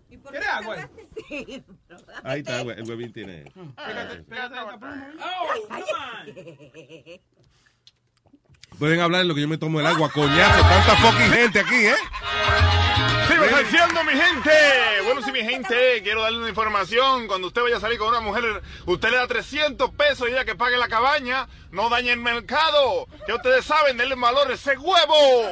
¿Y por qué te
agua?
salvaste? Sí, pero-
Ahí está, güey, el huevín tiene. Pueden hablar de lo que yo me tomo el agua, coñazo. Tanta fucking gente aquí, ¿eh?
Sigo salseando, mi gente. Eh, Bueno, sí, mi gente, quiero darle una información. Cuando usted vaya a salir con una mujer, usted le da 300 pesos y ella que pague la cabaña. No dañe el mercado. Ya ustedes saben, denle valor a ese huevo.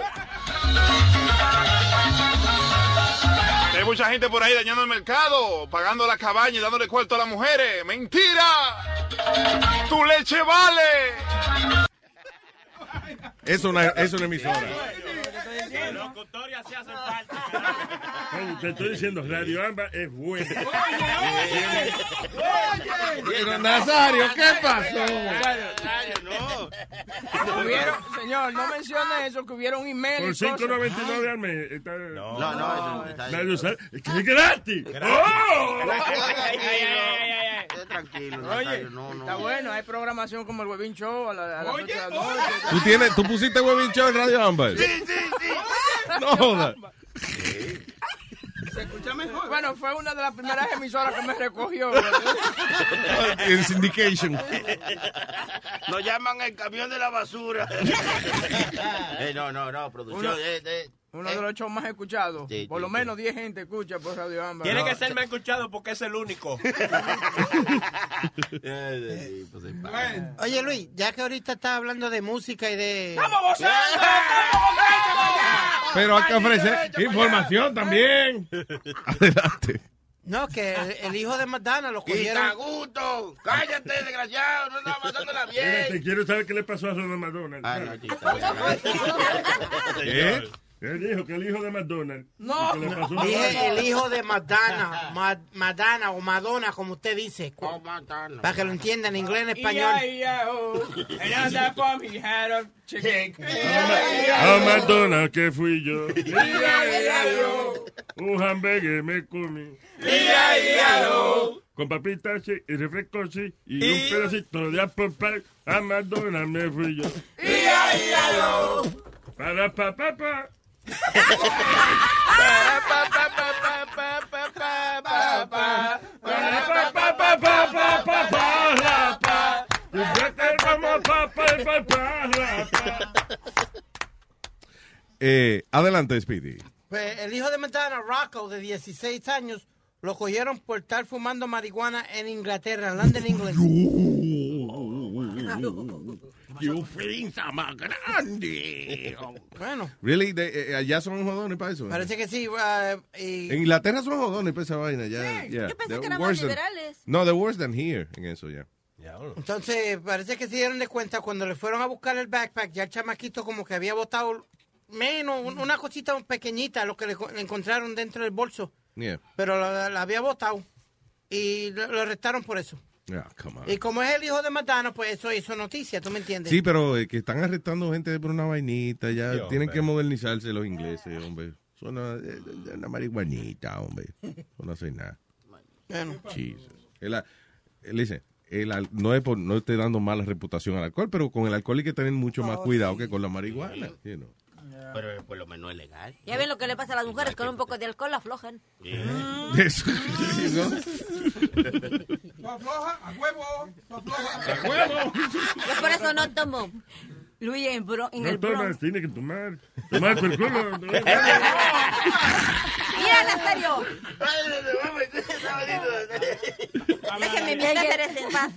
Hay mucha gente por ahí dañando el mercado, pagando la cabaña y dándole cuarto a las mujeres. ¡Mentira! ¡Tu leche vale!
Eso no, es- eso no es emisora.
Locutoria se hace falta.
Oye, Te estoy diciendo, Radio Amba es buena.
Pero Nazario, ¿qué pasó?
Hubieron- señor, no mencione eso, que hubiera un email. y
Por
cosas.
5.99 al mes. Está... No,
no, eso no
está
Radio Sal- Es que es gratis. ¡Oh!
Tranquilo,
Oye,
Nazario, no,
está
no.
bueno, hay programación como el Webin Show a la, a las ocho de la noche.
¿Tú, tienes, ¿Tú pusiste huevín show en Radio Ámbar? No jodas.
Se escucha mejor. Bueno, fue una de las primeras emisoras que me recogió.
En syndication.
Nos llaman el camión de la basura. Eh, no, no, no, producción.
Uno-
eh, eh,
Uno de los shows más escuchados.
Sí,
por
sí,
lo menos 10 gente escucha por Radio Ámbar.
Tiene que ser más escuchado porque es el único.
Oye, Luis, ya que ahorita estás hablando de música y de...
¡Estamos gozando!
Pero hay que ofrecer información también. Adelante.
No, que el, el hijo de Madonna lo
Quita
cogieron...
gusto. Cállate, desgraciado. No estaba pasándola
Mira,
bien.
te quiero saber qué le pasó a Ronald McDonald.
Ah,
¿Qué?
¿Eh? Él dijo que el hijo de McDonald.
No,
que le pasó una vaina.
dije el hijo de Madonna, Ma- Madonna o Madonna, como usted dice.
Oh,
Para que lo entienda en inglés, en español.
eh, oh.
A McDonald que fui yo.
E-I-E-I-O.
Un hamburger me comí.
E-I-E-I-O.
Con papitas sí, y refresco sí, y un pedacito de apple pie. A McDonald's me fui yo. Para pa pa pa. Y fíjate como pa, pa, pa, pa, la, pa.
Eh, adelante, Speedy.
Pues el hijo de Madonna, Rocco, de 16 años, lo cogieron por estar fumando marihuana en Inglaterra, en London, England.
¡Qué ofensa más grande!
Bueno,
Really, de- eh, allá son jodones para eso.
parece que sí. ah, y-
En Inglaterra son jodones para esa vaina. Ya,
Sí,
yeah.
yo pensé
They're
que eran
worse
más
than-
liberales.
No, they're worse than here en eso ya.
Entonces, parece que se dieron de cuenta cuando le fueron a buscar el backpack, ya el chamaquito como que había botado menos, un- una cosita pequeñita, lo que le, co- le encontraron dentro del bolso,
Yeah.
pero la, la había botado y lo, lo arrestaron por eso.
Yeah, come on.
Y como es el hijo de Madonna, pues eso hizo noticia, ¿tú me entiendes?
Ah. Sí, pero eh, que están arrestando gente por una vainita. Ya
Sí, hombre.
tienen que modernizarse los ingleses, hombre. Son una, eh, una marihuanita, hombre. No hacen nada.
Bueno.
Jesus. El, a- el- dice, el al- no es por no esté dando mala reputación al alcohol, pero con el alcohol hay que tener mucho más
Oh,
cuidado que con la marihuana. you know.
Pero eh, por lo menos es legal.
Ya ven lo que le pasa a las mujeres con un poco de alcohol, aflojan.
Eso, ¿no?
Tú afloja, a huevo. Tú afloja.
¡A huevo! Yo por eso no tomo.
Luis, en, Bro- en el
No
Bronx.
tomas, tiene que tomar. Tomar por culo.
Mira, Nazario.
Déjeme mi placer en paz.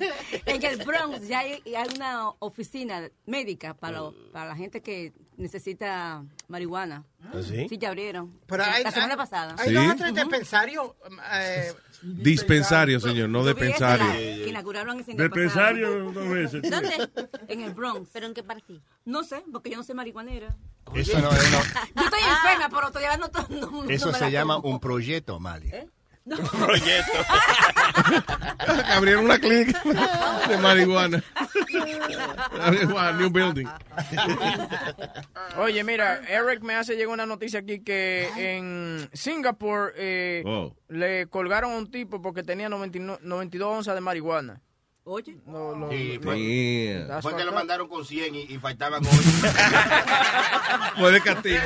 En el Bronx ya hay, y hay una oficina médica para, lo- para la gente que necesita marihuana.
¿Ah, sí?
Sí, ya abrieron.
Pero
la
hay-
semana
hay-
pasada.
Hay dos
¿Sí?
o tres dispensarios. eh,
Dispensario, señor, no
Yo vi esa, la- Que
depensario.
inauguraron ese
Depensario dos veces. tío.
En el Bronx. ¿Pero en qué parte? No sé, porque yo no soy marihuanera.
Eso no es una-
Yo estoy enferma, pero todavía no, to- no- no
Eso
me
se
la
llama
tomo.
un proyecto, Mali.
proyecto.
Abrieron una clínica de marihuana. Marihuana, new building.
Oye, mira, Eric me hace llegar una noticia aquí que en Singapur eh,
Oh.
le colgaron a un tipo porque tenía 99 92 onzas de marihuana.
Oye.
No, no,
Sí,
no.
fue-
That's
fue que lo
fucked up.
mandaron con 100 y, y faltaban 8.
Fue de castigo.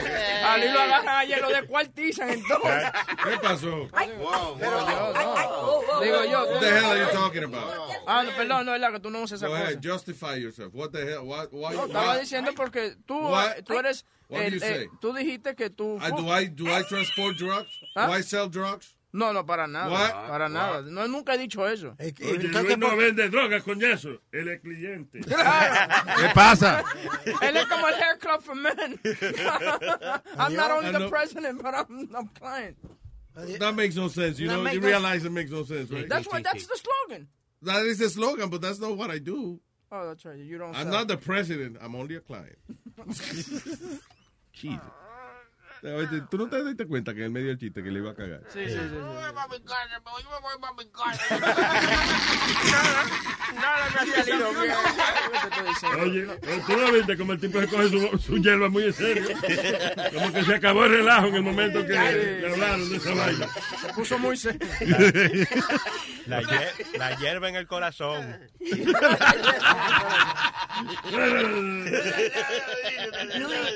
Ali lo agarran ayer, lo descuartizan entonces.
¿Qué pasó? oh,
Digo yo.
What the hell are you talking about?
Ah, no, perdón, no es la que tú no usas esa
Go
cosa.
ahead, justify yourself. What the hell? Why? why,
No, estaba
why?
diciendo porque tú, eh,
What?
tú eres.
What do you
el- el-
say?
tú dijiste que tú.
I- do I do I transport drugs?
¿Ah?
Do I sell drugs?
No, no, para nada.
What?
Para
What?
nada. No, nunca he dicho eso.
Oye, Luis no vende drogas, coñazo. Él es cliente.
¿Qué
pasa?
Él es como el hair club for men. I'm not only the
Adiós.
president, but I'm the client.
That makes no sense. You
That
know,
make
you
no-
realize it makes no sense, right?
That's why that's the slogan.
That is the slogan, but that's not what I do.
Oh, that's right. You don't.
I'm
sell.
not the president. I'm only a client. Jesus. A ver, ¿Tú no te diste cuenta que en el medio del chiste que le iba a cagar?
Sí,
Eh,
sí, sí.
Nada me ha salido bien.
Oye, eh, tú lo viste como el tipo se coge su, su hierba muy en serio. Como que se acabó el relajo en el momento que le hablaron de esa vaina.
Se puso muy serio.
La, hier- la hierba en el corazón.
Luis,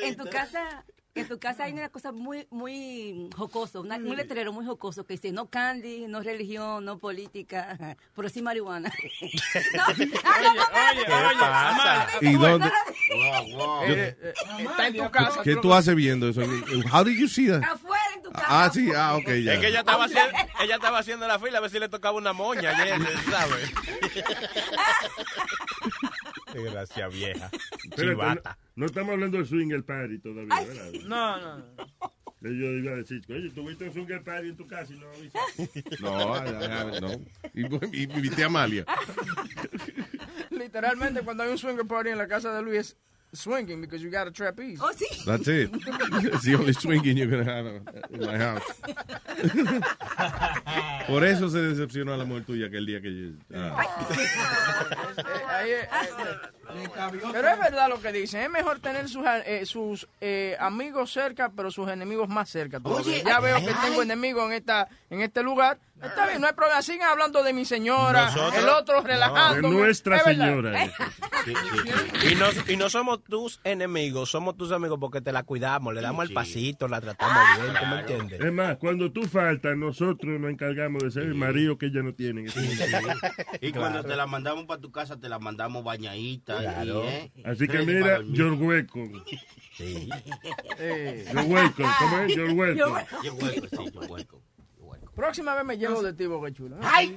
en tu casa, en tu casa hay una cosa muy, muy jocosa, una- un letrero muy jocoso que dice no candy, no religión, no política, pero sí marihuana.
Oye, oye, Amar,
¿Y dónde?
eh, eh, Está en tu casa.
¿Qué tú haces viendo eso? How did you see that?
Afuera en tu casa.
Ah, sí, ah, ok, ya.
Es que ella estaba, haciendo, ella estaba haciendo la fila a ver si le tocaba una moña ayer, ¿sabes? Desgracia vieja.
Pero esto, no,
Chivata.
no estamos hablando del swinger party todavía, ¿verdad?
No, no, no.
Que Yo iba a decir, oye, tuviste un swinger party en tu casa y no avisaste.
No, I- I haven't, no. Y, y, y viste a Amalia.
Literalmente, cuando hay un swinger party en la casa de Luis, es swinging because you got a trapeze.
Oh, sí.
That's it. It's the only swinging you're gonna have in my house. Por eso se decepcionó a la mujer tuya aquel día que yo... ah.
Ahí es- Pero es verdad lo que dicen. Es mejor tener sus, eh, sus eh, amigos cerca, pero sus enemigos más cerca. todavía.
Oye,
ya veo que
ay,
tengo enemigos en esta en este lugar. Está bien, no hay problema. Sigan hablando de mi señora,
Nosotros-
el otro
no.
relajando. Eh,
De nuestra señora.
Sí,
Y no, y no somos tus enemigos, somos tus amigos porque te la cuidamos, le damos el pasito, la tratamos bien, ¿tú me entiendes?
Es más, cuando tú faltas, nosotros nos encargamos de ser el marido que ella no tiene.
Y cuando te la mandamos para tu casa, te la mandamos bañadita.
Claro.
Y, ¿eh?
Así que
Ready
mira,
para dormir.
your welcome.
Eh.
Your welcome, ¿cómo es? Your welcome.
Your welcome, sí, your welcome.
Próxima vez me llevo de ti, Boca Chula.
¡Ay!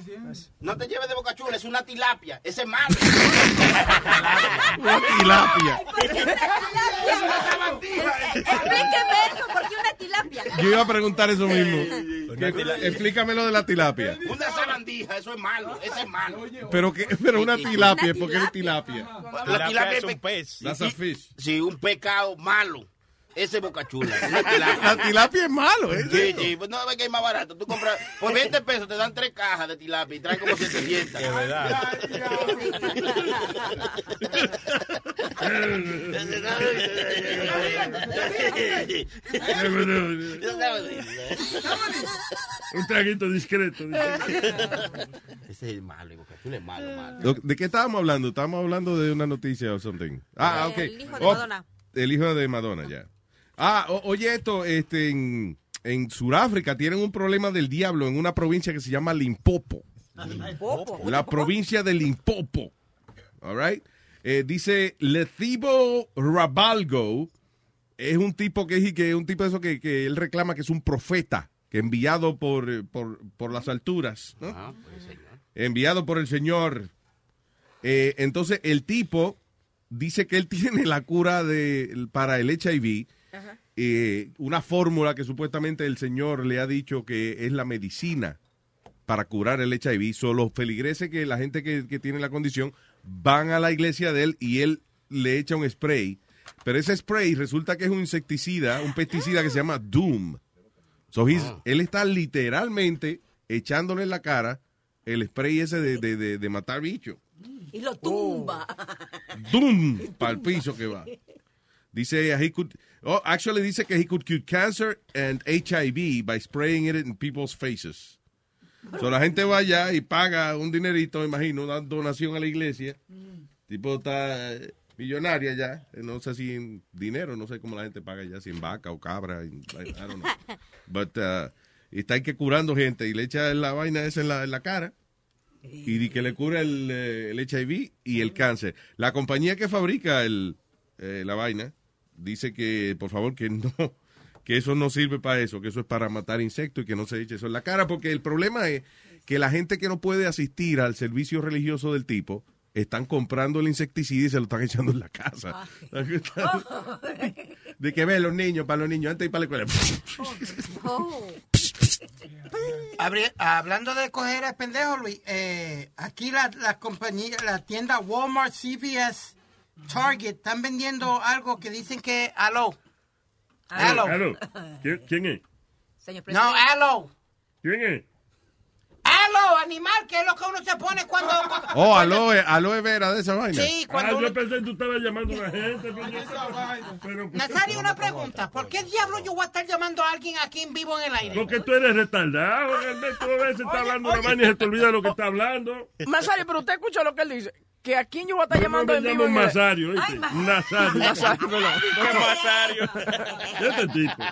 No te lleves de boca chula, es una tilapia. Ese es malo.
Una tilapia.
Es una sabandija.
Explíqueme eso, porque una tilapia.
Yo iba a preguntar eso mismo. Que- Explícame lo de la tilapia.
Una sabandija, eso es malo. Ese es malo.
Pero que, pero una tilapia, ¿por qué es tilapia?
La tilapia
es un pez.
That's a fish.
Sí, un pecado malo. Ese es boca chula. Una tilapia.
La tilapia es malo, ¿eh?
Sí, sí, pues no ves que es más barato. Tú compras por 20 pesos, te dan tres cajas de tilapia y traen como 700.
De verdad.
Un traguito discreto.
Ese es malo, boca chula es malo, malo.
Lo- ¿De qué estábamos hablando? Estábamos hablando de una noticia o something. Ah, ok.
El hijo de
Oh,
Madonna.
El hijo de Madonna, ya. Ah, o- oye esto, este, en, en Sudáfrica tienen un problema del diablo en una provincia que se llama Limpopo. La provincia de Limpopo. All right. Eh, dice Lethibo Rabalgo. Es un tipo que es que es un tipo de eso que, que él reclama que es un profeta, que enviado por, eh, por, por las alturas, ¿no?
Ah,
enviado por el Señor. Eh, entonces el tipo dice que él tiene la cura de, para el HIV, eh, una fórmula que supuestamente el Señor le ha dicho que es la medicina para curar el HIV. Solo los feligreses que la gente que, que tiene la condición van a la iglesia de él y él le echa un spray. Pero ese spray resulta que es un insecticida, un pesticida que se llama Doom. So he's- Él está literalmente echándole en la cara el spray ese de, de, de, de matar bicho.
Y lo tumba.
¡Dum! Para el piso que va. Dice, uh, he could, oh, actually dice que he could cure cancer and HIV by spraying it in people's faces. So la gente va allá y paga un dinerito, me imagino, una donación a la iglesia. Tipo está eh, millonaria ya. No sé si en dinero, no sé cómo la gente paga ya, si en vaca o cabra. en- I, I don't know. But, uh, y está ahí que curando gente y le echa la vaina esa en la, en la cara. Y di que le cura el, eh, el HIV y el cáncer. La compañía que fabrica el, eh, la vaina dice que, por favor, que no, que eso no sirve para eso, que eso es para matar insectos y que no se eche eso en la cara, porque el problema es que la gente que no puede asistir al servicio religioso del tipo están comprando el insecticida y se lo están echando en la casa. De que ve los niños, para los niños, antes y para la escuela.
Habría- hablando de coger a pendejo, Luis, eh, aquí las las compañías, la tienda Walmart, CVS, Target, están vendiendo algo que dicen que es aloe.
Aló.
Aloe.
¿Qui- ¿Quién es?
Señor
No, aloe.
¿Quién es?
Aloe, animal, que es lo que uno se pone cuando...
Oh, aloe, aloe vera de esa vaina.
Sí, cuando
ah, yo pensé que tú estabas llamando a la gente. Pero, pero-
Nazario, una pregunta. ¿Por qué diablo yo voy a estar llamando a alguien aquí en vivo en el aire?
Porque tú eres retardado, Alberto. A veces está hablando una vaina y se te olvida lo que está hablando.
Nazario, pero usted escucha lo que él dice. Que a quién yo voy a estar
Yo no
llamando
me
en vivo.
llamo
en el-
Masario, ¿oíste? Nazario.
Nazario, perdón.
Este tipo.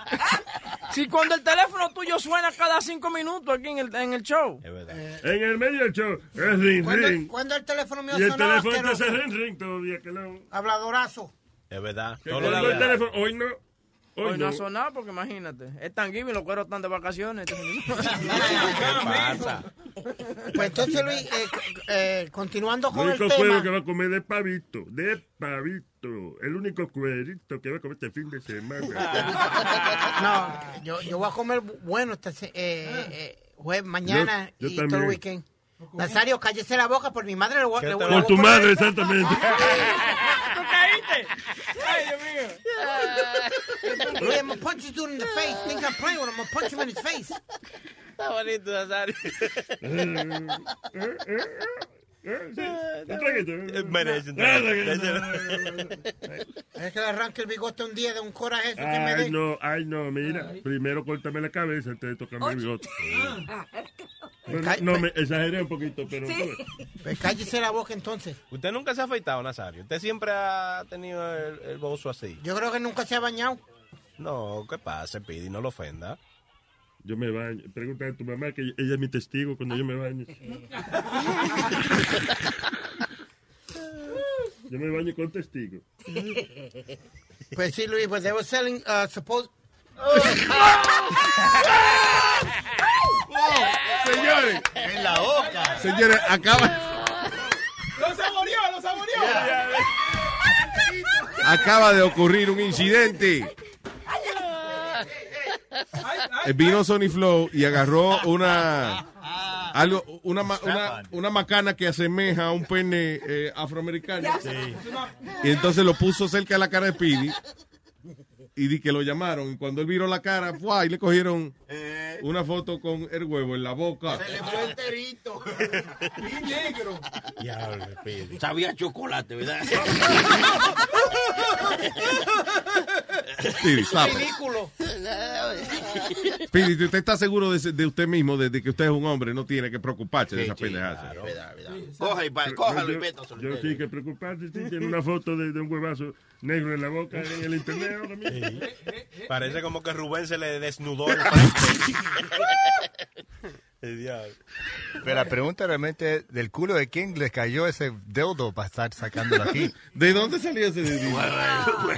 Si cuando el teléfono tuyo suena cada cinco minutos aquí en el, en el show.
En el medio del show, es ring ring.
Cuando el teléfono mío
Y el
sonaba
teléfono te hace
asqueroso.
ring ring todavía, que no.
Habladorazo.
Es verdad.
Que
Todo
colgó
la
el
verdad.
teléfono, hoy no. Hoy,
Hoy no
no.
ha sonado porque imagínate. Es tan y los cueros están de vacaciones. Este
Pues entonces, Luis, eh, c- eh, continuando
El
con el
único cuero
tema...
que va a comer de pavito, de pavito. El único cuerito que va a comer este fin de
Ah.
semana.
No, yo, yo voy a comer bu- bueno esta se- eh,
Ah.
eh, jueves, mañana
Yo- yo
y
también.
todo el weekend. Nazario, cállese la boca por mi madre. Le voy, le voy a
Por tu
poner-
madre, exactamente.
¿Tú caíste? Ay, Dios mío.
Luis, I'm gonna punch you dude in the face. Think I'm playing with him. I'm gonna punch him in his face.
Está bonito, Nazario.
Merece
un
Es que le arranque el bigote un día de un coraje eso que me
Ay,
dé.
no, ay, no, mira. Primero córtame la cabeza, antes de tocarme el bigote. Bueno, no, me exageré un poquito, pero.
Pues cállese la boca entonces.
Usted nunca se ha afeitado, Nazario. Usted siempre ha tenido el, el bozo así.
Yo creo que nunca se ha bañado.
No, ¿qué pasa, Pidi? No lo ofenda.
Yo me baño. Pregúntale a tu mamá que ella es mi testigo cuando yo me baño. Yo me baño con testigo.
Pues sí, Luis, pues they were selling, uh, suppose...
Señores.
En la boca.
Señores, acaba,
¡Lo saboreó, lo saboreó!
acaba de ocurrir un incidente. Eh, Vino Sony Flow y agarró una algo una, ma- una, una macana que asemeja a un pene eh, afroamericano. Y entonces lo puso cerca de la cara de Speedy y di que lo llamaron. Y cuando él viró la cara, ¡fua! y le cogieron
Eh.
una foto con el huevo en la boca.
enterito. Y negro.
Sabía a chocolate, ¿verdad?
Speedy, stop it.
Ridículo.
Speedy, ¿usted está seguro de, de usted mismo, de, de que usted es un hombre? No tiene que preocuparse de
Sí,
esas
sí,
pendejadas.
claro, verdad, verdad. Coja y va, cójalo y
Yo-
métaselo.
Yo sí que preocuparte si tiene una foto de, de un huevazo negro en la boca en el internet ahora mismo.
Parece como que Rubén se le desnudó el frente. El diablo.
Pero la pregunta realmente es, ¿del culo de quién le cayó ese dildo para estar sacándolo aquí?
¿De dónde salió ese dildo?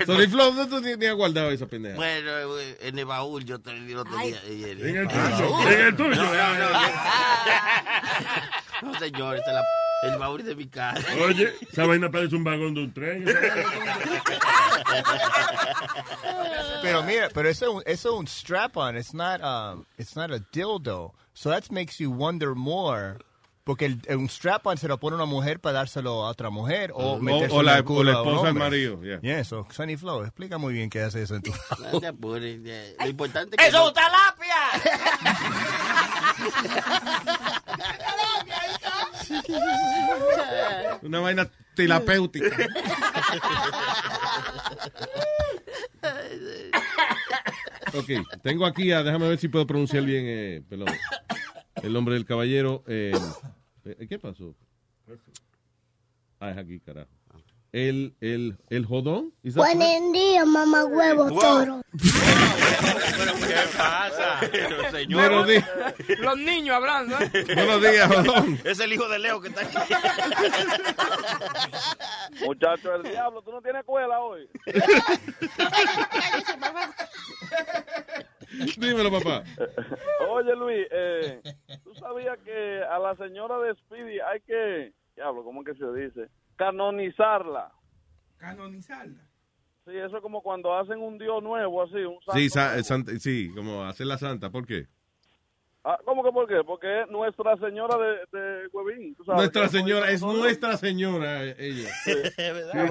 Sony Flow, ¿dónde tú tenías guardado esa pendeja?
Bueno, eh, en el baúl yo te- yo lo tenía. y el-
En el
Ah,
tuyo,
baúl.
en el tuyo.
No, no, no, yo- No, señor, esa es la- el baúl de mi casa.
Oye, esa vaina parece un vagón de un tren.
Pero mira, pero eso, es un- eso es un strap on. It's not um, it's not a dildo. So that makes you wonder more Porque el, un strap-on se lo pone una mujer para dárselo a otra mujer o,
O-
meterse
o
en
la-
el culo
o la
a un
esposa al
hombre.
marido, yeah.
Yeah, so, Sunny Flow, explica muy bien qué hace eso en tu
No te apures, ya. este, Lo importante es que.
¡Eso
no-
es talapia!
Una vaina terapéutica. Ok, tengo aquí a, déjame ver si puedo pronunciar bien, eh, perdón, el nombre del caballero. eh, eh, ¿Qué pasó? Ah, es aquí, carajo. El, el, el jodón. ¿is that correct?
Buen día, mamá huevo toro.
¿Qué pasa?
Buenos días.
Los niños hablando. ¿eh?
Buenos días, jodón.
Es el hijo de Leo que está aquí.
eh!
Muchacho, el diablo, tú no tienes escuela hoy.
Dímelo, papá.
Eh, Oye, Luis, eh, ¿tú sabías que a la señora de Speedy hay que, diablo, ¿cómo que se dice? Canonizarla.
Canonizarla.
Sí, eso es como cuando hacen un dios nuevo, así, un santo.
Sí, sa- eh, santa- sí, como hacer la santa, ¿por qué?
Ah, ¿Cómo que por qué? Porque es Nuestra Señora de,
Eh,
de Huevín. tú sabes,
Nuestra
que es
señora, es
nosotros.
nuestra señora eh, ella.
Sí,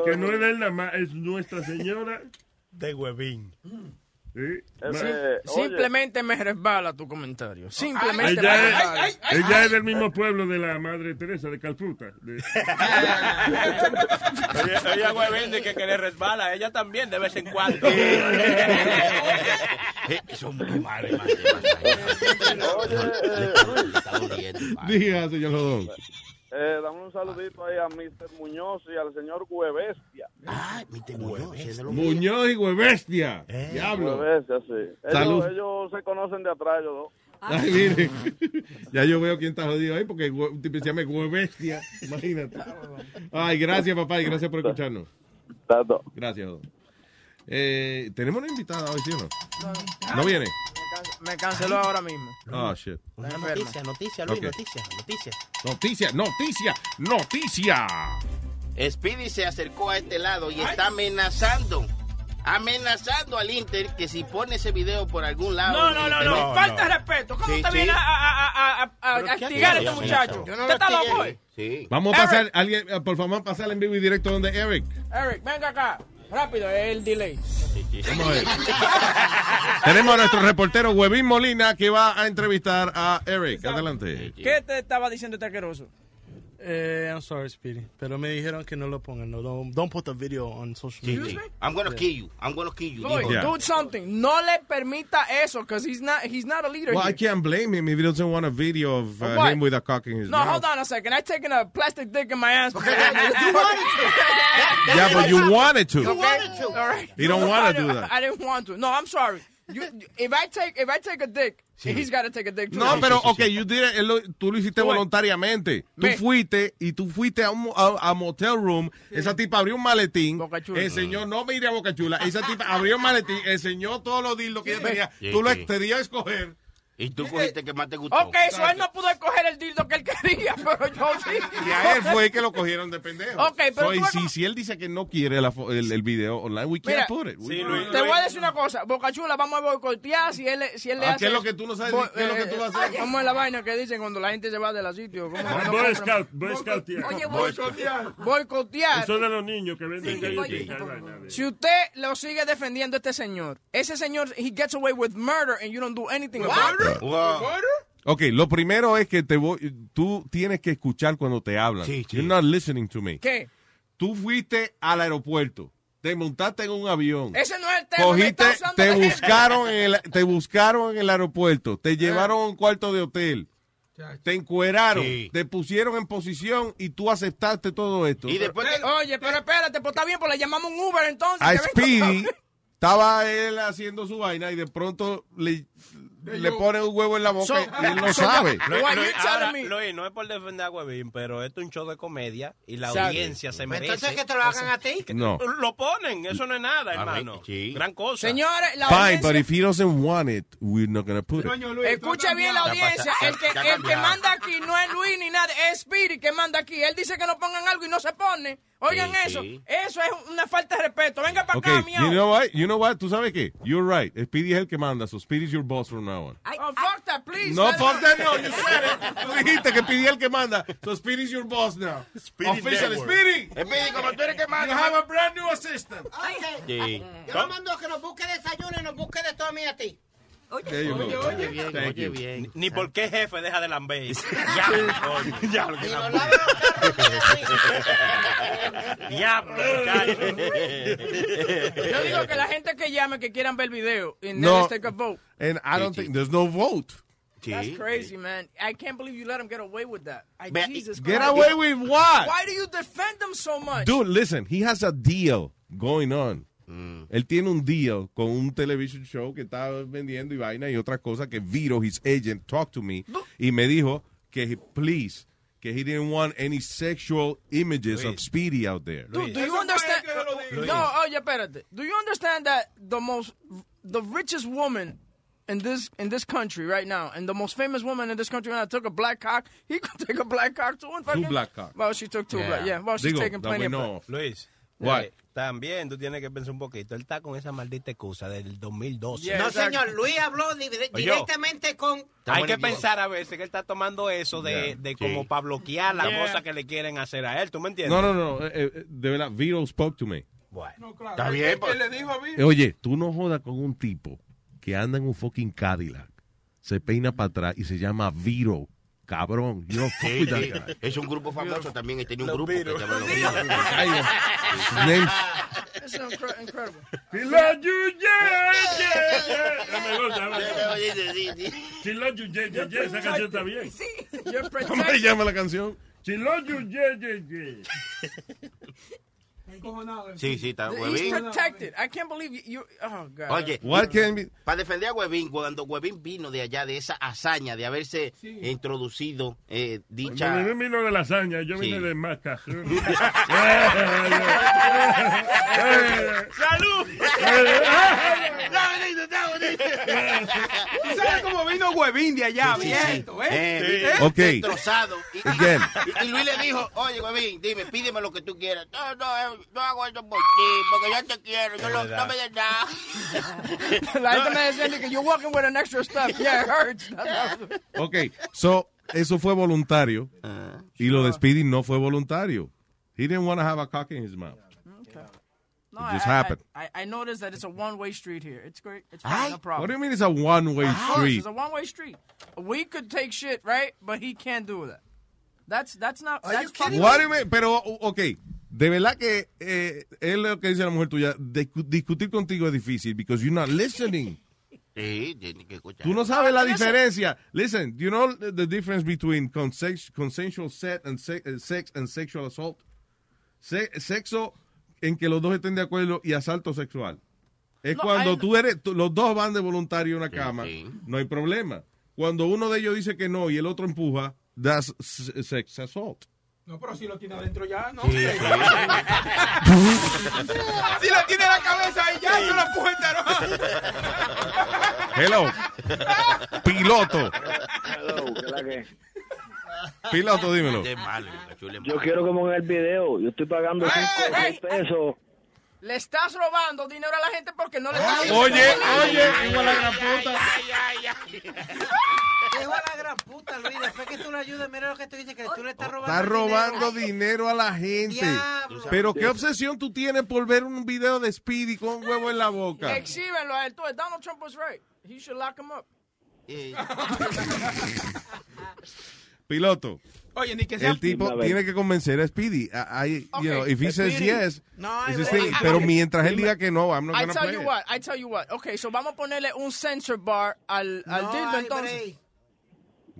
que no es de él nada más, es Nuestra Señora de Huevín. ¿Sí?
Sí,
Ella
simplemente me resbala tu comentario. Simplemente me
es-
resbala.
ella es del mismo pueblo de la Madre Teresa de Calcuta. de-
Oye, oye, güey, vende que, que le resbala. Ella también de vez en cuando.
Eh, Son muy malos, madre, madre. Le está doliendo, madre.
Diga, ah, señor jodón.
Eh, dame un saludito ahí a Mr. Muñoz y al señor Huevestia.
Ay, Mr. Muñoz. ese es de los-
Muñoz y huevestia. Diablo.
Huevestia, sí.
Salud.
Ellos, ellos se conocen de atrás, ellos dos.
Ay, mire. Ya yo veo quién está jodido ahí porque hue- un tipo se llama huevestia. Imagínate. Ay, gracias, papá, y gracias por escucharnos. Gracias, jodón. Eh, Tenemos una invitada hoy, ¿sí o no? ¿No viene?
Me canceló ahora mismo.
Oh, shit.
Una
noticia, noticia, Luis,
Ok.
noticia, noticia.
Noticia, noticia, noticia.
Speedy se acercó a este lado y está amenazando. Amenazando al Inter que si pone ese video por algún lado.
No, no, no, no.
no.
Falta de respeto. ¿Cómo Ah,
Sí,
te
sí.
viene a, a, a, a, a-
Pero
a
¿qué
castigar a
haces?
este muchacho?
Yo no lo
¿Usted está
estoy
loco?
viendo. Sí.
Vamos a pasar, alguien, eh, por favor, vamos a pasar en vivo y directo donde Eric.
Eric, venga acá. Rápido, es el delay.
Vamos a ver. Tenemos a nuestro reportero Huevín Molina que va a entrevistar a Eric. Adelante.
¿Qué te estaba diciendo este asqueroso?
Eh, I'm sorry, Speedy, pero me dijeron que no lo pongan. No, don't, don't put the video on social
Sí,
media.
sí. I'm gonna kill you. I'm gonna kill you.
Lloyd,
dijo.
do something. No le permita eso, because he's not, he's not a leader
Well, I
here.
can't blame him if he doesn't want a video of uh,
What?
him with a cock in his
No,
mouth.
hold on a second. I taking a plastic dick in my ass.
Yeah, but you wanted to.
You wanted to. All right.
You don't wanna do that.
I didn't want to. No, I'm sorry. You, you- if I take if I take a dick, he's got to take a dick too.
No, pero, ok, you did it, él lo- tú lo hiciste voluntariamente. Tú
Ve.
fuiste y tú fuiste a, un, a, a motel room. Esa tipa abrió un maletín. Enseñó, no me iré a Boca Chula. Esa tipa abrió un maletín, enseñó todos los dildos que ella tenía.
Sí,
tú lo
sí.
te dio a escoger.
Y tú cogiste que más te gustó.
Ok, so él no pudo escoger el dildo que él quería, pero yo sí.
Y a él fue que lo cogieron de pendejo.
Ok, pero
So, y
tú ves
si, si él dice que no quiere la fo- el, el video online, we
Mira,
can't put it. We-
te voy a decir una cosa, Boca Chula, vamos a boicotear si él, si él le
Ah,
hace... eh,
¿qué es lo que tú no sabes? ¿Qué es lo que tú vas a hacer?
¿Cómo es la vaina que dicen cuando la gente se va de la sitio? ¿Cómo
Ah, Boy
que no compran?
Scout, Boy Scoutear.
Oye,
Boy
boicotear. Boicotear.
Eso de los niños que venden
Sí,
galletitas.
boy-
vaina de-
Si usted lo sigue defendiendo a este señor, ese señor, he gets away with murder and you don't do anything about it.
Ok, lo primero es que te voy, tú tienes que escuchar cuando te hablan. You're not listening to me.
¿Qué?
Tú fuiste al aeropuerto, te montaste en un avión.
Ese no es el tema. me
Cogiste,
está usando
te
de ejemplo.
buscaron, en el, te buscaron en el aeropuerto,
Eh.
te llevaron a un cuarto de hotel, te encueraron, te pusieron en posición y tú aceptaste todo esto.
Oye, pero espérate, pues está bien, pues le llamamos un Uber entonces.
a
que venga.
Ah, Speedy estaba él haciendo su vaina y de pronto le, le pone un huevo en la boca
So-
y él no
so-
sabe.
Luis,
Why
Luis,
you telling
ahora,
me?
Luis, no es por defender a Huevín, pero esto es un show de comedia y la
Sabe.
audiencia se merece.
Pues Entonces, ¿que te lo hagan a
ti?
No.
Lo ponen, eso no es nada, hermano. Gran cosa.
Señores, la
Fine,
audiencia...
but if he doesn't want it, we're not gonna put it.
Escuche bien la
Ya
audiencia.
pasa-
El que,
ya
el que
cambiaron.
manda aquí no es Luis ni nada, es Spirit que manda aquí. Él dice que no pongan algo y no se pone. Oigan
Sí,
eso.
sí.
Eso es una falta de respeto. Venga para
Okay,
acá, miau.
you know what? You know what? Tú sabes qué? You're right. Speedy es el que manda, so Speedy is your boss from now ahora.
oh, fuck that, please.
No,
That's
fuck
not-
that, no, you said it. Tú dijiste que pidió el que manda. So Speedy's your boss now.
Speedy
Official
Network.
Speedy.
Speedy, como tú eres que manda.
You have a brand new assistant.
Ok.
Sí.
Yo lo mando que nos busque desayuno y nos busque de todo a mí y a ti.
There you go.
Oye,
Thank
oye,
you.
Ni, ni por qué jefe deja de lamber. ya, coño. ya, lo que
nos
lambe. Diablo,
pues,
muchacho.
Yo digo que la gente que llame que quieran ver el video y no
No.
take a vote.
And I don't think there's no vote.
That's crazy, man. I can't believe you let him get away with that. I,
Man,
Jesus
get
Christ.
away with what?
Why do you defend them so much?
Dude, listen, he has a deal going on. Él tiene un deal con un television show que está vendiendo y vaina y otras cosas que Vito, his agent, talked to me y me dijo que he- please, que he didn't want any sexual images of Speedy out there.
Dude, do you understand? No, oye, espérate. Do you understand that the most, the richest woman in this in this country right now, and the most famous woman in this country right now took a black cock. He could take a black cock too. And fucking,
black cock.
Well, she took two black. Yeah. Well, she's
Digo,
taking
that
plenty
we
of.
know
Black.
of.
Luis.
What?
eh, También tú tienes que pensar un poquito. Él está con esa maldita excusa del 2012.
no, señor. Luis habló di- directamente con.
Hay que pensar a veces que él está tomando eso de,
Yeah.
de como para bloquear la
Yeah.
cosa que le quieren hacer a él. ¿Tú me entiendes?
No, no, no, eh, eh, de verdad, Vito spoke to me.
Bueno,
Está bien,
¿Qué
pues.
le dijo a mí?
Eh, Oye, tú no jodas con un tipo que anda en un fucking Cadillac, se peina para atrás y se llama Viro. Cabrón, yo
Sí, sí. Es un grupo famoso también. Él tenía un grupo que se llama Los
Virus.
Virus.
It's incre- incredible.
She loves you, yeah, yeah, yeah. No me gusta, no me gusta. She loves you, yeah, yeah, yeah. Esa canción está bien.
¿Cómo se llama la canción?
She loves you, yeah, yeah, yeah.
Sí, sí, está
He's
huevín.
protected. I can't believe you. you oh God.
Oye,
What can
para defender a Huevín, cuando Huevín vino de allá, de esa hazaña de haberse introducido eh,
Yo
dicha...
vine vino de lasaña, yo vine de maca.
¡Salud!
¿Tú sabes cómo vino Huevín de allá?
Sí, sí,
abierto,
sí.
¿eh?
Eh,
¿Eh?
Ok.
Destrozado. Y, y-
Again.
y- y Luis le dijo, oye, Huevín, dime, pídeme lo que tú quieras. No, no, eh, no hago eso por ti, porque yo te quiero, yo no, no me des nada.
La gente me decía "Nico, you're walking with an extra step. Yeah, it hurts.
Ok, so, eso fue voluntario
Ah,
y lo de Speedy no fue voluntario. He didn't want to have a cock in his mouth.
No,
It just
I,
happened.
I, I, I noticed that it's a one-way street here. It's great. It's fine, no problem.
What do you mean it's a one-way
Of course,
street?
Ah, It's a one-way street. We could take shit, right? But he can't do that. That's that's not. that's fucking-
What do you mean? Pero, ok, de verdad que eh, es lo que dice la mujer tuya, discu- discutir contigo es difícil because you're not listening.
Sí, tiene que escuchar.
Tú no sabes la
Ah, eso-
diferencia. Listen, do you know the difference between consen- consensual set and se- eh, sex and sexual assault? Se- sexo en que los dos estén de acuerdo y asalto sexual. Es
No,
cuando
hay-
tú eres, tú- los dos van de voluntario a una cama, no hay problema. Cuando uno de ellos dice que no y el otro empuja, that's s- sex assault.
No, pero si lo tiene adentro ya, no.
Sí,
si lo tiene la cabeza ahí ya, no lo puede
Hello. Piloto. Piloto, dímelo.
Qué malo, cachule,
Yo
malo.
quiero que pongan el video. Yo estoy pagando
¡Ey,
5
ey,
pesos.
Le estás robando dinero a la gente porque no le estás diciendo
oye,
la
oye,
verdad.
hijo de la gran
puta.
ah,
Hijo de la gran puta, Luis. Después que tú lo ayudes, mira lo que tú dices, que tú le estás robando.
Está
el
robando
dinero.
dinero a la gente.
Diablo.
Pero qué obsesión tú tienes por ver un video de Speedy con un huevo en la
Eh,
boca.
Exhíbenlo a él. Tú, Donald Trump was right. He should lock him up.
Piloto.
Oye, ni que sea-
El tipo
Una vez.
tiene que convencer a Speedy. I- I- you know, if he says
Speedy.
yes,
No, eh,
it's
I-
his thing.
I-
pero
I-
mientras él diga que no, I'm not
I
gonna
tell
play
you
it.
what, I tell you what. Okay, so vamos a ponerle un censor bar al, al
No
dildo
hay
entonces. I,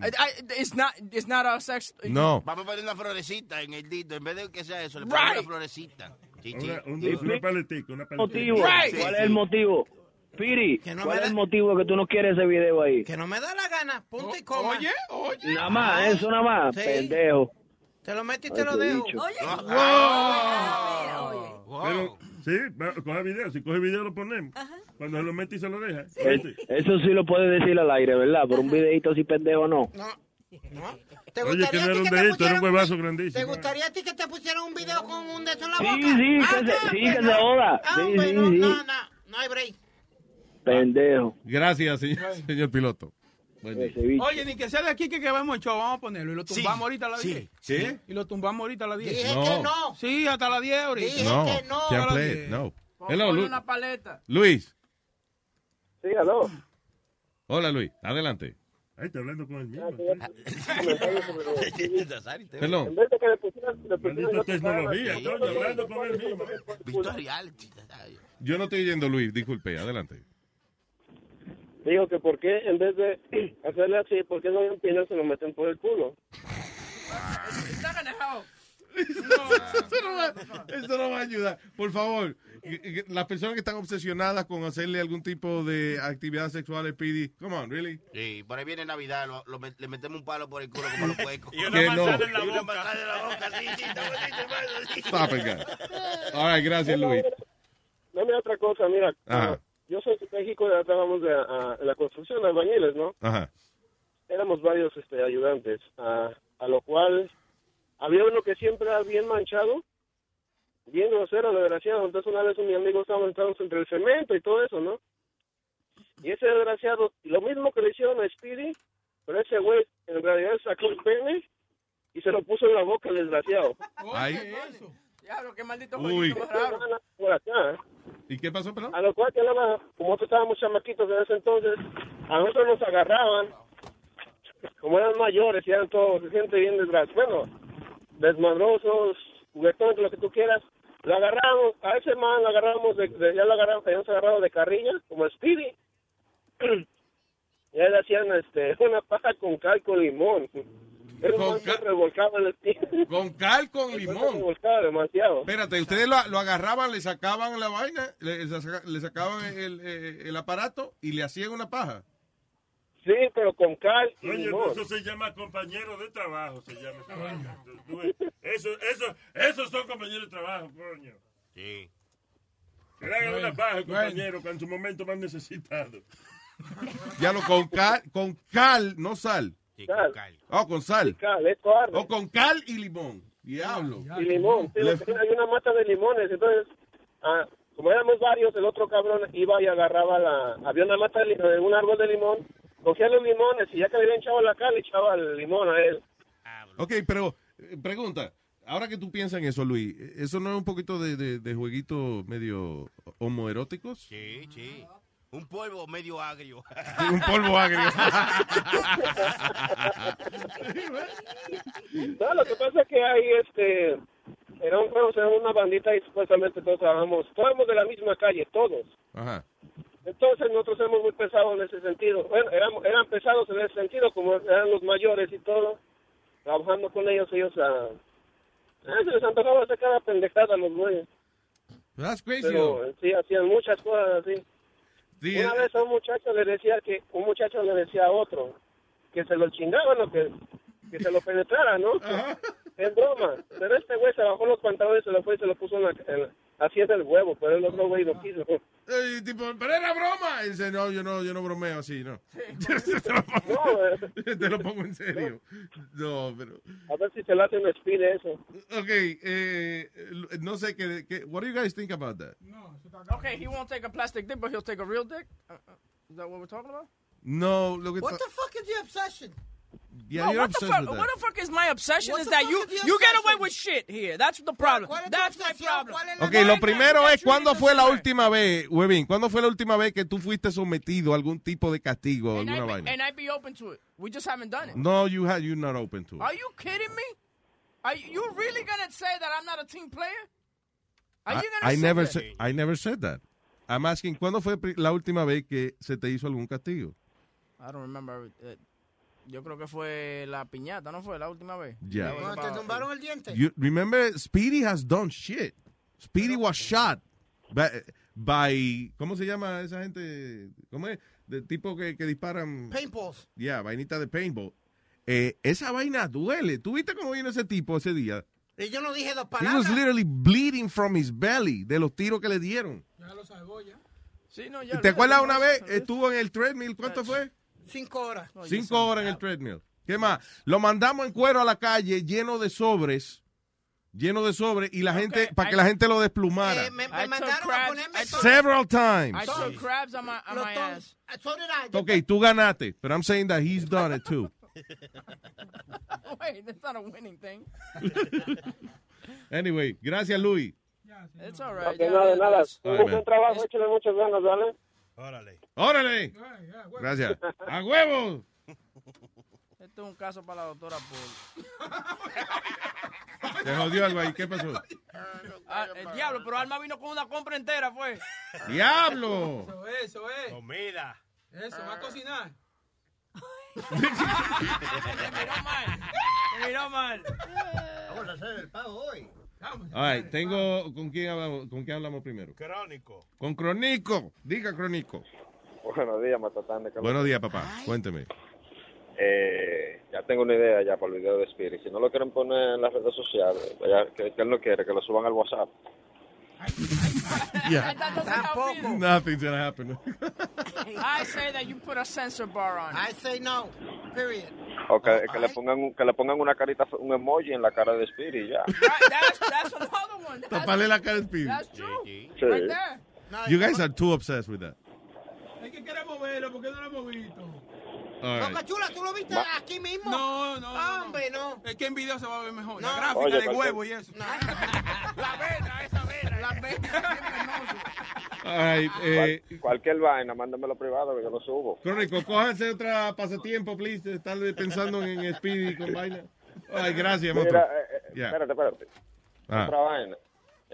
I- it's not, it's not a sex.
No.
Vamos a poner una florecita en el dito. En vez de que sea eso, le
Right.
ponemos una florecita. Sí, sí.
Una, un- una paletica, una
Motivo.
paletica.
¿Cuál es el motivo? Piri,
no
¿cuál
me
es
da-
el motivo que tú no quieres ese video ahí?
Que no me da la gana. Punto y coma. Oye, oye.
Nada más, eso nada más,
Sí.
pendejo.
Te lo meto y
Ay,
te lo
qué
dejo. Ah.
bicho.
Oye.
Pero, sí, va- coge video. Si coge video, lo ponemos. Cuando se lo mete y se lo deja.
Eh,
Es- eso sí lo puedes decir al aire, ¿verdad? Por un videito así pendejo no.
¿Te
Oye, que
gustaría,
no
a
era
ti
un
que te
dedito, era un
pusieran-
huevazo
¿Te
grandísimo.
gustaría a ti que te pusieran un video con un dedo en la
Sí,
boca?
sí,
Ah,
que
no,
se, sí,
hombre,
que se
no.
joda.
Ah,
Sí,
hombre,
sí,
no,
sí.
no, no, no hay break.
Pendejo.
Gracias, señor, señor piloto. Buen día.
Oye, ni que sea de aquí que grabemos el show, vamos a ponerlo. Y lo tumbamos ahorita a las
sí,
10.
sí.
Y lo tumbamos ahorita a las 10.
Dije No. que no.
Sí, hasta las 10 ahorita.
No, can't play it, no. Hello, Lu-
una paleta.
Luis.
Sí, aló.
Hola, Luis. Adelante.
Ahí está hablando con el mismo.
Perdón.
En vez de que le pusieran, le pusieran
Maldita
otro
tecnología,
programa,
estoy hablando con el mismo.
Yo no estoy oyendo, Luis. Disculpe. Adelante.
Dijo que por qué en vez de hacerle así, ¿por qué no hay un pino se lo meten por el culo?
Eso no, va, eso no va a ayudar. Por favor, g- g- las personas que están obsesionadas con hacerle algún tipo de actividad sexual, Speedy, come on, really?
Sí, por ahí viene Navidad, lo- lo met- le metemos un palo por el culo como a los huecos.
Y una Que no. manzana en la
Y una
boca.
manzana en la boca, sí, sí, está bonito, hermano, sí.
Stop it, guys. All right, gracias, Luis.
No, mira otra cosa, mira.
Ajá,
Yo soy de México, ya trabajamos de- a- en la construcción de albañiles, ¿no?
ajá.
éramos varios este, ayudantes, a, a lo cual había uno que siempre era bien manchado, bien grosero, lo desgraciado. Entonces una vez un mi amigo estábamos, estábamos entre el cemento y todo eso, ¿no? Y ese desgraciado, lo mismo que le hicieron a Speedy, pero ese güey en realidad sacó el pene y se lo puso en la boca el desgraciado.
Ay,
Diablo, qué maldito
Uy.
jueguito más raro.
Por acá. ¿eh?
¿Y qué pasó, pelón?
A lo cual que nada más, como nosotros estábamos chamaquitos en ese entonces, a nosotros nos agarraban, como eran mayores y eran todos gente bien desgraciada, bueno, desmadrosos, juguetones, lo que tú quieras, lo agarramos, a ese man lo agarramos, de, de- ya lo agarramos, habíamos agarrado de carrilla, como Speedy, ya le hacían este, una paja con cal con limón. Era un man que revolcaba en el pie.
Con cal con limón.
revolcaba demasiado.
Espérate, ustedes lo, lo agarraban, le sacaban la vaina, le, le saca- le sacaban el, eh, el aparato y le hacían una paja.
Sí, pero con cal
Oye, eso se llama compañero de trabajo, se llama esa vaina. Tú- tú ves, Eso, eso, esos son compañeros de trabajo, coño.
Sí.
Que le hagan
Bueno,
una paja, compañero, que en su momento más necesitado.
Ya lo con cal, con cal, no sal.
Cal.
Oh, con sal.
Cal,
O con cal y limón. Diablo.
y limón. sí, porque hay una mata de limones. Entonces, ah, como éramos varios, el otro cabrón iba y agarraba la. Había una mata de li- de un árbol de limón, cogía los limones y ya que le habían echado la cal, le echaba el limón a él.
Ok, pero eh, pregunta. Ahora que tú piensas en eso, Luis, ¿eso no es un poquito de, de, de jueguito medio homoeróticos?
Sí, sí. Un polvo medio agrio.
Un polvo agrio.
No, lo que pasa es que ahí, este. Era un juego, era una bandita y supuestamente todos trabajamos. Estábamos de la misma calle, todos.
Ajá.
Entonces nosotros éramos muy pesados en ese sentido. Bueno, éramos- eran pesados en ese sentido, como eran los mayores y todo. Trabajando con ellos, ellos ah, ah, se les antojaba hacer cada pendejada a los güeyes.
That's crazy.
Pero
though.
eh, sí, hacían muchas cosas así.
Sí,
Una
eh,
vez a un muchacho le decía que, un muchacho le decía a otro que se lo chingaban o que, que se lo penetrara, ¿no? Es broma. Pero este güey se bajó los pantalones, se lo fue y se lo puso en la, en la- así es el huevo, pero el otro güey lo quiso.
eh, tipo, pero era broma. Y dice, no, yo no, yo no bromeo así, no. te, lo pongo, te lo pongo en serio. No, pero.
eh. A ver si se lo hace un speed eso.
Ok, eh, no sé qué, qué. What do you guys think about that?
Okay, he won't take a plastic dick, but he'll take a real dick? Uh, uh, is that what we're talking about?
No, lo que.
What
ta-
the
fuck is your obsession?
Yeah,
No,
you're
what the
obsessed
fuck?
with that.
What the fuck is my obsession
What
is
the
that
fuck
you
is your
you get away with shit here. That's the problem. That's my problem.
Ok, lo primero es, ¿cuándo fue la última vez, Webin? ¿Cuándo fue la última vez que tú fuiste sometido a algún tipo de castigo o
And
alguna
I'd, be,
vaina?
and I'd be open to it. We just haven't done it.
No, you had, you're not open to it.
Are you kidding me? Are you, you really gonna say that I'm not a team player? Are you gonna
I, I
say
never
that?
said, I never said that. I'm asking, ¿cuándo fue pri- la última vez que se te hizo algún castigo?
I don't remember. uh, yo creo que fue la piñata, ¿no fue la última vez?
Yeah.
That was
Cuando te
about-
tumbaron el diente.
You remember, Speedy has done shit. Speedy was shot by, by- ¿cómo se llama esa gente? ¿Cómo es? De tipo que, que disparan.
Paintballs.
Yeah, vainita de paintball. Eh, esa vaina duele. ¿Tú viste cómo vino ese tipo ese día?
Y yo no dije dos
He was
palabras.
literally bleeding from his belly de los tiros que le dieron.
Ya lo salvó ya.
Sí, no, ya.
¿Te acuerdas una vez? Estuvo en el treadmill. ¿Cuánto fue?
Cinco horas.
Cinco
ah.
horas en el treadmill. ¿Qué más? Lo mandamos en cuero a la calle lleno de sobres, lleno de sobre y la gente,
Okay,
para que
I-
la gente lo desplumara.
Eh, me, mandaron a ponerme
Several times.
I saw crabs on my, on my ass.
So did I.
Ok, tú ganaste, pero I'm saying that he's done it too.
Wait, that's not a winning thing.
Anyway, gracias Luis.
It's all
Ok,
right.
nada, nada.
All
Un
right,
buen
man.
trabajo, échale muchas ganas, ¿vale?
Órale. Gracias. A huevo.
Esto es un caso para la doctora Paul.
Se jodió algo ahí. ¿Qué pasó?
Ah, el diablo, pero Alma vino con una compra entera, fue.
Diablo.
Eso es, eso es.
Comida.
Eso,
Ah.
va a cocinar.
Me miró mal.
Vamos a hacer el pavo hoy.
All right, tengo con quién hablamos, con quién hablamos primero.
Crónico.
Con Cronico. Diga Cronico.
Buenos días, Matatán. de Carlos.
Buenos días, papá. Cuénteme.
Eh, ya tengo una idea ya para el video de Spirit. Si no lo quieren poner en las redes sociales, ya que, que él no quiere, que lo suban al WhatsApp.
Yeah.
Tampoco.
Nothing's gonna happen.
I say that you put a sensor bar on. I
say no. Period.
O que, que le pongan un- que le pongan una carita, un emoji en la cara de Spirit ya.
That's, that's another one. That's,
Tapale la cara al pibe.
That's true.
Sí.
Right there.
You guys are too obsessed with that.
Es que queremos verlo, porque no lo hemos visto?
All right.
Boca Chula, ¿tú lo viste
Va-
aquí mismo? Ah,
No, no, no,
Hombre, no.
Es que en video se va a ver mejor.
No.
La gráfica
Oye,
de
cualquier-
huevo y eso.
All right. Eh,
Cual- cualquier vaina, mándamelo privado que yo lo subo.
Cronico, cójanse otra pasatiempo, please. Están pensando en Speedy con vaina. Ay, gracias, moto.
Mira, eh, eh,
Yeah.
espérate, espérate.
Ah.
Otra vaina.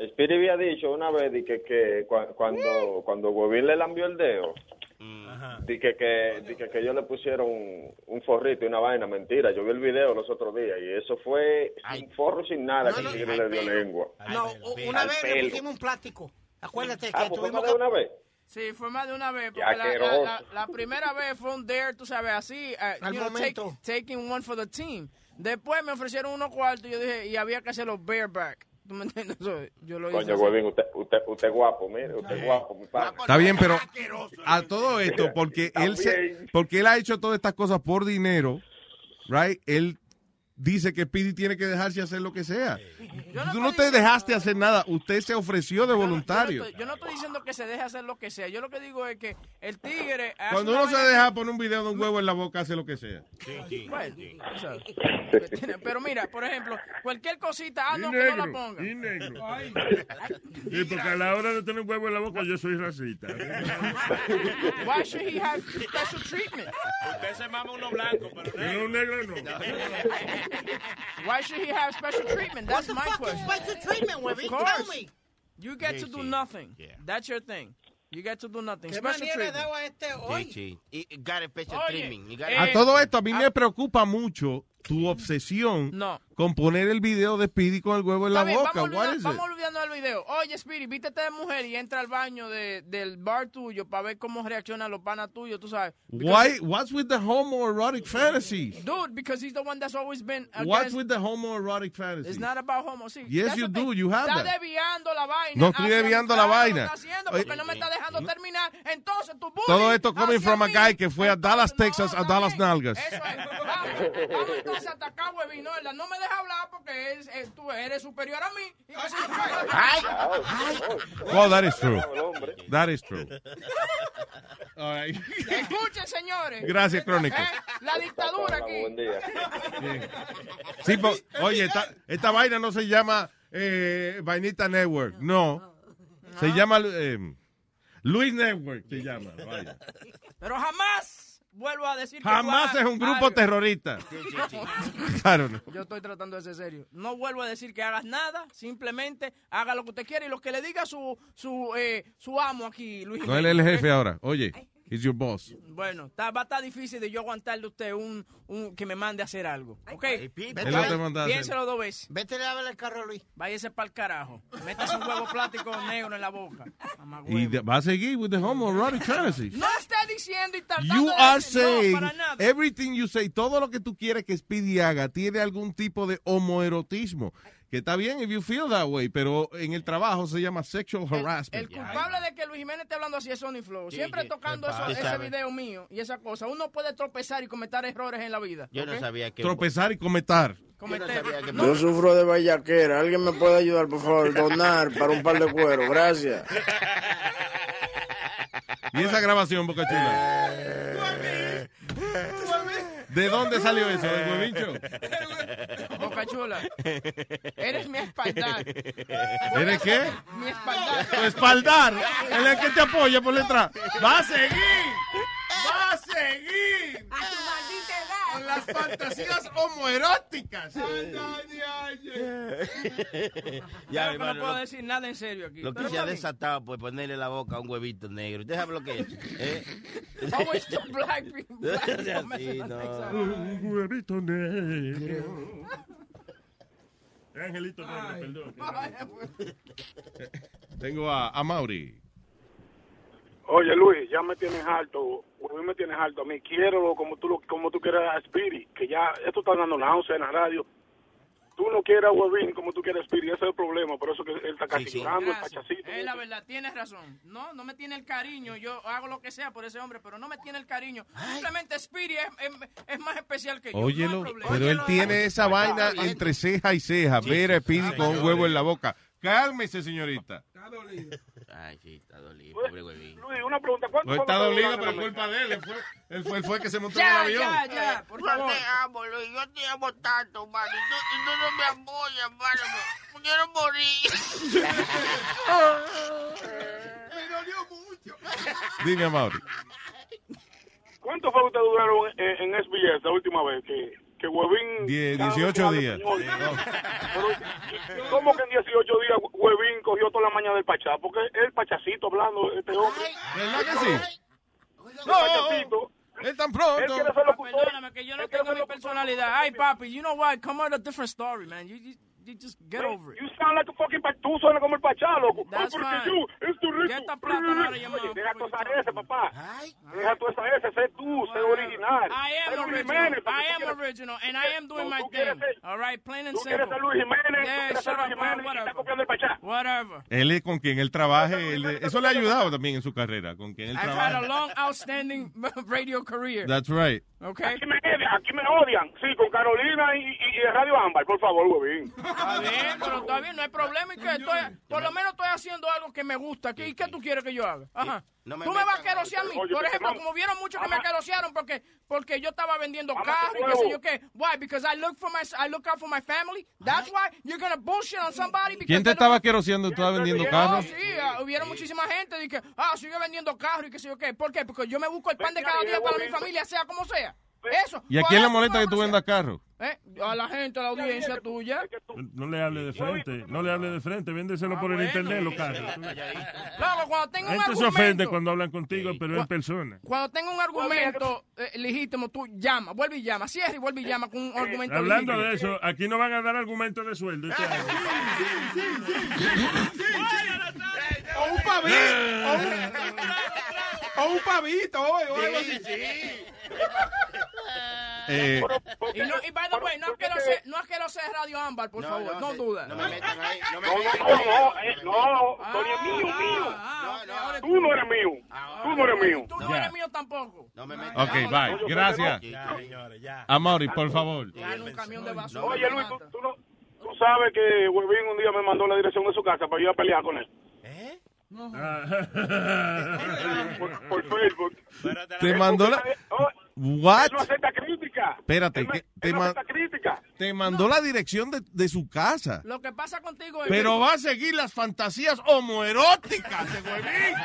Spirit había dicho una vez di que, que cua- cuando, cuando Gobín le lambió el dedo,
Mm.
di que, que, di que, que ellos le pusieron un, un forrito y una vaina. Mentira, yo vi el video los otros días y eso fue sin forro, sin nada que el tigre le dio lengua.
No, u- una
Al
vez le
pelo.
pusimos un plástico. Acuérdate que
Ah, pues fue
tuvimos
más de una vez.
Sí, fue más de una vez.
Qué
Porque la, la, la,
asqueroso.
la primera vez fue un dare, tú sabes, así. eh,
Al
you know, take-
momento.
taking one for the team. Después me ofrecieron uno cuarto y yo dije, y había que hacerlo bareback. ¿Tú me entiendes? So, Yo lo hice.
Coño,
así.
Gobín, usted, usted, usted guapo, mire, usted guapo, mi padre.
Está bien, pero a todo esto, porque él se, porque él ha hecho todas estas cosas por dinero, right? Él dice que Speedy tiene que dejarse hacer lo que sea. Tú no te dejaste hacer nada, usted se ofreció de voluntario.
Yo no estoy diciendo que se deje hacer lo que sea. Yo lo que digo es que el tigre. hace
Cuando
una
uno se
vaina-
deja poner un video de un huevo en la boca, hace lo que sea.
Bueno, o sea, lo que tiene- pero mira, por ejemplo, cualquier cosita, ah,
Y
no, que no
negro,
la ponga.
y negro. Sí, porque a la hora de tener un huevo en la boca, yo soy racista.
Why should he have special treatment?
Usted se mama uno blanco, pues. pero
Pero un negro no.
Why should he have special treatment? That's my question.
special treatment, Webby?
Of
Tell
course.
me.
You get to
Sí,
do
sí.
nothing. That's your thing. You get to do nothing.
¿Qué
Special
manera
treatment.
daba este hoy?
Sí, sí. Y got a special
Oye, eh,
treatment. You got
A todo esto, a mí me preocupa mucho tu obsesión
No.
con poner el video de Speedy con el huevo en la
Está bien,
boca.
vamos,
What
olvidando,
is it?
vamos olvidando del video. Oye, Spirit, vístete de mujer y entra al baño de- del bar tuyo para ver cómo reaccionan los panas tuyos, tú sabes.
Why, what's with the homoerotic fantasies?
Dude, because he's the one that's always been
What's
against-
with the homoerotic fantasies?
It's not about homo, sí.
Yes,
That's
you
the
do,
thing.
you have
Está
that.
desviando la vaina.
No estoy
hacia
desviando
un
la
lado,
vaina.
Lo está haciendo
Oye, ¿Mm?
porque no me está dejando terminar. Entonces, tu bullying.
Todo esto coming
hacia
from a
mí.
guy que fue a Dallas, Texas, a Dallas Nalgas.
Eso es. Vamos, vamos entonces a atacar a Webinola. No me deja hablar porque él- él- tú eres superior a mí. Y así fue.
Well, that is true. That is true. All right.
Escuchen, señores.
Gracias, Crónico.
Eh, La dictadura aquí.
Sí, po- pues, oye, esta, esta vaina no se llama eh, Vainita Network, no. Se llama eh, Luis Network, se llama. vaya.
Pero jamás vuelvo a decir que
Jamás
tú
es
hagas
un grupo
algo.
terrorista. Claro, no.
Yo estoy tratando de ser serio. No vuelvo a decir que hagas nada, simplemente haga lo que usted quiera y lo que le diga su su eh, su amo aquí, Luis.
No, él es el jefe ahora. Oye, he's your boss.
Bueno, está- va a estar difícil de yo aguantar de usted un, un que me mande a hacer algo. ¿Ok?
Él no te manda a hacer-
Piénselo dos veces. Vete a ver el carro, Luis. Váyese para el carajo. Métase un huevo plástico negro en la boca.
Y de- va a seguir with the homoerotic fantasies.
No esté diciendo y tratando
You
de
are
decir-
saying
No, para nada.
everything you say, todo lo que tú quieres que Speedy haga tiene algún tipo de homoerotismo. Que está bien if you feel that way, pero en el trabajo se llama sexual
El
harassment.
culpable de que Luis Jiménez esté hablando así es Sony Flow.
Sí,
Siempre
sí,
tocando
sí,
eso-
sí,
ese
sabe.
video mío y esa cosa. Uno puede tropezar y cometer errores en la vida.
Yo no
¿ok?
sabía que.
Tropezar y cometer.
este,
Yo sufro de vallaquera. ¿Alguien me puede ayudar, por favor? Donar para un par de cueros. Gracias.
¿Y esa grabación, Boca Chula? ¿De dónde salió eso, del huevincho?
Boca chula. Eres mi espaldar.
¿Eres qué?
Mi espaldar.
Tu espaldar. Él es el que te apoya por detrás. ¡Va a seguir!
¡Va a seguir! ¡A tu maldita edad! Con las fantasías homoeróticas. Anda,
Ya,
Creo que no
hermano,
puedo
lo-
decir nada en serio aquí.
Lo que
Pero
se ha
está bien.
desatado por ponerle la boca a un huevito negro. Usted sabe lo que es. ¿eh?
Always the black people. black
Así,
woman.
no.
Un huevito negro. Angelito Torres, perdón.
Tengo a, a Mauri.
Oye, Luis, ya me tienes alto. Luis me tienes alto. A mí quiero como tú, lo- como tú quieras a Spirit, que ya esto está dando náusea en la radio. Tú no quieres a Webin como tú quieres a Spirit, ese es el problema. Por eso que él está casi llorando, el
Gracias.
pachacito.
Es la verdad, tienes razón. No, no me tiene el cariño. Yo hago lo que sea por ese hombre, pero no me tiene el cariño. Simplemente Spirit es, es- es más especial que yo. No hay
Óyelo,
problema.
pero él tiene esa vaina
bien.
entre ceja y ceja. Ver a Speedy con un huevo en la boca. Cálmese, señorita.
Ay, sí, está dolido, pobre huevito.
eh,
Luis, una pregunta. ¿cuánto
No está
cuánto te
dolido,
duran
pero es
en la
culpa de él. Él fue, él fue, él fue el que se montó
Ya,
en el
ya,
avión.
ya, por favor.
Eh, Yo te amo, Luis. Yo te amo tanto, mano. Y tú, y tú no me apoyas, mano. Me quiero morir.
Me dolió mucho.
Dime a Mauri.
mesa? ¿Cuánto fue que ustedes duraron en, en SBS la última vez? Que, que Webin...
Die- 18 días.
¿Cómo que en 18 días Webin cogió toda la mañana del pachá? Porque es el pachacito hablando, este hombre.
¿Verdad que sí?
No,
es tan
Él
pronto.
quiere ser locutor.
Perdóname, que yo no tengo mi personalidad. Ay, papi, you know what? Come on, a different story, man. You, you, you just get over it.
You sound like a fucking pa- tú suenas como el pachá, loco.
That's
porque
fine.
yo, es tu rico.
Get the plata ahora, llamado,
Oye, deja tu esa S, papá. Deja tu esa S, sé tú, sé original.
I
Sé
am
Luis
original.
Jiménez, porque
I
tú
am
quieres-
original, and I am doing
No,
my
tú quieres
thing. All right, plain and
tú quieres ser
simple.
Luis Jiménez, tú
Yeah,
quieres ser
shut
Luis
up, man,
Jiménez y estás
whatever.
copiando el pachá.
Whatever.
Él es con quien él trabaje. él- eso le ha ayudado también en su carrera. Con quien él
I've had a
trabaja.
long, outstanding radio career.
That's right.
Okay.
Aquí me, odian, aquí me odian. Sí, con Carolina y, y, y de Radio Ámbar, por favor, huevín.
Está bien, pero está bien, no hay problema. Y que estoy, por lo menos estoy haciendo algo que me gusta. ¿Qué- ¿Y qué tú quieres que yo haga? Ajá.
No me
tú me vas a
metan-
querosear a mí.
Oye,
Por
que
ejemplo,
vamos.
como vieron muchos que me
Vamos.
querosearon porque, porque yo estaba vendiendo
Vamos,
carros y qué
huevo.
sé yo qué. Why? Because I look for my, I look out for my family. That's why you're gonna bullshit on somebody. Because
¿Quién te
they don't-
estaba querosiendo? ¿Tú estabas vendiendo carros?
No, sí, ah, hubieron muchísima gente de que, ah, sigue vendiendo carros y qué sé yo qué. ¿Por qué? Porque yo me busco el pan de cada día para mi familia, sea como sea. Eso.
¿Y a
Por
quién le
eso,
molesta que tú vendas carros?
eh, A la gente, a la audiencia tuya.
No le hable de frente, no le hable de frente,
Ah,
véndeselo por el internet, lo caro.
Claro, cuando tengo
La
un
gente se
argumento.
ofende cuando hablan contigo, pero en persona.
Cuando tengo un argumento eh, legítimo, tú llama, vuelve y llama, cierra y vuelve y llama con
Eh,
un argumento
Hablando
legítimo.
de eso, aquí no van a dar argumentos de sueldo.
Ah,
este año.
O un pavito. o un- O un pavito hoy. o algo así.
Eh,
Y, no, y by the way, no quiero ser, no quiero ser Radio Ámbar, por favor, no duda. No,
No, no, no, no, eh, no, Tony es mío, mío.
Ah,
Tú no eres mío. Tú no eres mío.
Ah, Tú no
Ya.
eres mío tampoco. Ah,
ok, bye. Gracias. A Mauri, por favor.
ah,
Oye, Luis, tú, tú no- tú sabes que Huevín un día me mandó la dirección de su casa para yo ir a pelear con él.
Ah,
Por, por Facebook.
Te mandó la. What?
Él no acepta crítica.
Espérate, que te, ma- te mandó la dirección de, de su casa.
Lo que pasa contigo es
Pero
que-
va a seguir las fantasías homoeróticas de Huevín.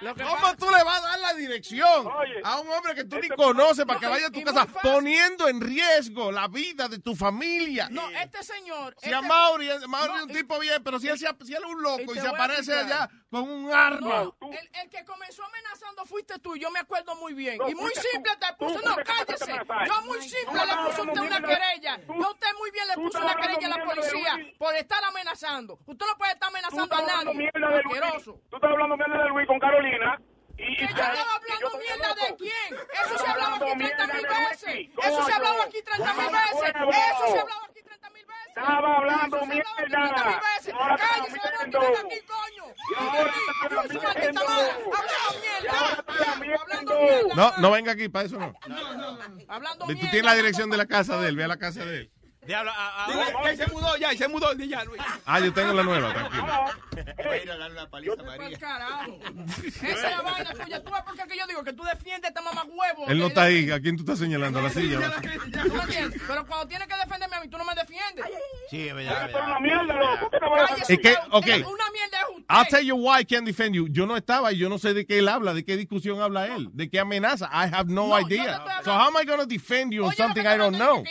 Lo que
¿Cómo tú le vas a dar la dirección a un hombre que tú
este
ni conoces para que vaya a tu casa poniendo en riesgo la vida de tu familia?
No, este señor.
Si
este-
a Mauri, Mauri
No,
es un tipo bien, pero si él, se- si él es un
y
loco y
te
se
voy a
aparece
explicar.
allá con un arma.
No, el, el que comenzó amenazando fuiste tú, yo me acuerdo muy bien.
No,
y muy
fuiste tú.
simple te
Tú
puso,
fuiste
no,
que empezaste
cállese.
a amenazar.
Yo muy
Tú
simple
estabas
le puse
hablando
a usted una
mierda.
querella. Yo a usted muy bien le
tú
puso
estabas
una
hablando
querella a la
mierda de
policía
Luis.
por estar amenazando. Usted no puede estar
Tú
amenazando
estás
a
hablando
nadie.
mierda de Luis.
Asqueroso.
Tú estás hablando mierda de Luis con Carolina. Y,
Que yo estaba hablando mierda de quién. Eso se ha hablado aquí 30 mil veces. Eso se ha hablado aquí 30 mil veces. Eso se ha hablado aquí 30 mil veces.
Estaba hablando
Eso se ha hablado aquí 30 mil
mierda.
veces.
Ahora estás
Cállese, ahora aquí
mintiendo.
30 mil, coño. Hijo de su maldita madre. Hablando mierda. Hablando mierda.
No, no venga aquí, para eso no.
Hablando
Tú
mierda.
tienes la dirección de la casa de él, ve a la casa de él.
Diablo, a-
Dile
ahora.
que él se mudó ya, y se mudó el día, Luis.
Ah, yo tengo la nueva, tranquilo.
Voy a ir a darle una paliza
Pa'l carajo. Esa es la vaina tuya. Tú ves por qué que yo digo que tú defiendes a esta mamá huevo.
Él no está ahí. ¿A quién tú estás señalando? A la silla. ¿verdad?
¿Tú me entiendes? Pero cuando tienes que defenderme a mí, tú no me defiendes.
Sí, es
verdad,
verdad.
es verdad.
una mierda, loco. ¿Qué te van a hacer?
Es que, ok.
Una mierda es usted.
I'll tell you why I can't defend you. Yo no estaba y yo no sé de qué él habla, de qué discusión habla él, de qué amenaza. I have no, idea. So how am I going to defend you on something I don't know?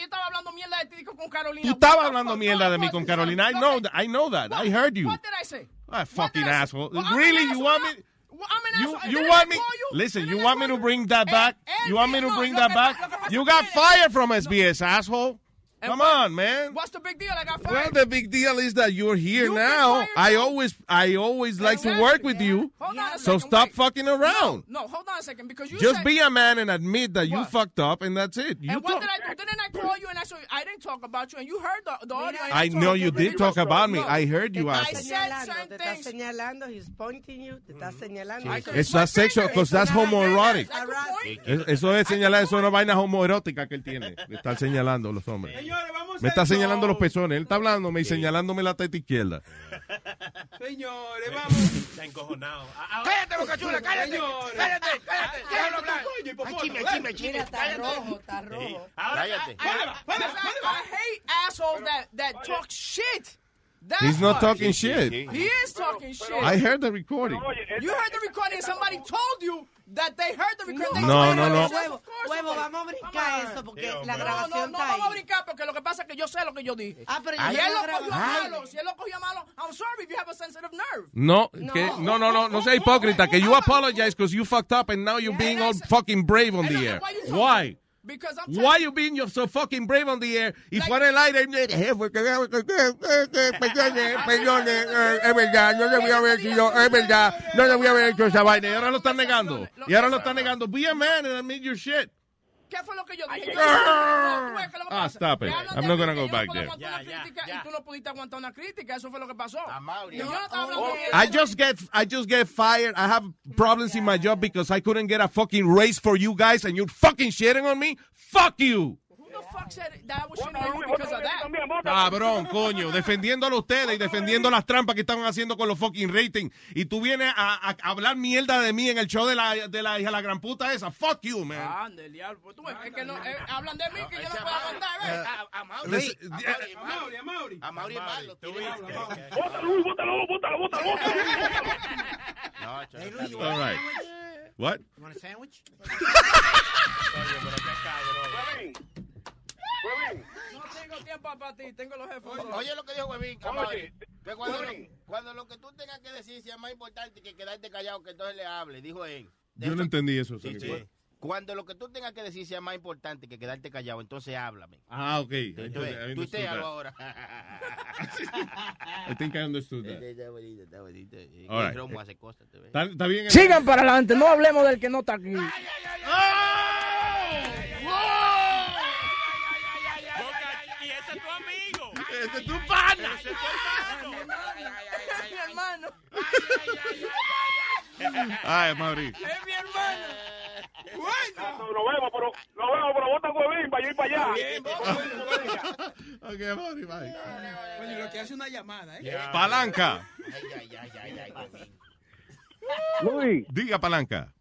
Tú estabas hablando mierda de mí con Carolina. I know that. I know that. I heard you.
What did I say?
Ah, fucking asshole.
Well, I'm
Really?
an
You
asshole
want me?
Well, I'm an
You
asshole.
you
Didn't
want
I
me?
call you? Eh,
Listen, you want me to bring that back? You want me to bring that back? You got fired from SBS, asshole.
Eh,
Come on, man.
What's the big deal? I got fired.
Well, the big deal is that you're here now. I always, I always like to work with you.
Hold on a
So
second,
stop
wait.
fucking around.
No, no, hold on a second, because you
Just
said,
be a man and admit that you
What?
fucked up, and that's it. You
and what
talk-
did I do? Didn't I call you and I said I didn't talk about you and you heard the, the audio? and
I
told
know you did talk about me.
No.
I heard you.
I
asshole.
said certain
Te está señalando, he's pointing you, te está señalando. I can
It's not sexual, because that's homoerotic.
harass-
Es- Eso es señalar, eso es una vaina homoerótica que él tiene. Me están señalando los hombres. me está señalando los pezones. Él está hablándome y señalándome la teta izquierda.
Señores, vamos.
Está encojonado. Ah.
Cállate, boca chula, cállate. Cállate, cállate. Déjalo hablar. Ay, chisme, chisme, chisme. Cállate.
Ahora,
Cállate.
I, I, I hate assholes that, that talk shit. That's
He's not
why.
talking shit.
He is talking shit.
I heard the recording.
You heard the recording. Somebody told you that they heard the recording.
No,
They-
no, no.
Yes, of course,
Huevo,
hombre.
vamos a brincar
Come
eso,
on.
porque la
hombre.
grabación
No, no,
está
no
ahí.
vamos a brincar porque lo que pasa es que yo sé lo que yo dije.
Ah, pero
Y
yo
él
no
lo
grabé.
cogió a malo. Si él lo cogió a malo, I'm sorry if you have a sensitive nerve.
No, que, no, no, no, no sea hipócrita. Que you apologize because you fucked up and now you're being all fucking brave on the air. Why?
Because I'm
Why you being you're so fucking brave on the air? Y fuera el aire, eh, porque- perdone, perdone, eh, es verdad, no debía haber hecho yo, es verdad, no debía haber hecho esa vaina. Y ahora lo están negando. Y ahora lo están negando. Be a man and admit your shit.
¿Qué fue lo que yo dije? Yo-
ay.
No, tú ves que lo que
Ah,
pasa.
stop it.
Me hablan
I'm
de
not
mí
gonna
que
go
yo
back
puedo
there.
aguantar una crítica Y tú no pudiste aguantar una crítica. Eso fue lo que pasó. Y yo no
Oh,
estaba hablando de
I just get I just get fired. I have problems in my job because I couldn't get a fucking raise for you guys, and you're fucking shitting on me. Fuck you,
Who the fuck said that I was shitting on you because of that?
cabrón, coño, defendiéndolo a ustedes y defendiendo las trampas que estaban haciendo con los fucking rating. Y tú vienes a, a hablar mierda de mí en el show de la de la hija de la gran puta esa. Fuck you, man.
Ah, del diablo. Pues tú ves, es que no, eh, hablan de mí que yo no puedo aguantar, ¿eh? ¿ves?
Eh,
Ah,
A
Luis,
Mauri, a Mauri. A Mauri es malo.
Luis, bótalo, bótalo, bótalo, bótalo.
Ah.
All right. What?
You want a sandwich?
No tengo tiempo para ti, tengo los jefes.
Oye lo que dijo Huevín,
Oye,
cabrón. Que cuando,
Huevín.
lo- cuando lo que tú tengas que decir sea más importante que quedarte callado, que entonces le hable, dijo él.
Yo no entendí eso.
Sí,
Sonic.
sí. Cuando lo que tú tengas que decir sea más importante que quedarte callado, entonces háblame.
Ah, ok.
Entonces,
I
tú te
understood that.
ahora.
I think I understood that.
Está bonito, está bonito. Eh,
All right.
el romo hace cosas, te ves.
¿Está, está bien? eh.
Sigan para adelante, no hablemos del que no está aquí.
Y ese es tu amigo.
Ese es tu pana.
Ese es tu hermano.
Es mi hermano.
Ay, Mauri.
Es mi hermano.
Bueno. Nos vemos, pero, nos vemos, pero bota huevín para yo ir para allá.
Ok, Mauri, bye.
Oye, lo que hace una llamada, ¿eh?
Palanca.
Luis,
Diga palanca.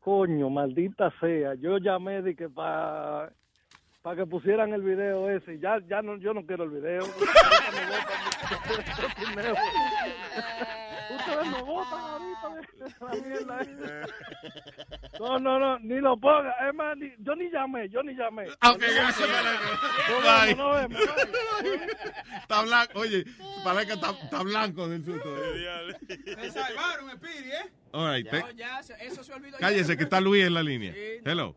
coño, maldita sea. Yo llamé de que para pa que pusieran el video ese. Ya, ya no, yo no quiero el video. Ustedes me botan
eh.
ahorita. No, no, no, ni lo ponga. Es más, ni- yo ni llamé, yo ni llamé.
Ok, gracias, Palanca.
Nos vemos, nos vemos.
Está blanco. Oye, palanca está, está blanco del susto. ¿eh?
Me salvaron, Espiri, ¿eh?
All right. te-
Ya, se- eso se olvidó.
cállese que está Luis en la línea. Hello.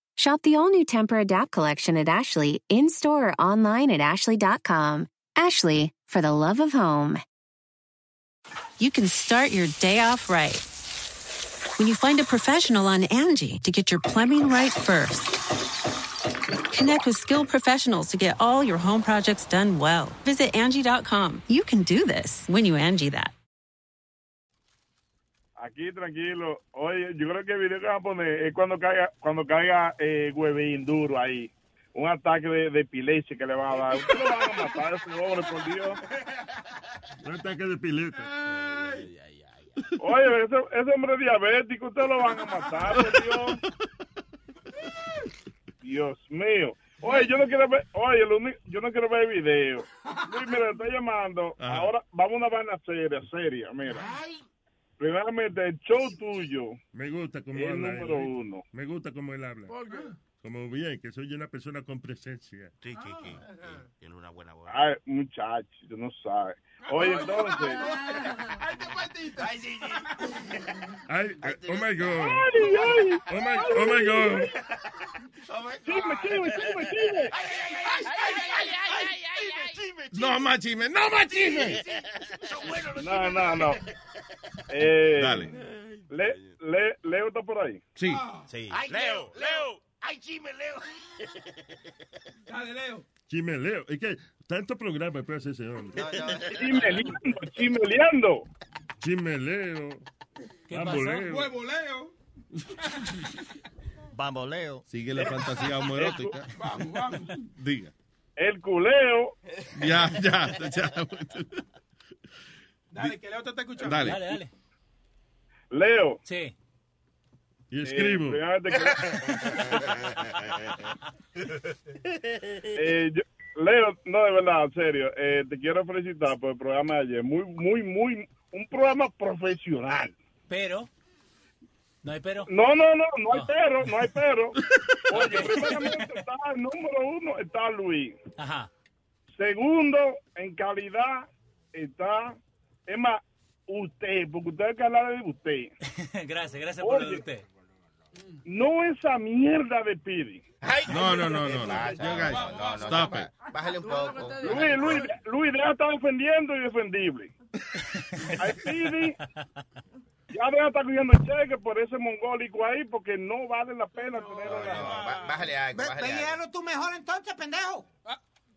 Shop the all new Temper Adapt collection at Ashley in store or online at ashley.com. Ashley, for the love of home.
you can start your day off right. When you find a professional on Angie to get your plumbing right first, connect with skilled professionals to get all your home projects done well. Visit Angie.com. You can do this when you Angie that.
Aquí tranquilo. Oye, yo creo que el video que van a poner es cuando caiga, cuando caiga eh, huevín duro ahí. Un ataque de, de epilepsia que le van a dar. Usted lo van a matar a ese hombre, por Dios.
Un ataque de pileta.
Oye, ese, ese hombre es diabético, usted lo van a matar, por Dios. Dios mío. Oye, yo no quiero ver, oye, lo único- yo no quiero ver el video. Luis, mira, está llamando.
Ajá.
Ahora vamos a una vaina seria, seria, mira. Primeramente, el show tuyo.
Me gusta como
El
habla. él,
número
¿eh?
uno.
Me gusta como él habla. Como bien, que soy una persona con presencia. Sí, sí, sí. Tiene una buena voz.
Ah. Ay, muchacho, yo no sabe. Oye,
Ah.
entonces.
Ay, qué patita. Ay, sí,
Ay, eh, oh my God.
Ay, ay.
Oh my, oh my God.
Chisme, chisme, chisme, chisme. Ay, ay, ay, ay, ay, chisme, chisme.
No más chisme, no más chisme.
Son buenos los
No,
chismes.
no, no. Eh,
Dale.
Le, le, Leo está por ahí.
Sí.
Sí.
Ay,
Leo,
Leo. Ay, chisme, Leo. Dale, Leo.
Chimeleo. Es que tanto programa puede hacer ese hombre.
Chimeleando, chimeleando.
Chimeleo. Bamboleo.
Huevo, Leo.
Bamboleo. Sigue la fantasía homoerótica.
Vamos, vamos.
Diga.
El culeo.
Ya, ya, ya.
Dale, que Leo te está escuchando.
Dale.
dale. dale.
Leo.
Sí.
Y
escribo. Eh, yo- Leo, no, de verdad, en serio, eh, te quiero felicitar por el programa de ayer. Muy, muy, muy, un programa profesional.
Pero. No hay pero.
No, no, no, no
Ah.
hay perro, no hay perro. Oye, primeramente está el número uno, está Luis.
Ajá.
Segundo, en calidad, está, es más, usted, porque usted hay que hablar de usted.
gracias, gracias por lo de
Oye.
usted.
No esa mierda de Pidi.
No, no, no, no. no.
Pasa,
You guys,
no, no, no,
stop
no,
it.
Bájale un poco.
Luis, Luis, Luis, deja de estar defendiendo y defendible. Al Pidi, ya deja de estar cogiendo cheque por ese mongólico ahí, porque no vale la pena tener a la-
Bájale algo,
Ve-
bájale
Ven y
algo.
hazlo tú mejor entonces, pendejo.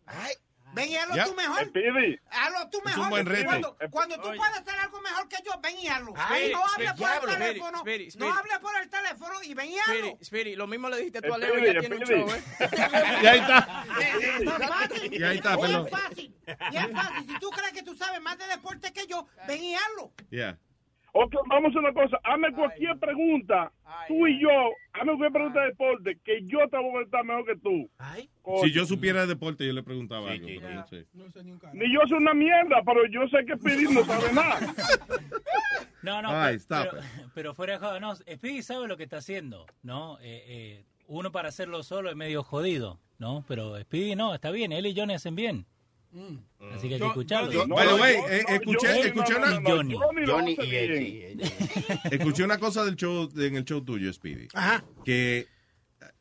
Ay, ven y hazlo
Ya.
tú mejor.
El Pidi.
Hazlo tú
Es
mejor.
un buen reto.
Cuando,
Eh,
cuando tú
oye.
puedas hacer algo mejor que yo, ven y hazlo.
Ay,
no hables
Spirit,
por
diablo,
el
Spirit,
teléfono.
Spirit,
No
Spirit.
hables por el teléfono y ven y hazlo.
Spiri, Spiri, lo mismo le dijiste tú a
Espiri,
Leo y ya tiene un
espiri.
show, ¿eh?
Y ahí está.
No es fácil.
Y ahí está,
Oye,
perdón.
es fácil. Y es fácil. Si tú crees que tú sabes más de deporte que yo, ven y hazlo.
Yeah.
Ok, vamos a hacer una cosa. Hazme cualquier pregunta, tú y yo, hazme cualquier pregunta de deporte, que yo te voy a contestar mejor que tú. Coño.
Si yo supiera de deporte, yo le preguntaba algo. pero no sé.
Ni yo soy una mierda, pero yo sé que Pidi no sabe nada.
No, no.
Ay,
pero-
stop
pero, pero fuera de joda, no. Speedy sabe lo que está haciendo, ¿no? Eh, eh, uno para hacerlo solo es medio jodido, ¿no? Pero Speedy no, está bien. Él y Johnny hacen bien. Así que hay que
Yo-
escucharlo.
yo- By the way, eh, escuché- escuché una-
Y Johnny.
Johnny y Eddie.
Escuché una cosa del show, en el show tuyo, Speedy.
Ajá.
Que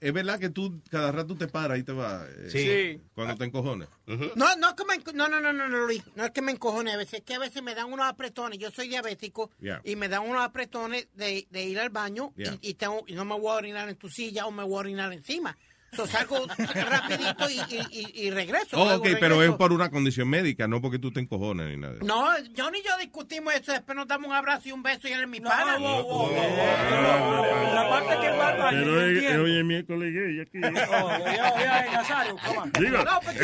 es verdad que tú cada rato te paras y te vas. eh,
Sí.
Cuando te encojones.
No, no es que me, enco- no, no, no, no, no, Luis. No es que me encojone a veces, es que a veces me dan unos apretones. Yo soy diabético
Yeah.
y me dan unos apretones de, de ir al baño y-
Yeah.
y, tengo, y no me voy a orinar en tu silla o me voy a orinar encima. So, salgo rapidito y, y- y- y regreso.
Oh,
Luego
ok, pero es
regreso.
por una condición médica, no porque tú te encojones ni nada.
No, Johnny y yo discutimos eso, después nos damos un abrazo y un beso y él es mi pana.
La
parte que va al baño,
Pero
no
hoy-
entiendo.
hoy es miércoles gay aquí.
Nazario,
Digo,
No, but you know
eh, there-
what,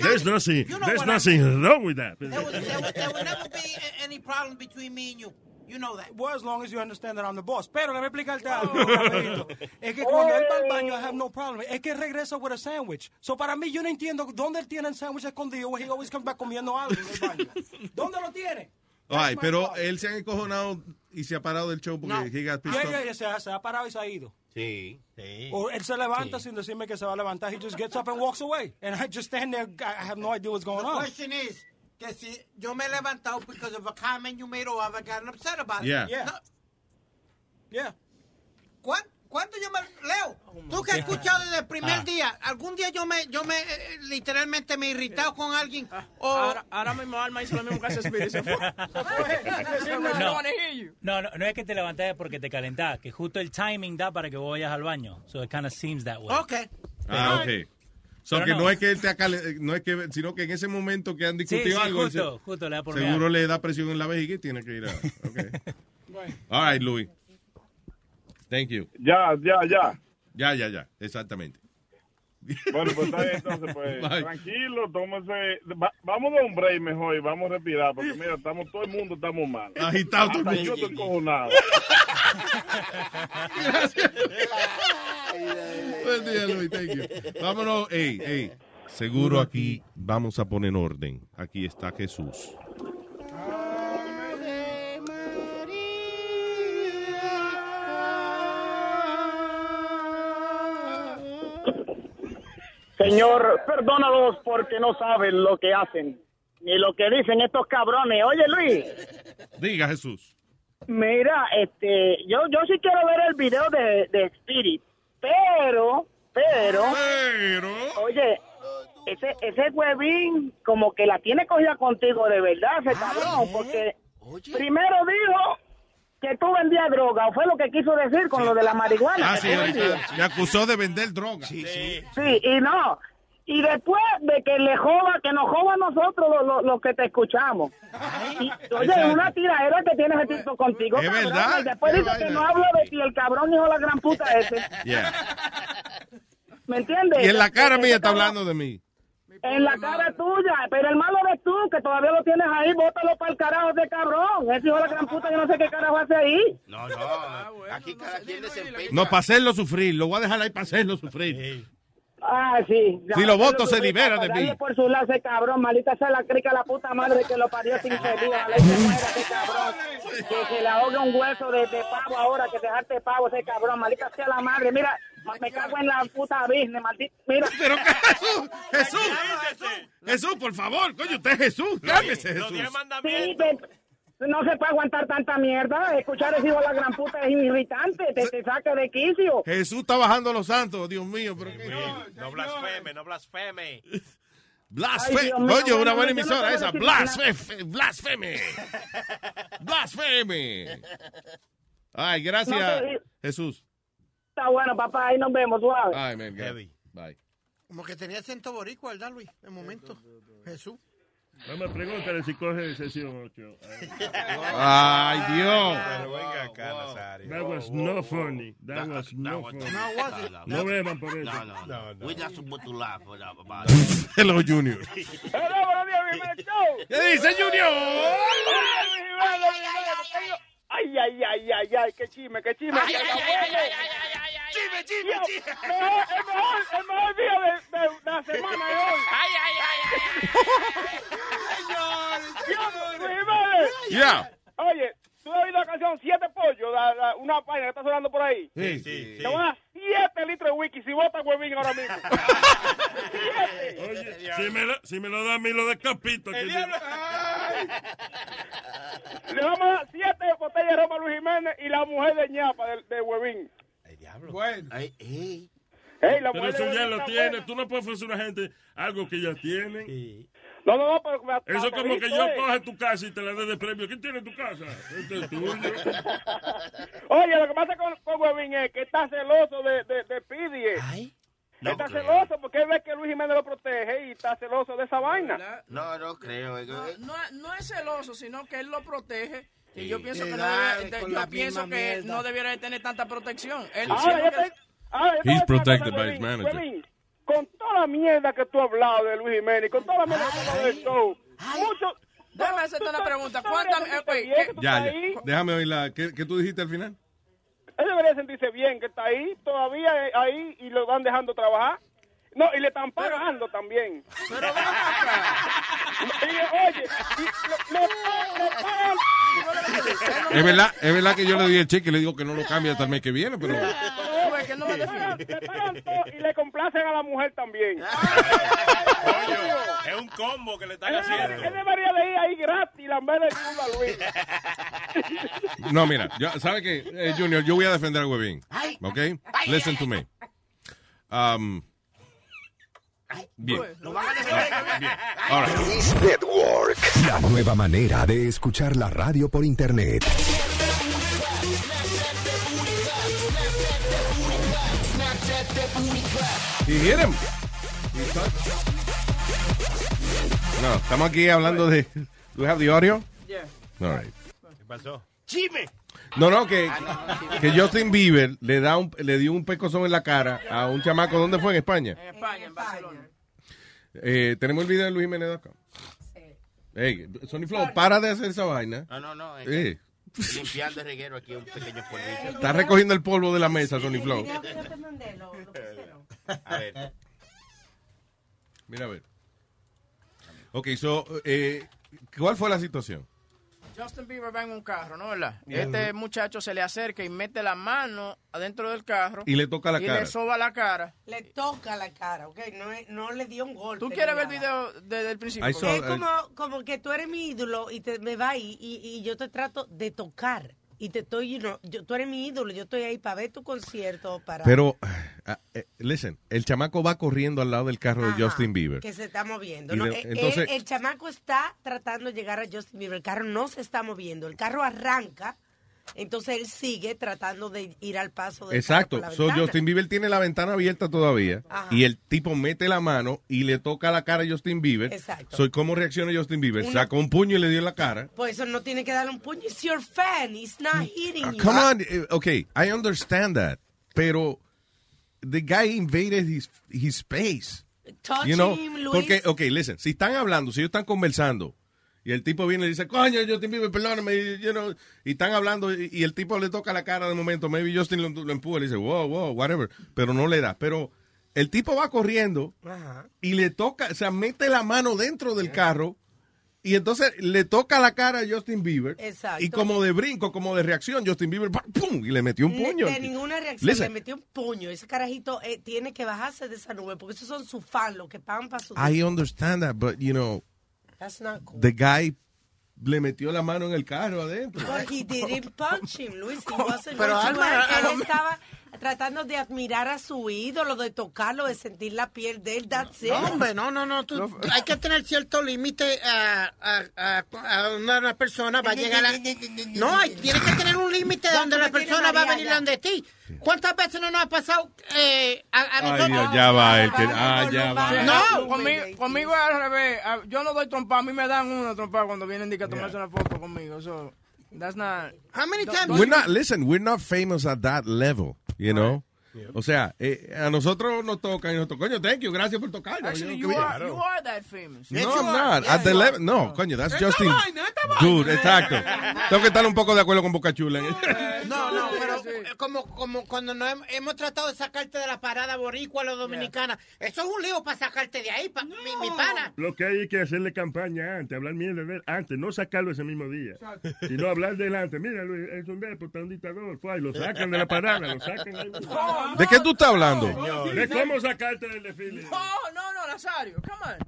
there's nothing,
you know
there's
what I-
nothing wrong with that.
There would, there would- there would never be a- any problem between me and you. You know that. Oh.
Well, as long as you understand that I'm the boss. Pero le voy a explicarte algo rapidito. Es que cuando él va al baño, I have no problem. Es que regresa with a sandwich. So para mí, yo no entiendo dónde él tiene el sándwich escondido. He always comes back comiendo algo en el baño. ¿Dónde lo tiene?
Ay, pero él se ha encojonado y se ha parado del show porque he got pissed
Yeah,
off.
yeah, yeah, se, ha- se ha parado y se ha ido.
Sí, sí.
O él se levanta sin decirme que se va a levantar. He just gets up and walks away. And I just stand there. I I have no idea what's going
The
on.
question is, que si yo me he levantado because of a comment you made or I've gotten upset about it.
Yeah. Yeah.
No.
Yeah.
¿Cuán- ¿Cuándo, ¿Cuánto yo me leo? Tú que has escuchado desde el primer
Ah.
día, algún día yo me, yo me eh, literalmente me he irritado con alguien. O...
Ahora- mismo Alma hizo lo mismo que hace Speedy, se fue.
No, no, no, no es que te levantaste porque te calentás, que justo el timing da para que vos vayas al baño. So it kind of seems that way.
Ok.
Ah, ok. So
Pero
que
no.
no. es que él te acale- no es que, sino que en ese momento que han discutido
Sí, sí,
algo, él se-
justo, justo, le da por
seguro
mear.
le da presión en la vejiga y tiene que ir a. Ok. All right, Luis. Thank you.
Ya, ya, ya.
Ya, ya, ya. Exactamente.
Bueno, pues está bien, entonces, pues,
Bye.
tranquilo, tómese. va- vamos a un break mejor y vamos a respirar, porque mira, estamos, todo el mundo estamos mal.
Agitado todo el
Hasta
mundo.
Yo estoy encojonado.
Buen día, Luis. Thank you. Vámonos. Ey, ey. Seguro aquí vamos a poner orden. Aquí está Jesús.
Señor, perdónalos porque no saben lo que hacen, ni lo que dicen estos cabrones. Oye, Luis,
Diga, Jesús.
mira, este, yo, yo sí quiero ver el video de, de Spirit, pero, pero, oye, ese, ese huevín como que la tiene cogida contigo de verdad, ese cabrón, porque primero dijo que tú vendías droga, o fue lo que quiso decir con lo de la marihuana.
Ah,
que
sí,
tú vendías.
ahorita me acusó de vender droga. Sí, sí.
Sí, y no. Y después de que le joda, que nos joda a nosotros los los que te escuchamos. Y, oye, es una tiradera que tiene ese tipo contigo.
Es
cabrón,
verdad,
y después
qué
dice que
vaina.
no hablo de si el cabrón hijo de la gran puta ese.
Yeah.
¿Me entiendes?
Y en la cara
Ese
mía está
cabrón-
hablando de mí.
En la cara tuya. Pero el malo eres tú, que todavía lo tienes ahí. Bótalo para el carajo ese cabrón. Ese hijo de la gran puta, yo no sé qué carajo hace ahí.
No, no. Aquí cada quien desempeña.
No, para hacerlo sufrir. Lo voy a dejar ahí para hacerlo sufrir.
Ah, sí.
Si
Ya,
lo
ya
voto, se
tuve,
libera
para
de mí.
darle por su lado ese cabrón, maldita sea la crica, la puta madre que lo parió sin feliz. Ojalá y se muera ese cabrón. Que se le ahogue un hueso de, de pavo ahora, que dejaste pavo ese cabrón, maldita sea la madre. Mira, ma- me cago en la puta business, maldita. Mira.
Pero Jesús, Jesús, Jesús, por favor, coño, usted es Jesús. Cámbiese, Jesús.
Sí, te- no se puede aguantar tanta mierda. Escuchar ese hijo de la gran puta es irritante. Te, te saca de quicio.
Jesús está bajando a los santos, Dios mío. Pero qué-
No blasfeme, no blasfeme.
Blasfe-
Ay, Dios mío,
Coño, una buena
bueno, yo no
emisora
puedo
esa.
decir
Blasfeme. Blasfeme. Blasfeme. Ay,
No
gracias,
te digo.
Jesús.
Está bueno, papá, ahí nos vemos, suave.
Ay, man, Bye.
Como que tenía acento boricua, ¿verdad, Luis? De momento. Jesús.
No me pregúntale si coge sesión 8.
Ay, Dios.
Pero venga acá, Nazario.
That was no funny. That was no funny.
No, was it?
No beban por eso.
No, no, no.
We just want to laugh about
Hello, Junior.
¿Qué
dice Junior?
Ay, ay, ay, ay, ay, qué chisme, qué chisme.
Ay, ay, ay, ay, ay,
Chisme, chisme, chisme. El mejor, el mejor día de, de la semana de hoy. Ay, ay, ay, ay. Señor,
Ya.
Oye, tú has oído la canción Siete Pollos, la- la- una página que está sonando por ahí.
Sí, sí,
Te van a dar siete litros de whisky si botas huevín ahora mismo.
Si me lo, si me lo da a mí, lo decapito. que digo.
Le vamos a dar siete botellas de Roma Luis Jiménez y la mujer de ñapa de, de huevín.
Bueno.
la
Pero
mujer
eso
de
ya
Wendy
lo
está
tiene.
buena.
Tú no puedes ofrecer a una gente algo que ya tienen.
No, no, no, pero me
Eso es como que
favorito,
yo
eh.
coge tu casa y te la dé de premio. ¿Quién tiene tu casa? Este es tuyo.
Oye, lo que pasa con, con Huevín es que está celoso de, de, de Pidi, eh. está celoso porque él ve que Luis Jiménez lo protege y está celoso de esa vaina.
No, no creo. eh.
No, no es celoso, sino que él lo protege. Y
Sí.
yo pienso
Le
que, no,
da
debe-
con la
yo pienso
misma
que
mierda.
no debiera de tener tanta protección. Él
Ahora,
siendo
yo
que-
te- ahora, yo
He's
te voy a decir una
protected
cosa,
by his
Huevín,
manager.
Huevín, con toda la mierda que tú has hablado de Luis Jiménez, con toda la mierda que tú has hablado del show, mucho...
Déjame hacerte una pregunta. ¿Cuánta- eh, oye, ¿qué-
Ya, ya. Déjame oírla. ¿Qué, ¿Qué tú dijiste al final?
Él debería sentirse bien que está ahí, todavía eh, ahí y lo van dejando trabajar. No, y le están pagando también. Y, oye, y lo- le pagan- le pagan-
Es verdad, es verdad que yo le di el cheque y le digo que no lo cambie hasta el mes que viene, pero.
Oye,
para que él no me defienda.
De pronto, y le complacen a la mujer también.
Ah.
Es un combo que le están haciendo.
Él debería de ir ahí gratis, la vez de Cuba, Luis.
No, mira, yo- ¿sabe qué, eh, Junior? Yo voy a defender a Webin. ¿Ok? Listen to me. Um, bien.
¿eh?
All right.
Network. La nueva manera de escuchar la radio por internet.
He hit him. He touched- No, estamos aquí hablando de. ¿Do we have the audio?
Yeah.
All right.
¿Qué pasó? ¡Chime!
No, no, que, que Justin Bieber le, da un- le dio un pecozón en la cara a un chamaco. ¿Dónde fue? En España.
En España, en Barcelona.
Eh, Tenemos el video de Luis Jiménez acá. Hey, Sony Flow, para de hacer esa vaina.
No, no, no. es que-
Eh,
Limpiando el reguero aquí un pequeño polvito.
está recogiendo el polvo de la mesa, Sony Flow.
A ver.
Mira, a ver. Ok, so, eh, ¿cuál fue la situación?
Justin Bieber va en un carro, ¿no? ¿Verdad?
Yeah.
Este muchacho se le acerca y mete la mano adentro del carro.
Y le toca la
y
cara.
le soba la cara.
Le toca la cara, ¿ok? No, es- no le dio un golpe.
¿Tú quieres
ni
ver el
nada.
video desde el principio?
I saw-
es como, como que tú eres mi ídolo y te, me va ahí y, y yo te trato de tocar. Y te estoy, you know, yo, tú eres mi ídolo, yo estoy ahí para ver tu concierto, para...
Pero, ah, eh, listen, el chamaco va corriendo al lado del carro de
Ajá,
Justin Bieber.
Que se está moviendo.
Y
¿no?
de-
Eh,
entonces-
él- el chamaco está tratando de llegar a Justin Bieber. El carro no se está moviendo. El carro arranca. Entonces él sigue tratando de ir al paso del
Exacto.
carro
So,
por la ventana.
Justin Bieber tiene la ventana abierta todavía
Ajá.
y el tipo mete la mano y le toca la cara a Justin Bieber.
Exacto.
Soy cómo reacciona Justin Bieber.
Uno-
Sacó un puño y le dio en la cara.
Por eso no tiene que darle un puño. It's your fan. It's not hitting you.
Mm, Come on, eh, okay, I understand that, pero the guy invaded his his space.
Touch
You know,
him, Luis.
porque okay, listen, si están hablando, si ellos están conversando y el tipo viene y le dice, "Coño, Justin Bieber, perdóname", y, you know, y están hablando y, y el tipo le toca la cara de momento, maybe Justin lo, lo empuja y le dice, "Wow, wow, whatever", pero no le da, pero el tipo va corriendo y le toca, o sea, mete la mano dentro del carro y entonces le toca la cara a Justin Bieber.
Exacto.
Y como de brinco, como de reacción, Justin Bieber, pa, ¡pum! Y le metió un
Ni-
puño.
De ninguna reacción.
Listen,
Le metió un puño. Ese carajito eh, tiene que bajarse de esa nube porque esos son sus fans, los que pagan para su...
I understand that, but you know,
That's not cool.
the guy le metió la mano en el carro adentro.
But he didn't punch him, Luis. He wasn't
Pero,
going to
Alma,
work.
a lo
él estaba tratando de admirar a su ídolo, de tocarlo, de sentir la piel de él. That's it.
No, hombre, no, no, no. tú- hay que tener cierto límite a, a, a, a donde una persona va a llegar a... No, hay, tienes que tener un límite de donde la
¿Cuánto me tiene
persona va a
María
venir
ya?
donde ti. ¿Cuántas veces no nos ha pasado eh, a, a
Ay,
nosotros?
Dios, ya va el que. Ah, ya va.
No, conmigo, conmigo es al revés. Ah, Yo no doy trompa, a mí me dan una trompa cuando vienen de que a tomarse una foto conmigo. So, that's not.
How many
We're not, listen, we're not famous at that level, you know? O sea, eh, a nosotros nos toca y nos toca. Coño, thank you, gracias por tocarnos.
Actually,
Yo-
you are,
Claro.
you are that famous.
No, I'm not. At the level, no, coño, that's
Esta
Justin.
vaina, esta vaina.
Dude, exacto. Tengo que estar un poco de acuerdo con Boca Chula.
No, no, pero eh, como, como cuando nos hem- hemos tratado de sacarte de la parada boricua a los dominicanas, eso es un lío para sacarte de ahí, pa- mi, mi pana.
Lo que hay es que hacerle campaña antes, hablar mierda de él antes, no sacarlo ese mismo día, sino hablar delante. Mira, Luis, es un bebé, está un dictador, fue, y lo sacan de la parada, lo sacan. ahí mismo.
¿De qué tú estás hablando?
¿De cómo sacarte del desfile?
No, oh, no, no, Nazario, come on.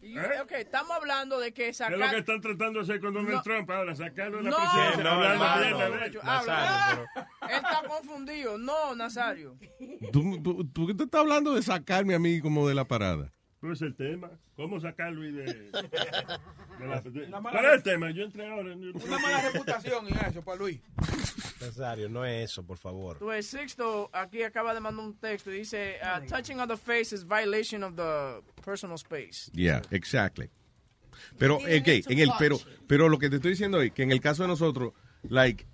You- Ok, estamos hablando de que
Es lo
sacar.
que están tratando de hacer con Donald Trump ahora, sacarlo de la
No.
presidencia.
No,
hablar
hermano,
mierda de él.
Ah.
Habla. Ah, Él está confundido. No, Nazario.
¿Tú, tú, tú qué te estás hablando de sacarme a mí como de la parada?
Pues el tema, ¿cómo sacarlo Luis de, de la- de-
Una mala-
¿Cuál es el tema? Yo entré ahora.
Una mala reputación y eso para Luis.
Nazario, no es eso, por favor.
Pues Sixto aquí acaba de mandar un texto. Dice: uh, Touching on the face is violation of the personal space.
Yeah, exactly. Pero, ok,
Tienen mucho
en el,
punch.
pero, pero lo que te estoy diciendo es que en el caso de nosotros, like,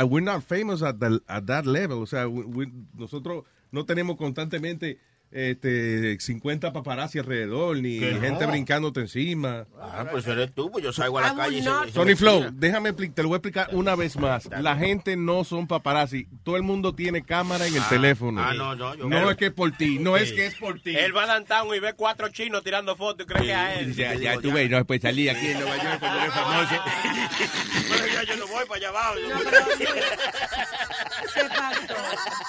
uh, we're not famous at, the- at that level. O sea, we- we- nosotros no tenemos constantemente este, 50 paparazzi alrededor, ni
Que no.
gente brincándote encima.
Ah, pues eres tú, pues yo salgo a la calle y se- se-
Tony Flow, déjame explicar, te lo voy a explicar una vez más. La gente no son paparazzi. Todo el mundo tiene cámara en el
Ah,
teléfono.
ah, no, no, yo-
es que es por ti, no es que es por ti.
Él va a downtown y ve cuatro chinos tirando fotos y cree que a él.
Ya, ya tú ves, no, pues salí aquí en Nueva York cuando eres famoso.
Bueno, ya yo no voy para allá abajo. yo-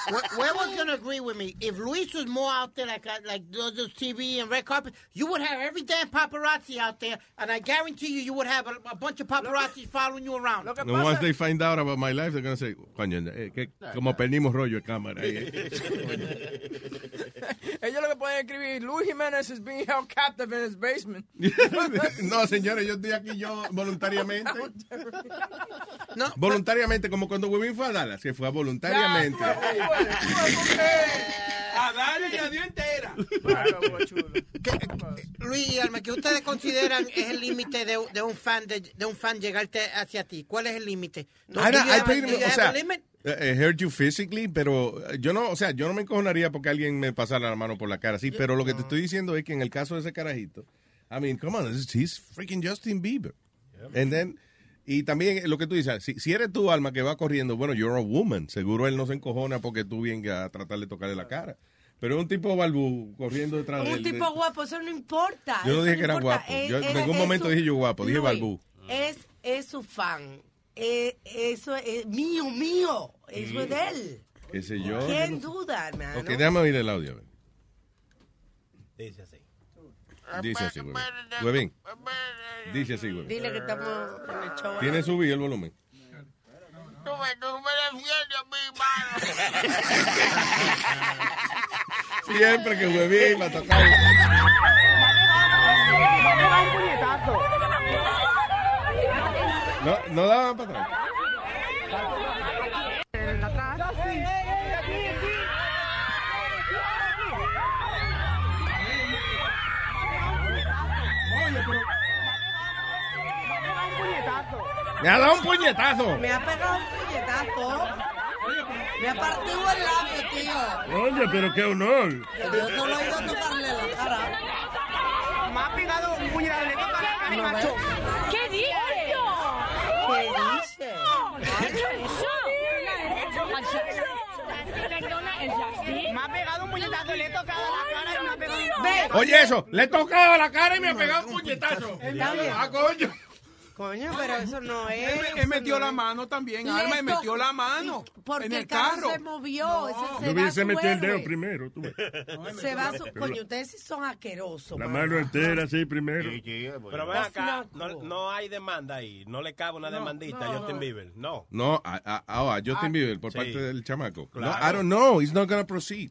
Wh-
Huevo's gonna agree with me. If Luis was more out there, like uh, like those, those TV and red carpet, you would have every damn paparazzi out there, and I guarantee you, you would have a, a bunch of paparazzi following you around.
No, once they find out about my life, they're gonna say, coño, eh, que, como perdimos rollo de cámara. eh.
Ellos lo que pueden escribir, Luis Jiménez is being held captive in his basement.
no, señores, yo estoy aquí yo voluntariamente. Voluntariamente, como cuando Webin fue a Dallas, que fue a voluntariamente.
pues, A darle la dio entera.
Luis y Alma, ¿qué ustedes consideran es el límite de, de un fan de, de un fan llegarte hacia ti? ¿Cuál es el límite? Do
Ahora,
you
I
have-
paid
do
him,
you
o
have
sea,
a limit?
eh, eh, hurt you physically, pero eh, yo no, o sea, yo no me encojonaría porque alguien me pasara la mano por la cara, sí, pero lo que te estoy diciendo es que en el caso de ese carajito, I mean, come on, this- he's freaking Justin Bieber. And then, y también eh, lo que tú dices, si, si eres tu alma que va corriendo, bueno, you're a woman, seguro él no se encojona porque tú vienes a tratar de tocarle la cara. Pero es un tipo balbu corriendo detrás de él.
Un tipo guapo, eso no importa.
Yo no
eso
dije que era
importa.
guapo.
Es-
Yo en
es-
ningún
es
momento
su-
dije yo guapo, dije
Luis,
balbú.
Es, es su fan. Eh, eso es mío, mío. Eso
Mm.
es de él.
Qué sé yo.
¿Quién duda, hermano?
Ok, déjame oír el audio. a ver.
Dice así.
Dice así, huevín. Huevín. Dice así, huevín.
Dile que estamos con el
¿eh?
show.
Tiene subido el volumen.
Tú me, tú me defiendes a mi
Siempre que huevín va a tocar. No, no daban para atrás. Me ha dado un puñetazo.
Me ha pegado un puñetazo. Me ha partido el labio, tío.
Oye, pero qué honor.
Yo solo he ido a tocarle la cara. Me ha pegado un puñetazo, le toca la cara y macho.
¿Qué dices?
¿Qué dices?
Me ha pegado un puñetazo, le he tocado la cara y me ha pegado un puñetazo.
Oye, eso, le he tocado la cara y me ha pegado un puñetazo.
Está bien.
Ah, coño.
Coño, pero eso no es.
Él,
eso
él metió
no
la
es.
mano también,
Le
Alma, y metió
tocó-
la mano.
Porque
en
el
el
carro,
carro.
se movió. ese-
Yo
Se, va
hubiese
su
metido el dedo
héroe.
primero. tú ves.
Se va su...
Pero
Coño,
la-
ustedes sí son asquerosos.
La
mano.
mano entera, sí, primero.
Pero ven acá, no, no hay demanda ahí. No le cabe una demandita a Justin Bieber. No.
No, a- a- oh, ahora, Justin
Ah,
Bieber por
sí.
parte del chamaco. No, I
Claro.
don't know, he's not gonna proceed.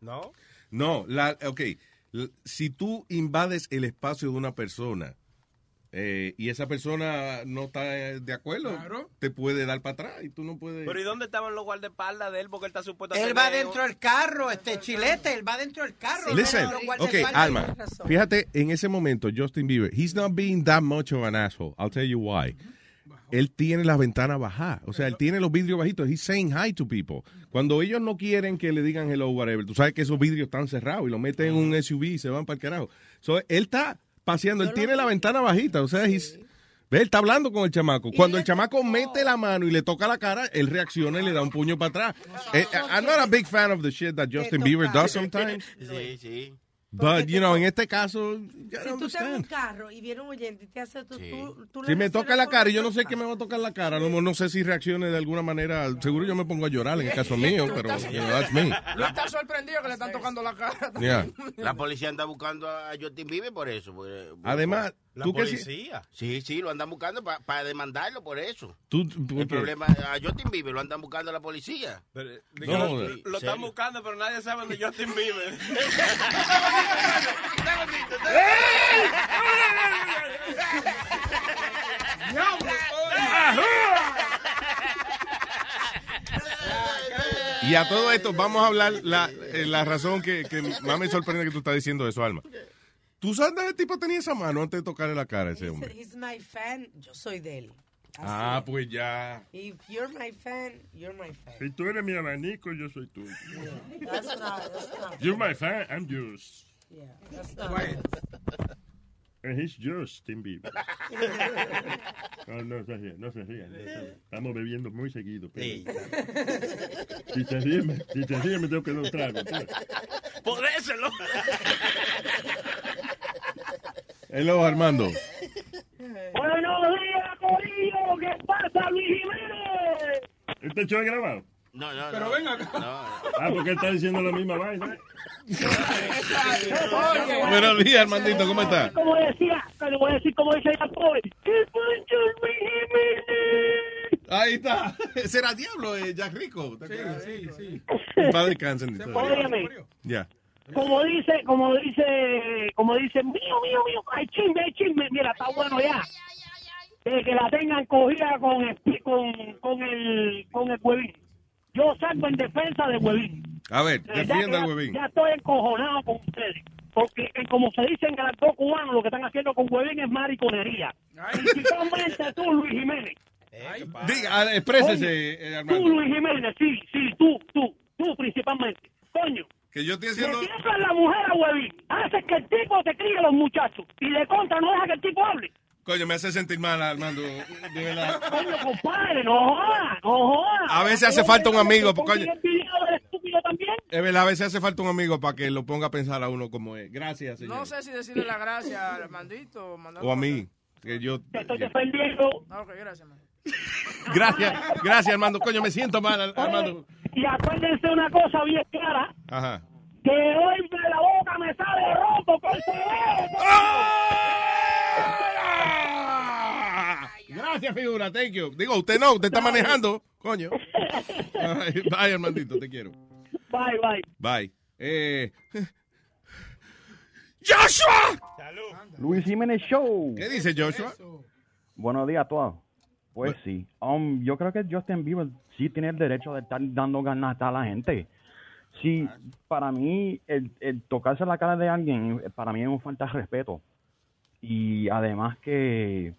No.
No, la, ok. L- Si tú invades el espacio de una persona eh, y esa persona no está de acuerdo, te puede dar para atrás y tú no puedes.
Pero ¿y dónde estaban los guardaespaldas de él? Porque él está supuesto a
Él
tener
va
un-
dentro del carro, este chilete, él va dentro del carro.
Listen,
no, no, no,
ok,
guarda-
Alma,
guarda-
fíjate, en ese momento Justin Bieber, he's not being that much of an asshole. I'll tell you why. Él tiene las ventanas bajadas, o sea, él tiene los vidrios bajitos. He's saying hi to people. Cuando ellos no quieren que le digan hello, whatever, tú sabes que esos vidrios están cerrados y lo meten en un SUV y se van para el carajo. So, él está paseando, él tiene la ventana bajita, o sea, he's- ve, él está hablando con el chamaco. Cuando el chamaco mete la mano y le toca la cara, él reacciona y le da un puño para atrás. Eh, I'm not a big fan of the shit that Justin Bieber does sometimes.
Sí, sí.
But, you know, en este caso, yo
Si tú te vas un carro y viene un oyente y te hace tú, tú, tú le
si me
haces
toca
una
la cara, yo no sé qué me va a tocar la cara. No, no sé si reaccione de alguna manera. Seguro yo me pongo a llorar en el caso mío, pero you know, that's me.
Luis está sorprendido que le están tocando la cara.
Yeah.
La policía anda buscando a Justin Bieber por eso. por- por-
Además,
por-
tú que si-
Sí, sí, lo andan buscando para demandarlo por eso.
Tú,
El
porque-
problema a Justin Bieber lo andan buscando la policía.
No,
lo,
eh.
lo están buscando, pero nadie sabe dónde Justin Bieber.
Y a todo esto, vamos a hablar la, eh, la razón que, que más me sorprende que tú estás diciendo eso, Alma. ¿Tú sabes dónde el tipo tenía esa mano antes de tocarle la cara a ese hombre?
He's my fan, yo soy de él.
Ah, pues ya.
If you're my fan, you're my fan.
Si tú eres mi abanico, yo soy tú.
That's not, that's not.
You're my fan, I'm yours.
Yeah, that's not.
And he's yours, Tim Bieber. No, no se rían, no se rían. no se rían. Estamos bebiendo muy seguido. Pero... Si se ríe, me, si se ríe, me tengo que dar un trago. tío.
Podéselo.
Hello, Armando.
Buenos días, Corillo. ¿Qué pasa, Luis Jiménez?
¿Este show es grabado?
No, no,
Pero
no.
ven
acá.
Ah, porque está diciendo la misma vaina.
Buenos días, Armandito, ¿cómo estás?
Como decía, como voy a decir, como dice la pobre. ¿Qué pasa, Luis Jiménez?
Ahí está. Ese era Diablo, eh, Jack Rico. ¿te acuerdas? Sí, sí, Va descansen.
Óyeme,
Ya.
como dice, como dice, como dice, mío, mío, mío, hay chisme, hay chisme, mira, está bueno ya. De que la tengan cogida con, el- con, con el, con el huevín. Yo salgo en defensa de huevín.
A ver,
De verdad
defienda,
que ya-
huevín.
Ya estoy encojonado con ustedes. Porque, eh, como se dice en el argot cubano, lo que están haciendo con Huevín es mariconería. Principalmente tú, Luis Jiménez.
Diga, ah, exprésese, eh, Armando.
Tú, Luis Jiménez, sí, sí, tú, tú, tú principalmente. Coño,
Que yo estoy
le
haciendo.
tiembla la mujer a Huevín. Hace que el tipo te críe a los muchachos. Y de contra no deja que el tipo hable.
Coño, me hace sentir mal, Armando. De verdad.
Coño, compadre, no jodas, no jodas.
A veces hace falta un amigo,
porque
coño.
el video del estúpido también?
Es verdad, a veces hace falta un amigo para que lo ponga a pensar a uno como es. Gracias, señor.
No sé si decirle la gracia al Armandito. o mandar-
O a mí. Que yo...
defendiendo.
Ah, ok, gracias, man.
Gracias, gracias, Armando. Coño, me siento mal, Ar- Armando.
Y acuérdense una cosa bien clara.
Ajá.
Que hoy de la boca me sale roto con
Gracias, figura. Thank you. Digo, usted no, usted está manejando. Coño. Ay, Bye, Armandito, te quiero.
Bye, bye.
Bye. Eh... ¡Joshua!
Luis Jiménez Show.
¿Qué dice Joshua?
Buenos días a todos. Pues sí, um, yo creo que Justin Bieber sí tiene el derecho de estar dando ganas a la gente. Sí, para mí el, el tocarse la cara de alguien, para mí es un falta de respeto. Y además que,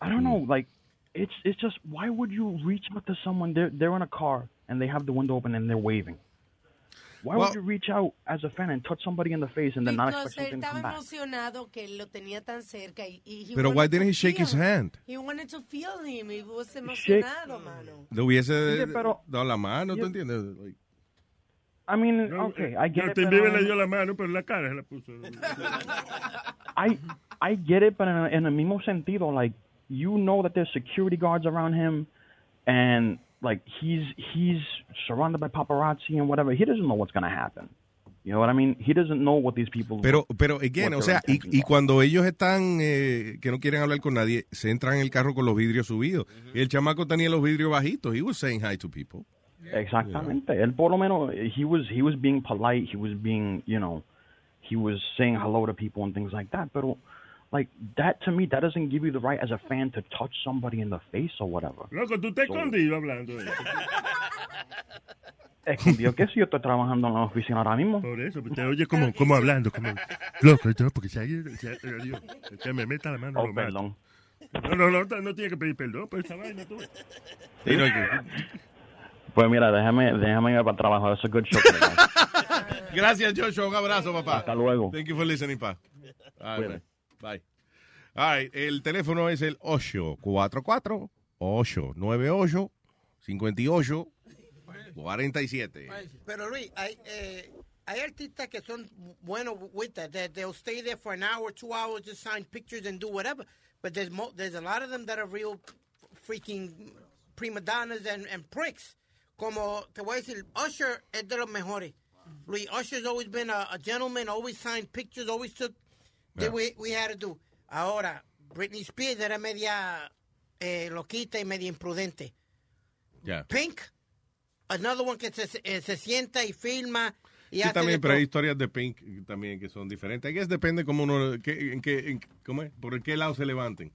I don't
Mm.
know, like, it's, it's just, why would you reach out to someone, they're, they're in a car and they have the window open and they're waving. Why
Well-
would you reach out as a fan and touch somebody in the face and then not expect
Because él
something to
estaba
come back?
emocionado que lo tenía tan cerca y, y he
Pero
wanted
why
to
didn't he shake
feel
his
him.
hand?
He wanted to feel him. He was
Shake-
emocionado, mano.
Le hubiese
Dice, pero-
dado la mano, ¿tú
Yo-
entiendes? Like-
I mean,
No,
okay,
eh,
I get it.
Justin
pero-
Bieber le dio la mano, pero en la cara se la puso.
I I get it, but in, a, in the mismo sentido, like you know that there's security guards around him, and like he's he's surrounded by paparazzi and whatever. He doesn't know what's gonna happen. You know what I mean? He doesn't know what these people.
Pero, pero, again,
what
o sea,
their
y,
intentions
y
are.
cuando ellos están, eh, que no quieren hablar con nadie, se entran en el carro con los vidrios subidos. Y el chamaco tenía los vidrios bajitos. He was saying hi to people.
Exactamente. Él por lo menos he was he was being polite. He was being you know he was saying hello to people and things like that. But like that to me, that doesn't give you the right as a fan to touch somebody in the face or whatever.
Loco, tú estás escondido hablando. de eso.
Escondido que si yo estoy trabajando en la oficina ahora mismo.
Por eso, pues, te oye como, como hablando, como loco, yo, porque si alguien si- eh, Dios, que me meta la mano,
Oh,
lo mato.
perdón.
No, no, no, no tiene que pedir perdón por esa vaina tú.
Sí, no, yo- Pues mira, déjame, déjame ir para el trabajo. That's a good show.
Gracias, Joshua. Un abrazo, papá.
Hasta luego.
Thank you for listening, pa. All right,
Cuídate.
Bye. All right, el teléfono es el 844 898 58 47.
Pero Luis, hay, eh, hay artistas que son buenos with that. They, they'll stay there for an hour, two hours, just sign pictures and do whatever. But there's mo there's a lot of them that are real freaking prima donnas and, and pricks. Como te voy a decir, Usher es de los mejores. Luis, Usher's always been a, a gentleman, always signed pictures, always took.
Yeah.
Did we, we had to do. Ahora, Britney Spears era media eh, loquita y media imprudente.
Ya.
Pink, another one que se, eh, se sienta y filma y
Sí,
hace de
también, pero hay
todo.
historias de Pink también que son diferentes. I guess depende cómo uno, qué- en qué, en- cómo es, por qué lado se levanten.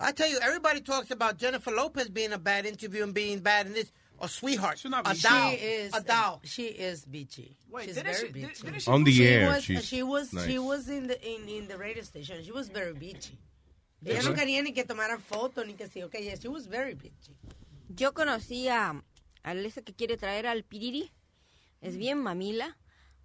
I tell you, everybody talks about Jennifer Lopez being a bad interview and being bad in this, a sweetheart, a doll,
She is
a doll.
She is bitchy.
Mm. Wait,
She's
didn't
very
she-
bitchy.
didn't
she On the say- air,
was,
she's
she was. She
nice.
was in the in, in the radio station. She was very bitchy. Ella no quería ni que tomaran fotos, ni que sí, ok, yes, she was very bitchy.
Yo conocí a, al ese que quiere traer al Piriri. Es bien mamila.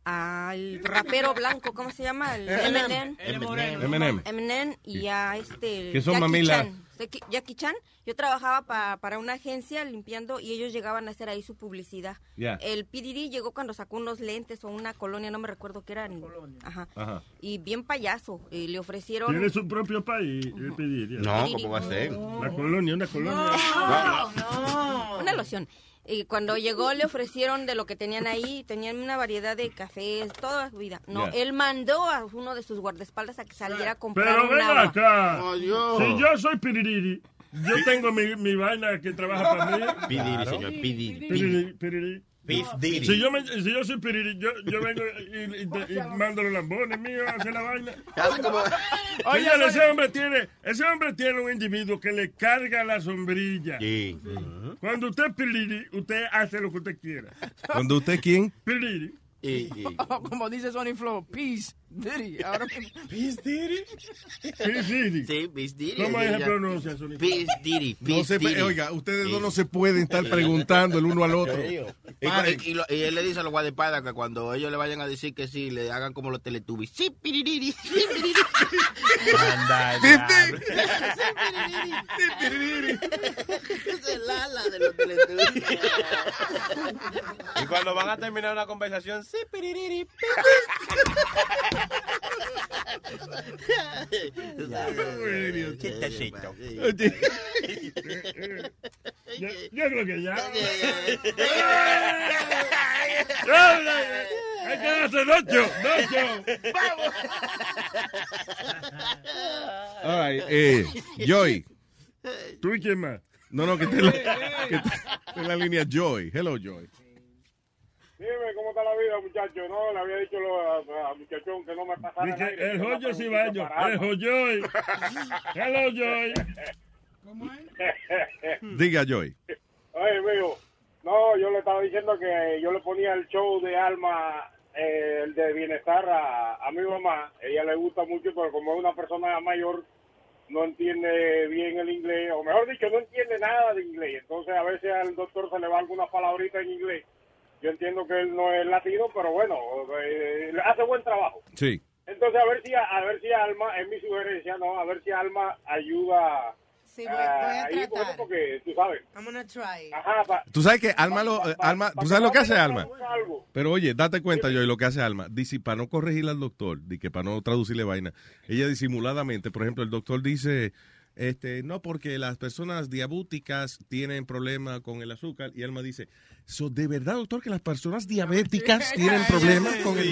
Al rapero blanco, ¿cómo se llama? El
Eminem.
Eh, Eminem.
Eminem.
Eminem y a este.
¿Qué son
Jackie
mamila?
Chan. Jackie- Jackie Chan. Yo trabajaba pa- para una agencia limpiando y ellos llegaban a hacer ahí su publicidad.
Ya.
El Piriri llegó cuando sacó unos lentes o una colonia, no me recuerdo qué eran. Ajá.
Ajá.
Y bien payaso. Y le ofrecieron.
Tiene su propio país, el pedir.
No, ¿cómo va a ser?
La colonia, una colonia. Oh,
No, Una loción. Y cuando llegó le ofrecieron de lo que tenían ahí, tenían una variedad de cafés, toda su vida. No,
Yeah.
él mandó a uno de sus guardaespaldas a que saliera a comprar
Pero
un
ven
agua.
acá.
Oh, Dios.
si yo soy Piriri, yo tengo mi, mi vaina que trabaja para mí.
Piriri, señor, piriri,
Piriri. piriri.
Pif Diddy.
Si yo, me, si yo soy piriri, yo, yo vengo y, y te- y mando los lambones míos a hacer la vaina. Oye,
Oye,
ese hombre, tiene, ese hombre tiene un individuo que le carga la sombrilla. Cuando usted es piriri, usted hace lo que usted quiera.
¿Cuando usted quién?
Piriri.
Como dice Sony Flow, peace, Diddy. Ahora mismo.
¿Peace Diddy? Sí, Pif Diddy.
¿Cómo
ella-
se pronuncia su
Pif Diddy, Pif
No se,
Diddy.
oiga, ustedes dos no se pueden estar preguntando el uno al otro.
Y, cu- y lo- y él le dice a los guardaespaldas que cuando ellos le vayan a decir que sí, le hagan como los teletubbies. Sí, piririri, sí, piririri.
Anda,
Esa es Lala de los teletubbies.
Y cuando van a terminar una conversación, sí, piririri.
Chistecito.
Yo, yo creo que ya. Hay que hacer ocho, ocho.
Vamos.
All right, eh, Joy.
¿Tú y quién más?
No, no, que está en la, que está en la línea Joy. Hello, Joy.
Dime cómo está la vida, muchacho. No, le había dicho lo- a, a muchachón que no me pasara
Dice,
al aire,
eh,
el
que no me
joyo si
preguntara
baño,
para
el
nada.
joyoy. Hello, Joy.
Diga, Joy.
Oye, mijo, no, yo le estaba diciendo que yo le ponía el show de Alma, eh, el de Bienestar, a, a mi mamá. Ella le gusta mucho, pero como es una persona mayor, no entiende bien el inglés, o mejor dicho, no entiende nada de inglés. Entonces, a veces al doctor se le va alguna palabrita en inglés. Yo entiendo que él no es latino, pero bueno, eh, hace buen trabajo.
Sí.
Entonces, a ver si a, ver si Alma, es mi sugerencia, no, a ver si Alma ayuda.
Sí,
voy,
a
tratar. Porque tú sabes.
I'm gonna try.
Ajá, pa-
Tú sabes que Alma, lo, eh, Alma tú sabes lo que hace Alma.
algo.
Pero oye, date cuenta, Joy, lo que hace Alma. Dice, para no corregirle al doctor, di que para no traducirle vaina, ella disimuladamente, por ejemplo, el doctor dice, este, no, porque las personas diabéticas tienen problema con el azúcar. Y Alma dice, so, ¿de verdad, doctor, que las personas diabéticas tienen problemas con el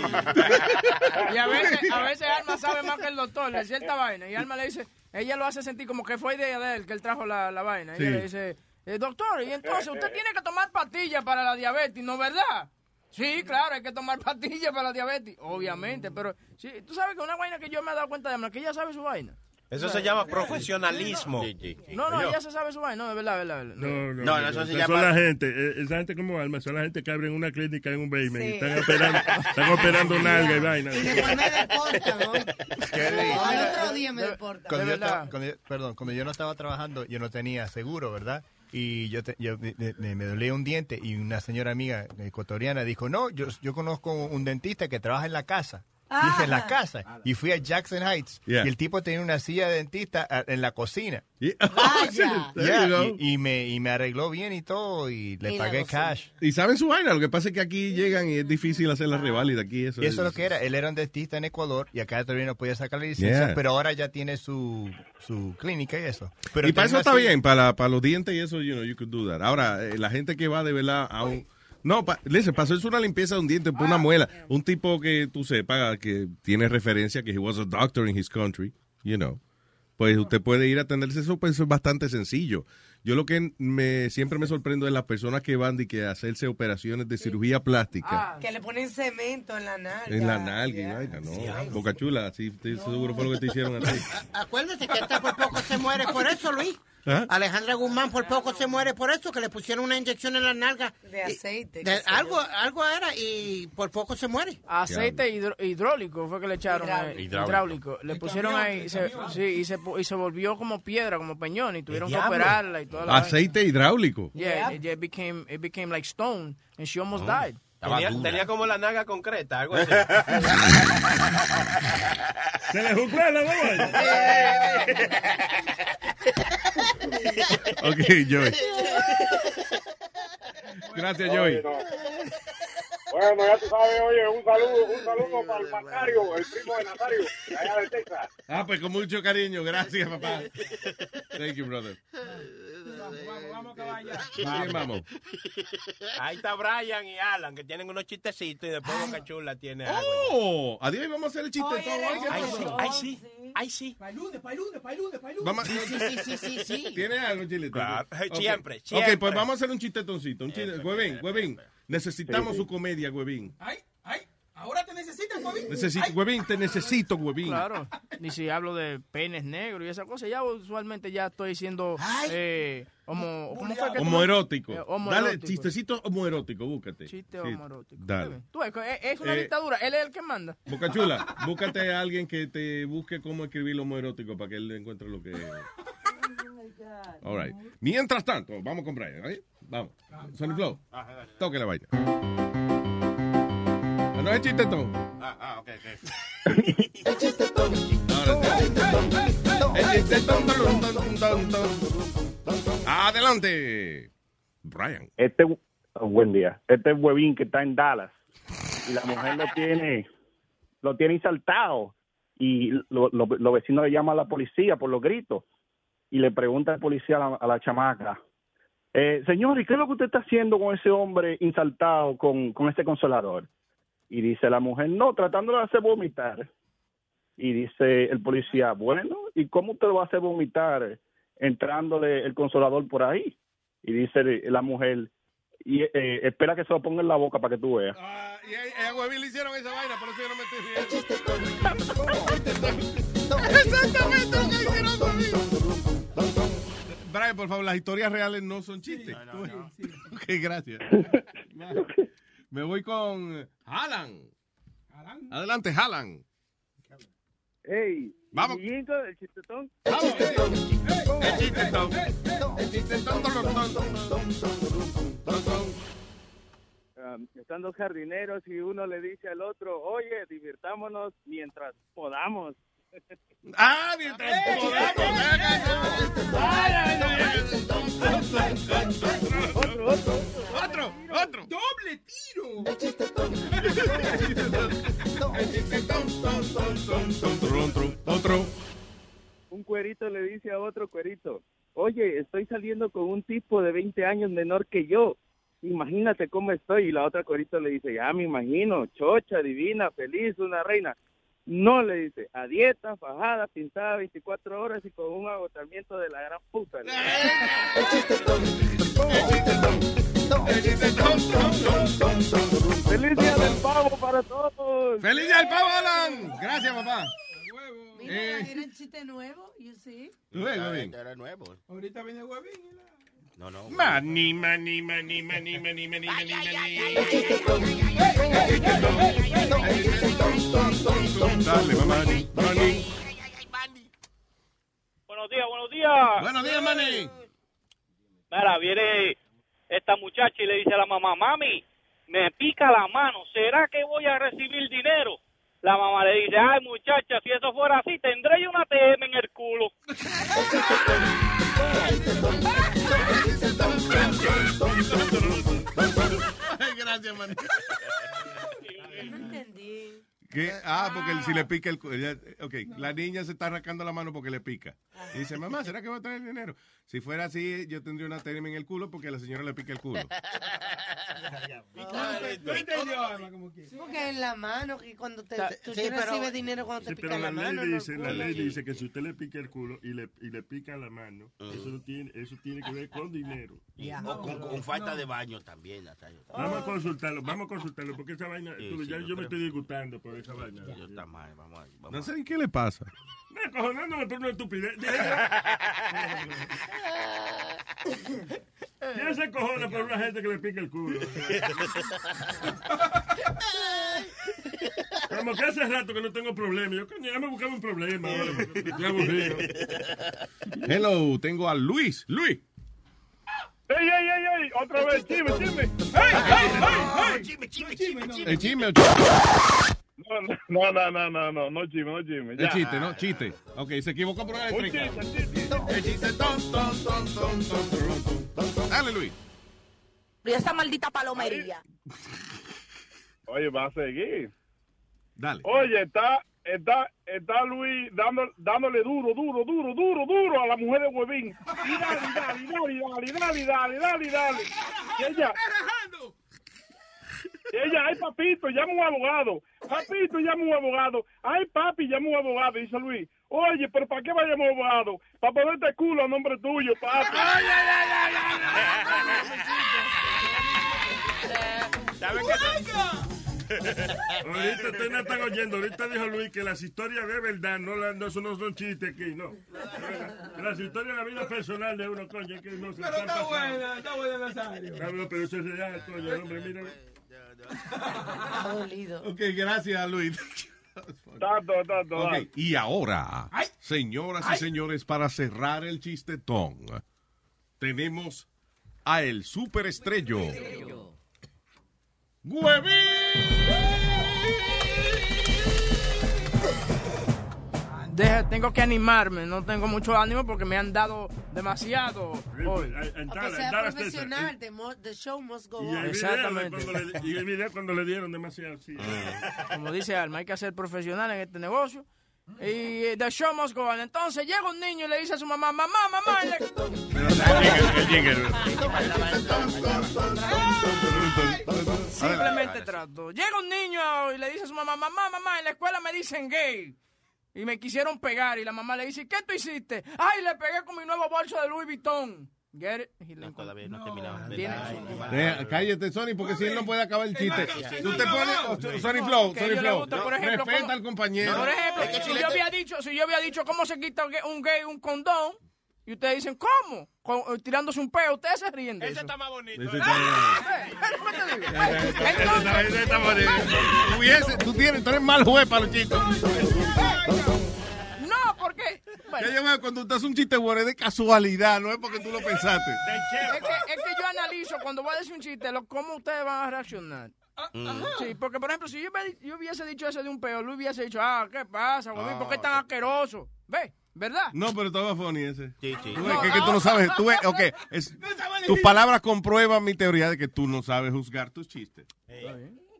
Y a veces, a veces Alma sabe más que el doctor de cierta vaina. Y Alma le dice, ella lo hace sentir como que fue idea de él que él trajo la, la vaina. Ella
Sí.
le dice, eh, doctor, y entonces usted tiene que tomar pastillas para la diabetes, ¿no verdad? Sí, claro, hay que tomar pastillas para la diabetes, obviamente, pero sí, tú sabes que una vaina que yo me he dado cuenta de Alma, que ella sabe su vaina.
Eso se llama profesionalismo.
No, no, ella se sabe su vaina, no, de verdad, de verdad. de verdad.
No, no,
No,
no,
eso
no,
se
esas
llama-
Son la gente, eh, esa gente como Alma, son la gente que abren una clínica en un basement y
Sí.
están operando, están operando nalga y vaina.
Al otro día me deportan.
Cuando
De
yo
verdad.
estaba- cuando yo- perdón, cuando yo no estaba trabajando, yo no tenía seguro, ¿verdad? Y yo, te- yo- me, me- me dolía un diente y una señora amiga ecuatoriana dijo, no, yo, yo conozco un dentista que trabaja en la casa. Dije, en
Ah.
la casa. Y fui a Jackson Heights.
Yeah.
Y el tipo tenía una silla de dentista ah, en la cocina.
There
Yeah,
you go.
y, y me, y me arregló bien y todo y le En la pagué cocina. cash.
Y saben su vaina, lo que pasa es que aquí llegan y es difícil hacer la reválida aquí. Eso,
Y eso es lo que era. Él era un dentista en Ecuador y acá todavía no podía sacar la licencia,
Yeah.
pero ahora ya tiene su, su clínica y eso. Pero
y para eso
tenía
está
su-
bien, para, la- para los dientes y eso, you know, you could do that. Ahora, eh, la gente que va de verdad a un... No, pa, listen, para hacerse una limpieza de un diente, por una muela, un tipo que tú sepas que tiene referencia, que he was a doctor in his country, you know, pues usted puede ir a atenderse eso, pues eso es bastante sencillo. Yo lo que me siempre me sorprendo es las personas que van de que a hacerse operaciones de cirugía plástica
Ah,
Que le ponen cemento en la nalga.
en la nalga y vaina, no, boca chula, así te- seguro fue lo que te hicieron a ti.
Acuérdate que hasta por poco se muere por eso, Luis.
¿Ah?
Alejandra Guzmán por poco se muere por esto, que le pusieron una inyección en la nalga.
De aceite.
De- algo, algo era y por poco se muere.
Aceite hidro- hidráulico fue que le echaron ahí.
Hidráulico.
Hidráulico. Le pusieron
camión,
ahí.
el
se-
camión.
sí, y se, pu- y se volvió como piedra, como peñón. Y tuvieron que
diablo?
operarla y toda la.
Aceite hidráulico.
vaina. Yeah, it, it became, it became like stone. And she almost died.
Tenía, tenía como la naga concreta, algo así.
Se le jugó la bola.
Ok, Joey. Gracias, Joey.
Bueno, ya tú sabes, oye, un saludo, un saludo para el Macario, el primo de Nazario, de allá de Texas.
Ah, pues con mucho cariño. Gracias, papá. Thank you, brother. Bien, vamos.
Ah, pues. Ahí está Brian y Alan, que tienen unos chistecitos y después Boca Chula tiene
Ah.
algo.
Uh,
Oh, adiós. Vamos a hacer el chiste
Oye,
todo. hoy, ¿qué
ay,
pasó?
sí, ay, sí. Ay, sí.
Para el lunes, para el lunes, para el lunes, para el
Vamos
lunes.
a- ¿Tiene algo, Chilito?
Claro,
Ok.
siempre,
Ok,
siempre. eh,
pues vamos a hacer un chistetoncito. Un chiste. Huevín, Huevín. Necesitamos
Sí, sí.
su comedia, Huevín.
Ay, ay, ahora te necesitas, Bobby.
Necesito, Huevín, te necesito, Huevín.
Claro. Y si hablo de penes negros y esa cosa, ya usualmente ya estoy siendo. Eh, homo, ¿Cómo fue que tú-
Homoerótico.
Eh, homoerótico.
Dale, chistecito homoerótico, búscate.
Chiste
Sí,
homoerótico.
Dale.
Tú, es, es una
Eh,
dictadura. Él es el que manda.
Bocachula, búscate a alguien que te busque cómo escribir lo homoerótico para que él encuentre lo que All right. Mientras tanto, vamos con Brian, ¿right? Vamos. Sony Flow, toque la vaina. Ah, No es chiste todo.
Ah, ah, ok, ok.
Adelante. Brian.
Este, oh, buen día. Este huevín que está en Dallas y la mujer lo tiene, lo tiene insaltado y lo- lo- los vecinos le llaman a la policía por los gritos y le pregunta al policía a la, a la chamaca, eh, señor, ¿y qué es lo que usted está haciendo con ese hombre insaltado, con, con ese consolador? Y dice la mujer, no, tratándolo de hacer vomitar. Y dice el policía, bueno, ¿y cómo usted lo va a hacer vomitar entrándole el consolador por ahí? Y dice la mujer, y, eh, espera que se lo ponga en la boca para que tú veas.
Y a- a Huevín le hicieron esa vaina, por eso yo no me estoy riendo. Exactamente lo que hicieron conmigo. Brian, por favor, las historias reales no son chistes. Ok, gracias. Me voy con Alan. Adelante, Alan.
Hey,
Vamos.
el chistetón.
El chistetón. El chistetón.
Um, están dos jardineros y uno le dice al otro, oye, divirtámonos mientras podamos.
Ah, mientras
Otro, otro.
Otro, otro.
Doble tiro.
Otro.
Un cuerito le dice a otro cuerito, oye, estoy saliendo con un tipo de 20 años menor que yo. Imagínate cómo estoy. Y la otra cuerito le dice, ya me imagino, chocha, divina, feliz, una reina. No le dice, a dieta, fajada, pintada 24 horas y con un agotamiento de la gran puta. le dice.
¡Feliz
día del pavo para todos!
¡Feliz día del pavo, Alan! Gracias, papá.
Mira,
Eh.
era un chiste nuevo, you see.
Luego, bien.
Era nuevo.
Ahorita viene Huevín.
No, no.
Mani, mani, mani, mani, mani, mani, mani, mani. Dale, mamá. Mani.
Buenos días, buenos días.
Buenos días, Manny.
Mira, viene esta muchacha y le dice a la mamá, mami, me pica la mano, ¿será que voy a recibir dinero? La mamá le dice, ay muchacha, si eso fuera así, tendré yo una TM en el culo.
Gracias, Manny.
No entendí.
¿Qué? Ah, porque si le pica el... cu- ella- eh, Ok, la niña se está arrancando la mano porque le pica. Y dice, mamá, ¿será que va a traer dinero? Si fuera así, yo tendría una terima en el culo porque a la señora le pica el culo.
No entendió, Alma, como que.
Porque en la mano, que cuando te, tú
sí,
te
pero-
recibes dinero cuando te
Sí,
pica
pero
la,
la
mano.
ley,
no
dice,
el
la
culo.
ley dice que si usted le pica el culo y le, y le pica la mano, eso, no tiene, eso tiene que ver con dinero.
Y- o Mm. con, con falta de baño también, Nazario.
Vamos a consultarlo, vamos a consultarlo, porque esa vaina,
Sí,
tú,
sí,
ya
yo
yo me
creo.
estoy disgustando por esa vaina.
Yo está mal, vamos a vamos
No sé ni qué le pasa.
Me acojonándome por una estupidez. Ya se cojona por una gente que le pica el culo. Como que hace rato que no tengo problema. Yo, coño, ya me buscaba un problema ahora. porque Estoy aburrido.
Hello, tengo a Luis. Luis.
¡Ey, ey, ey, ey! ¡Otra vez! ¡Chime, chime! ¡Ey,
ey,
ey! ¡Chime, chime, chime!
¿Es chisme o
No, no, no, no, no, no chime, no chime.
Es chiste, ¿no? Chiste. Ok, se equivocó por una
Un
eléctrica.
chiste, un chiste. Un chiste, ton, ton, ton, ton, ton, ton, ton.
Dale, Luis.
Y esa maldita palomería.
Oye, va a seguir.
Dale.
Oye, está, está, está Luis dando, dándole duro, duro, duro, duro, duro a la mujer de Huevín. Y dale, y dale, y dale, y dale, y dale, y dale, y dale. Y ella, y ella, ay papito, llama un abogado. Papito, llama un abogado. Ay papi, llama un abogado, dice Luis. Oye, pero ¿para qué va a llamar un abogado? Para ponerte culo a nombre tuyo, papi.
¿Sabes qué? Ahorita ustedes no están oyendo. Ahorita dijo Luis que las historias de verdad, no, la- no eso no son chistes aquí, no. Que Las historias de la vida personal de uno, coño, es que no se
Pero
están
está
pasando.
buena, está buena, Nazario.
Cabrón, pero eso es real, coño, hombre, mira.
Está dolido.
Ok, gracias, Luis.
Tanto, tanto,
Ok,
dale.
Y ahora, señoras y señores, para cerrar el chistetón, tenemos a el superestrello.
Deja, tengo que animarme, no tengo mucho ánimo porque me han dado demasiado hoy.
Aunque sea profesional, the, mo- the show must go
Y
on.
el, video, de cuando le, y el video cuando le dieron demasiado. Sí.
Como dice Alma, hay que ser profesional en este negocio. Y eh, the show must go on. Entonces llega un niño y le dice a su mamá, mamá, mamá, y le- Simplemente trato. Llega un niño y le dice a su mamá, mamá, mamá, en la escuela me dicen gay. Y me quisieron pegar. Y la mamá le dice, ¿qué tú hiciste? Ay, le pegué con mi nuevo bolso de Louis Vuitton. Get it? Y le encont-
Deja- cállate, Sony, porque si él no puede acabar el chiste. Tú te pones. Sony
No,
Flow,
que
Sony
yo le
Flow.
gusta, por ejemplo,
Respeta
cómo-
al compañero.
Por ejemplo, si, yo había dicho, si yo había dicho cómo se quita un gay- un gay un condón, y ustedes dicen, ¿cómo? Con- eh, tirándose un peo, ustedes se ríen de eso.
Ese está- ese está- ese está bonito. Hubiese- Tú tienes, tú eres mal juez para los chistes.
No, porque... bueno,
Ya yo veo cuando tú haces un chiste bueno es de casualidad, no es porque tú lo pensaste.
es, que, es que yo analizo cuando voy a decir un chiste, lo, cómo ustedes van a reaccionar. Sí, porque por ejemplo, si yo, hubiera- yo hubiese dicho eso de un peo, Luis hubiese dicho, ah, ¿qué pasa, huevín? ¿Por qué es tan asqueroso? ¿Ves? ¿Verdad?
Ah, No, pero estaba funny ese.
sí.
Tú ves que, que tú no
ah.
sabes. Tú ves, ok, es- tus palabras comprueban mi teoría de que tú no sabes juzgar tus chistes.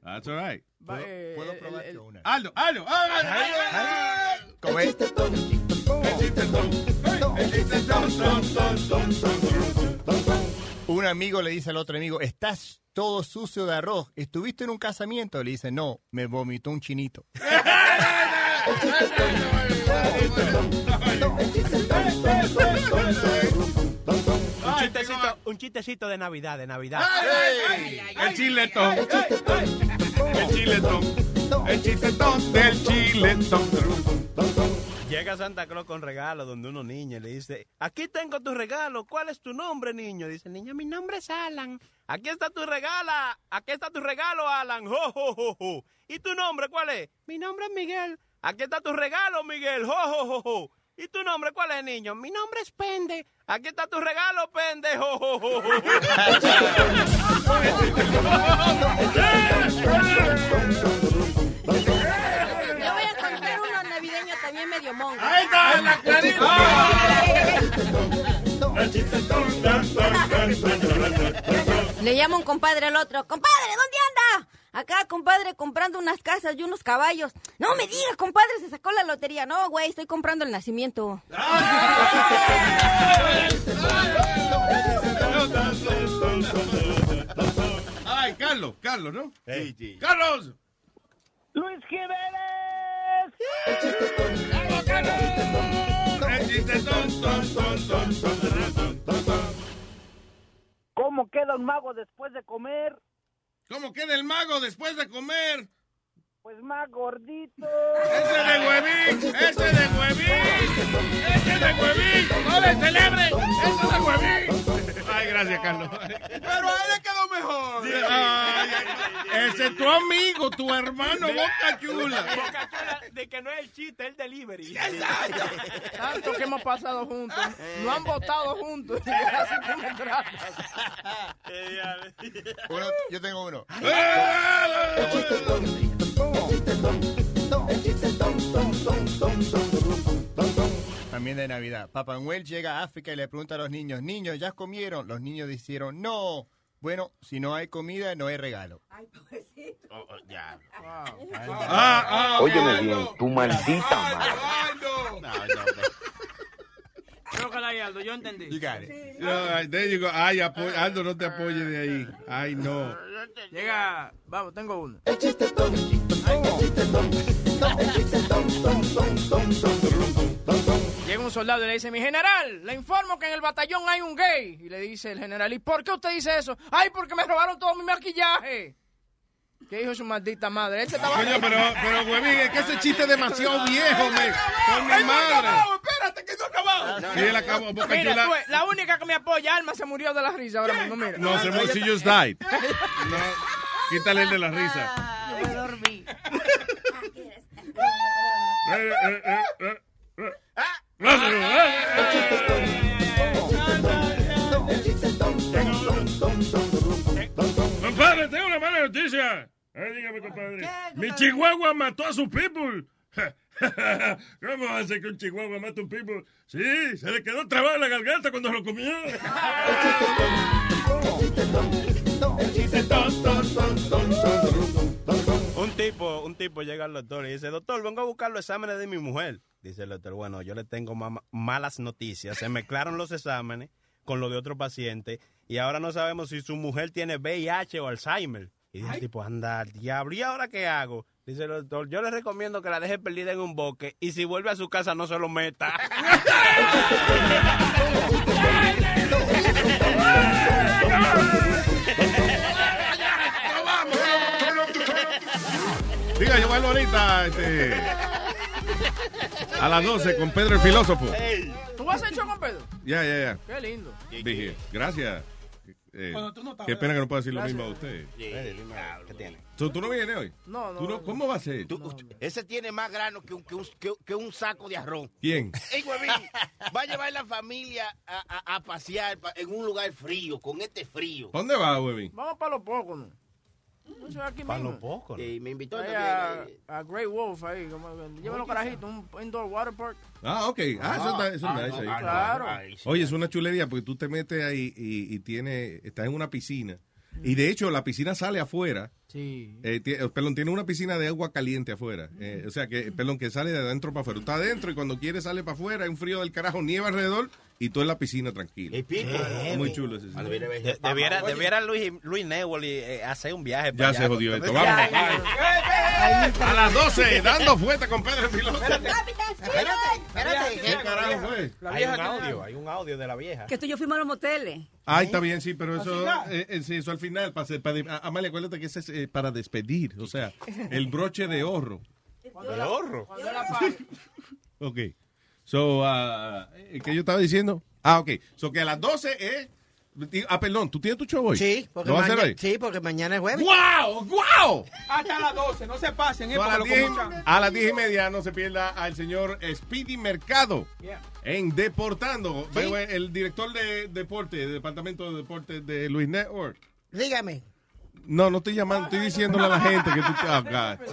That's all right.
Va, eh, el- el-
Aldo, Aldo, Aldo.
Un amigo le dice al otro amigo, estás todo sucio de arroz. ¿Estuviste en un casamiento? Le dice, no, me vomitó un chinito.
Un chistecito, un chistecito de Navidad, de Navidad.
El chiletón. El chiletón. El chiletón del chiletón.
Llega Santa Claus con regalo donde unos niños y le dice, aquí tengo tu regalo, ¿cuál es tu nombre, niño? Dice, niña, mi nombre es Alan. Aquí está tu regala, aquí está tu regalo, Alan. Jo, jo, jo, jo. ¿Y tu nombre cuál es? Mi nombre es Miguel. Aquí está tu regalo, Miguel. Jo, jo, jo, jo. ¿Y tu nombre cuál es, niño? Mi nombre es Pende. Aquí está tu regalo, Pende. Jo, jo, jo, jo,
Yo voy a contar una navideña también medio monga.
Ahí está, en la
Le llama un compadre al otro. Compadre, ¿dónde anda? Acá, compadre, comprando unas casas y unos caballos. No me digas, compadre, se sacó la lotería. No, güey, estoy comprando el nacimiento.
Ay, Carlos, Carlos, ¿no? Carlos.
Luis Jiménez.
¿Cómo queda un mago después de comer?
¿Cómo queda el mago después de comer?
Pues más gordito.
¡Ese de huevín! ¡Ese de huevín! ¡Ese de huevín! ¡No le celebre! ¡Ese de huevín!
Ay, gracias, Carlos.
Pero a él le quedó mejor. Ah.
Ay, Ese es tu amigo, tu hermano Boca Chula.
Boca Chula, de que no es el chiste, es el delivery.
Tanto que hemos pasado juntos. No han votado juntos. Y así tú me tratas.
Uno- yo tengo uno. También de Navidad. Papá Noel llega a África y le pregunta a los niños, niños, ¿ya comieron? Los niños dijeron, no. Bueno, si no hay comida, no hay regalo.
Ay, pobrecito.
Oh,
ya.
Ah, ah,
Óyeme bien, tu maldita madre.
Creo que la hay Aldo, yo entendí.
Ay, there you go. Ay, apo- Aldo, no te apoyes de ahí. Ay, no.
Llega, vamos, tengo uno. Llega un soldado y le dice, mi general, le informo que en el batallón hay un gay. Y le dice el general, ¿y por qué usted dice eso? Ay, porque me robaron todo mi maquillaje. ¿Qué dijo su maldita madre? Este estaba...
Coño, pero, pero, huevín, es que ese chiste es demasiado viejo, me. Con mi
¡Ay, no ha
madre.
acabado! ¡Espérate, que no ha acabado!
Sí, él acabó, Boca
Mira,
Chula.
tú ves, la única que me apoya, Alma, se murió de la risa ahora mismo, mira.
No, se mu- she just died. No, quítale el de la risa.
Me dormí.
Eh, eh, eh, eh, eh.
Eh, Compadre, tengo una mala noticia. Ay, dígame, compadre. Mi chihuahua mató a su people. ¿Cómo hace que un chihuahua mate a un people? Sí, se le quedó trabado en la garganta cuando lo comió.
Un tipo, un tipo llega al doctor y dice, doctor, vengo a buscar los exámenes de mi mujer. Dice el doctor, bueno, yo le tengo mama- malas noticias. Se mezclaron los exámenes con los de otro paciente y ahora no sabemos si su mujer tiene VIH o Alzheimer. Y dice el tipo, anda al diablo, ¿y ahora qué hago? Dice el doctor, yo le recomiendo que la deje perdida en un bosque y si vuelve a su casa no se lo meta.
Diga, yo bailo ahorita este, a las 12 con Pedro el Filósofo.
¿Tú has hecho con Pedro?
Ya, ya, ya.
Qué lindo.
Dije, gracias. Eh,
Cuando tú no estabas,
qué pena que no pueda decir lo
gracias.
mismo a usted.
¿Qué tiene?
¿Tú, tú no vienes hoy?
No, no,
¿Tú
no.
¿Cómo va a ser?
Ese tiene más grano que un, que un, que- que un saco de arroz.
¿Quién?
Ey, huevín, va a llevar la familia a, a- a pasear pa- en un lugar frío, con este frío.
¿Pa' ¿Dónde va, huevín?
Vamos para los pocos, ¿no? No se va aquí mismo.
poco, me invitó
Ahí
también.
a,
eh,
a Great Wolf ahí, como, lleva los carajitos, un indoor water park.
Ah, ok. Ah, eso está, eso
Ah,
está
no,
ahí.
ah, no, Claro.
ahí
Oye, es una chulería porque tú te metes ahí y, y tiene, estás en una piscina. Y de hecho, la piscina sale afuera.
Sí.
Eh, ti- eh, perdón, tiene una piscina de agua caliente afuera. Eh, o sea, que, perdón, que sale de adentro para afuera. Está adentro y cuando quiere sale para afuera. Hay un frío del carajo, nieva alrededor y tú en la piscina tranquilo. Ah, Muy chulo ese sitio.
De- debiera, debiera Luis, Luis Newell y, eh, hacer un viaje. para
Ya
allá.
se jodió esto. Vámonos. A las 12, dando fuerte con Pedro el Filósofo.
Espérate,
¿Qué carajo pues. fue?
Hay un audio, hay un audio de la vieja.
Que tú y yo fuimos a los moteles.
Ay, Ah, está bien, sí, pero eso,
Al final.
eh, eh, sí, eso al final. Para, ser- para de- a- Amalia, acuérdate que ese es eh, para despedir, o sea, el broche de oro.
¿El horro?
Ok. So, ah, eh, ¿qué yo estaba diciendo? Ah, ok. So, que a las 12 es... Ah, perdón, ¿tú tienes tu show hoy?
Sí, porque,
¿Lo vas a hacer
maña-
hoy?
sí, porque mañana es jueves.
¡Guau! ¡Guau!
Hasta las 12, no se pasen, ¿eh?
So, a, las
Porque lo
10,
como mucha-
a las 10 y media no se pierda al señor Speedy Mercado
Yeah.
en Deportando. Veo El director de deporte, del departamento de deporte de Luis Network.
Dígame.
No, no estoy llamando, estoy diciéndole a la gente que tú, ah, God.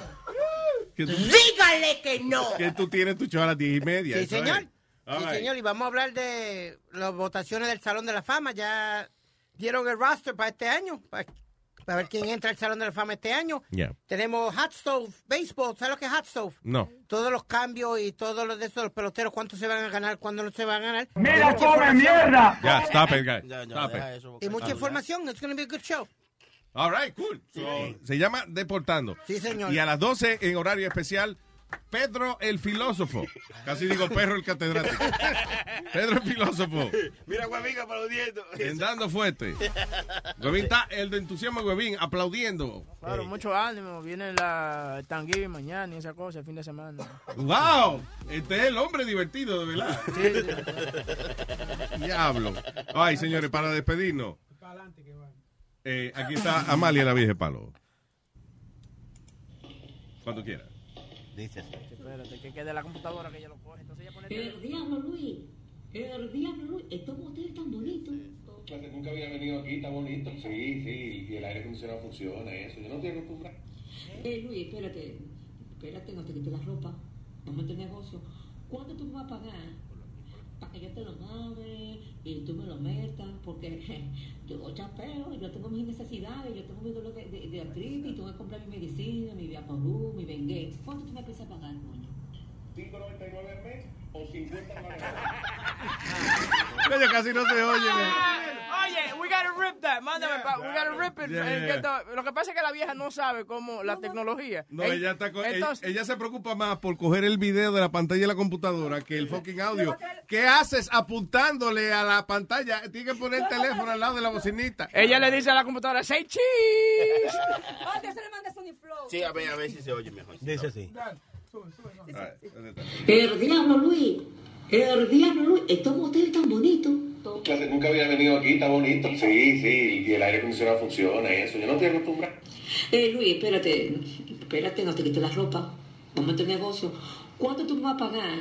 que tú,
Dígale que no.
que tú tienes tu show a las 10 y media.
Sí,
eso es.
señor.
All
Sí,
right.
señor. Y vamos a hablar de las votaciones del Salón de la Fama. Ya dieron el roster para este año, para, para ver quién entra al Salón de la Fama este año.
Yeah.
Tenemos hot stove, baseball. ¿Sabes lo que es hot stove?
No.
Todos los cambios y todos los de esos los peloteros, cuántos se van a ganar, cuándo no se van a ganar.
Mira,
Mucha
come
información.
mierda.
Ya, stop it, guys.
Ya, ya,
Stop
deja
it.
eso,
Y mucha
Ah,
información. It's going be a good show.
All right, cool. So, se llama Deportando.
Sí, señor.
Y a las 12 en horario especial, Pedro el filósofo. Casi digo perro el catedrático. Pedro el filósofo.
Mira, guavica para los dientes.
Vendando fuerte. Huevín está, el de entusiasmo, Huevín, aplaudiendo.
Claro, mucho ánimo. Viene la el tanguí mañana y esa cosa, el fin de semana.
¡Wow! Este es el hombre divertido, de verdad. Diablo. Ay, señores, para despedirnos. Eh, aquí está Amalia la Virgen Palo. Cuando quiera.
Dices.
Espérate, que quede la computadora que ella lo coge. Entonces ella pone.
El diablo Luis, el diablo Luis, estos moteles tan bonitos.
Hace nunca había venido aquí, está bonito. Sí, sí, y el aire acondicionado funciona, eso. Yo no estoy acostumbrado.
Eh, Luis, espérate, espérate, no te quites la ropa. Vamos a este negocio. ¿Cuánto tú me vas a pagar? Para que yo te lo mame y tú me lo metas, porque je, yo chapeo, yo tengo mis necesidades, yo tengo mi dolor de, de, de artritis, tengo que comprar mi medicina, mi Viaporú, mi Bengue. ¿Cuánto tú me piensas pagar, coño?
5.99 al mes o 50 al mes.
Coño, casi no se oye.
Oye, we gotta rip that. Mándame, pa- we gotta rip it.
Yeah,
Eh,
yeah.
que to- Lo que pasa es que la vieja no sabe cómo la tecnología.
No,
Eh,
ella, está co- ella-
entonces-
ella se preocupa más por coger el video de la pantalla de la computadora que el fucking audio. ¿Qué haces apuntándole a la pantalla? Tienes que poner el teléfono al lado de la bocinita.
Ella le dice a la computadora, say cheese.
Oh, Dios se le manda Sony Flow.
Sí, a ver, a ver si se oye mejor.
Dice así.
El diablo Luis, el diablo Luis, estos moteles tan bonitos.
Que hace nunca había venido aquí, está bonito. Sí, sí, y el aire acondicionado funciona, eso. Yo no estoy acostumbrado.
Eh, Luis, espérate, espérate, no te quites la ropa. Vamos a este negocio. ¿Cuánto tú me vas a pagar?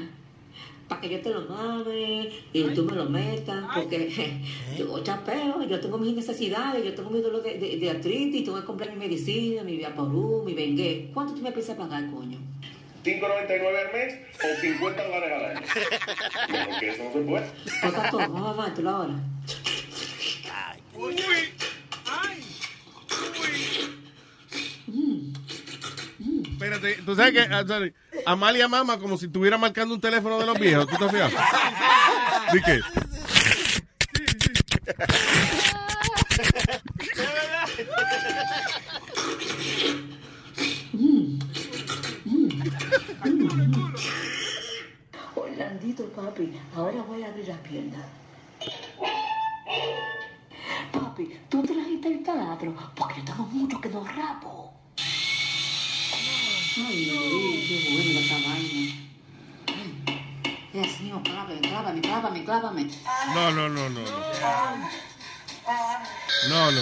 Para que yo te lo mame y tú me lo metas, porque je, yo chapeo, yo tengo mis necesidades, yo tengo mi dolor de, de, de artritis, tengo que comprar mi medicina, mi Viaporú, mi Bengue. ¿Cuánto tú me piensas pagar, coño?
5.99 al mes o 50 dólares al año. Bueno, que eso no se puede.
Toca todo, vamos a bajártelo ahora.
Uy,
Espérate, tú sabes Ah, que I'm sorry, Amalia mama como si estuviera marcando un teléfono de los viejos. ¿Tú te has fijado? ¿De qué?
Orlandito, papi, ahora voy a abrir las piernas. Papi, tú trajiste el taladro porque yo tengo mucho que no rapo. Ay, Luis, qué bueno esta vaina. Ay, Dios mío, clávame, clávame, clávame, clávame.
No, no, no, no. no. No, no.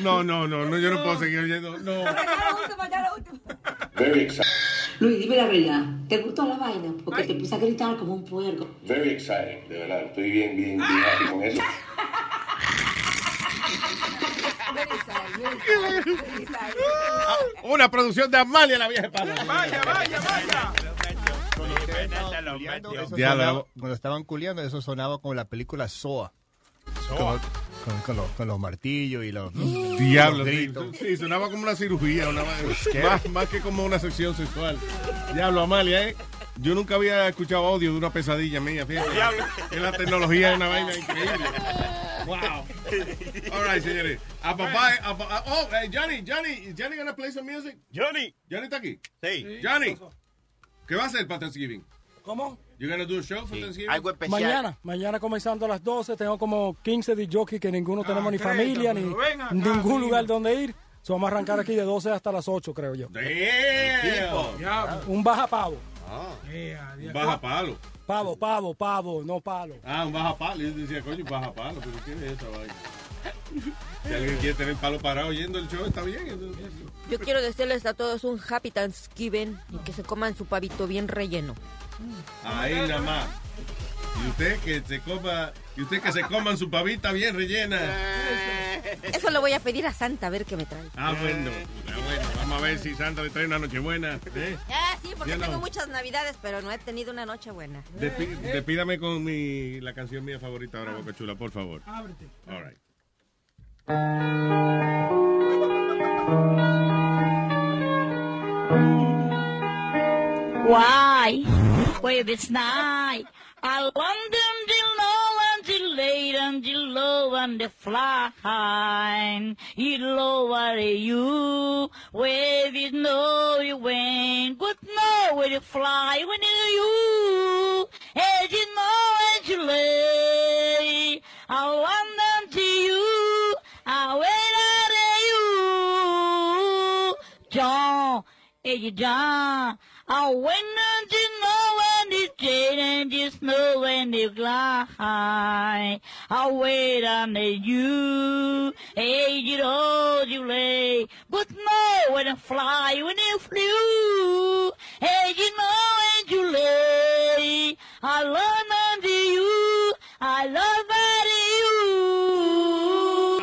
No, no, no, no, yo no puedo seguir oyendo. No.
Very exciting.
Luis, dime la verdad. ¿Te gustó la vaina? Porque te puse a gritar como un puerco.
Very exciting, de verdad. Estoy bien, bien, bien happy con eso.
Ah, Una producción de Amalia la vieja palo. Vaya,
vaya, vaya. Eso
Diablo.
sonaba- Cuando estaban culiando, eso sonaba como la película Soa. Con, con- con los, con los martillos y los.
Diablo,
los
sí,
gritos.
sí, sonaba como una cirugía, una-
¿Qué?
más, más que como una sección sexual. Diablo, Amalia, ¿eh? Yo nunca había escuchado audio de una pesadilla mía, fíjate.
Diablo.
Es la tecnología es una vaina increíble. Wow. All right, señores. A papá, a papá- oh, eh, Johnny, Johnny, is Johnny gonna play some music?
Johnny.
Johnny está aquí.
Sí.
Johnny, ¿qué va a hacer para Thanksgiving?
¿Cómo?
You gonna do a show for Thanksgiving?
Algo especial.
Mañana, mañana comenzando a las 12, tengo como 15 de jockey que ninguno tenemos ni
crédito,
familia, ni
pero Ah, ven acá,
ningún
mira.
lugar donde ir. So, vamos a arrancar aquí de 12 hasta las 8, creo yo. Un baja pavo.
Ah.
Eh,
Un baja palo.
Pavo, pavo, pavo, no palo.
Ah, un baja palo. Yo decía, coño, un baja palo, pero ¿qué es esa vaina? Si alguien quiere tener el palo parado oyendo el show, está bien. entonces-
Yo quiero decirles a todos un happy Thanksgiving y que se coman su pavito bien relleno.
Ahí nada más. Y usted que se coma, y usted que se coman su pavita bien rellena.
Eso lo voy a pedir a Santa a ver qué me trae.
Ah, bueno. Ah, bueno. Vamos a ver si Santa le trae una nochebuena. ¿eh?
Ah, sí, porque
Ya no.
tengo muchas navidades, pero no he tenido una noche buena.
Despí- despídame con mi, la canción mía favorita ahora, Boca Chula, por favor.
Ábrete.
All right.
Why? Wait, it's night. I London, the Nolan, elevate and you low and the flying. You lower you. Where you know you went. Good know where you fly when you. As you know as you lay. I want them to you. I wait out at you. John, as you John. I went on to know when it's dead and just know when it's glide. I wait on the you, aged old you lay, but know when I fly, when it flew, aged know and you lay. I love unto you, I love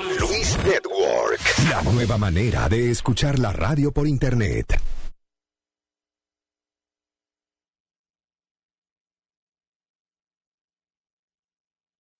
unto you.
Luis Network, la nueva manera de escuchar la radio por internet.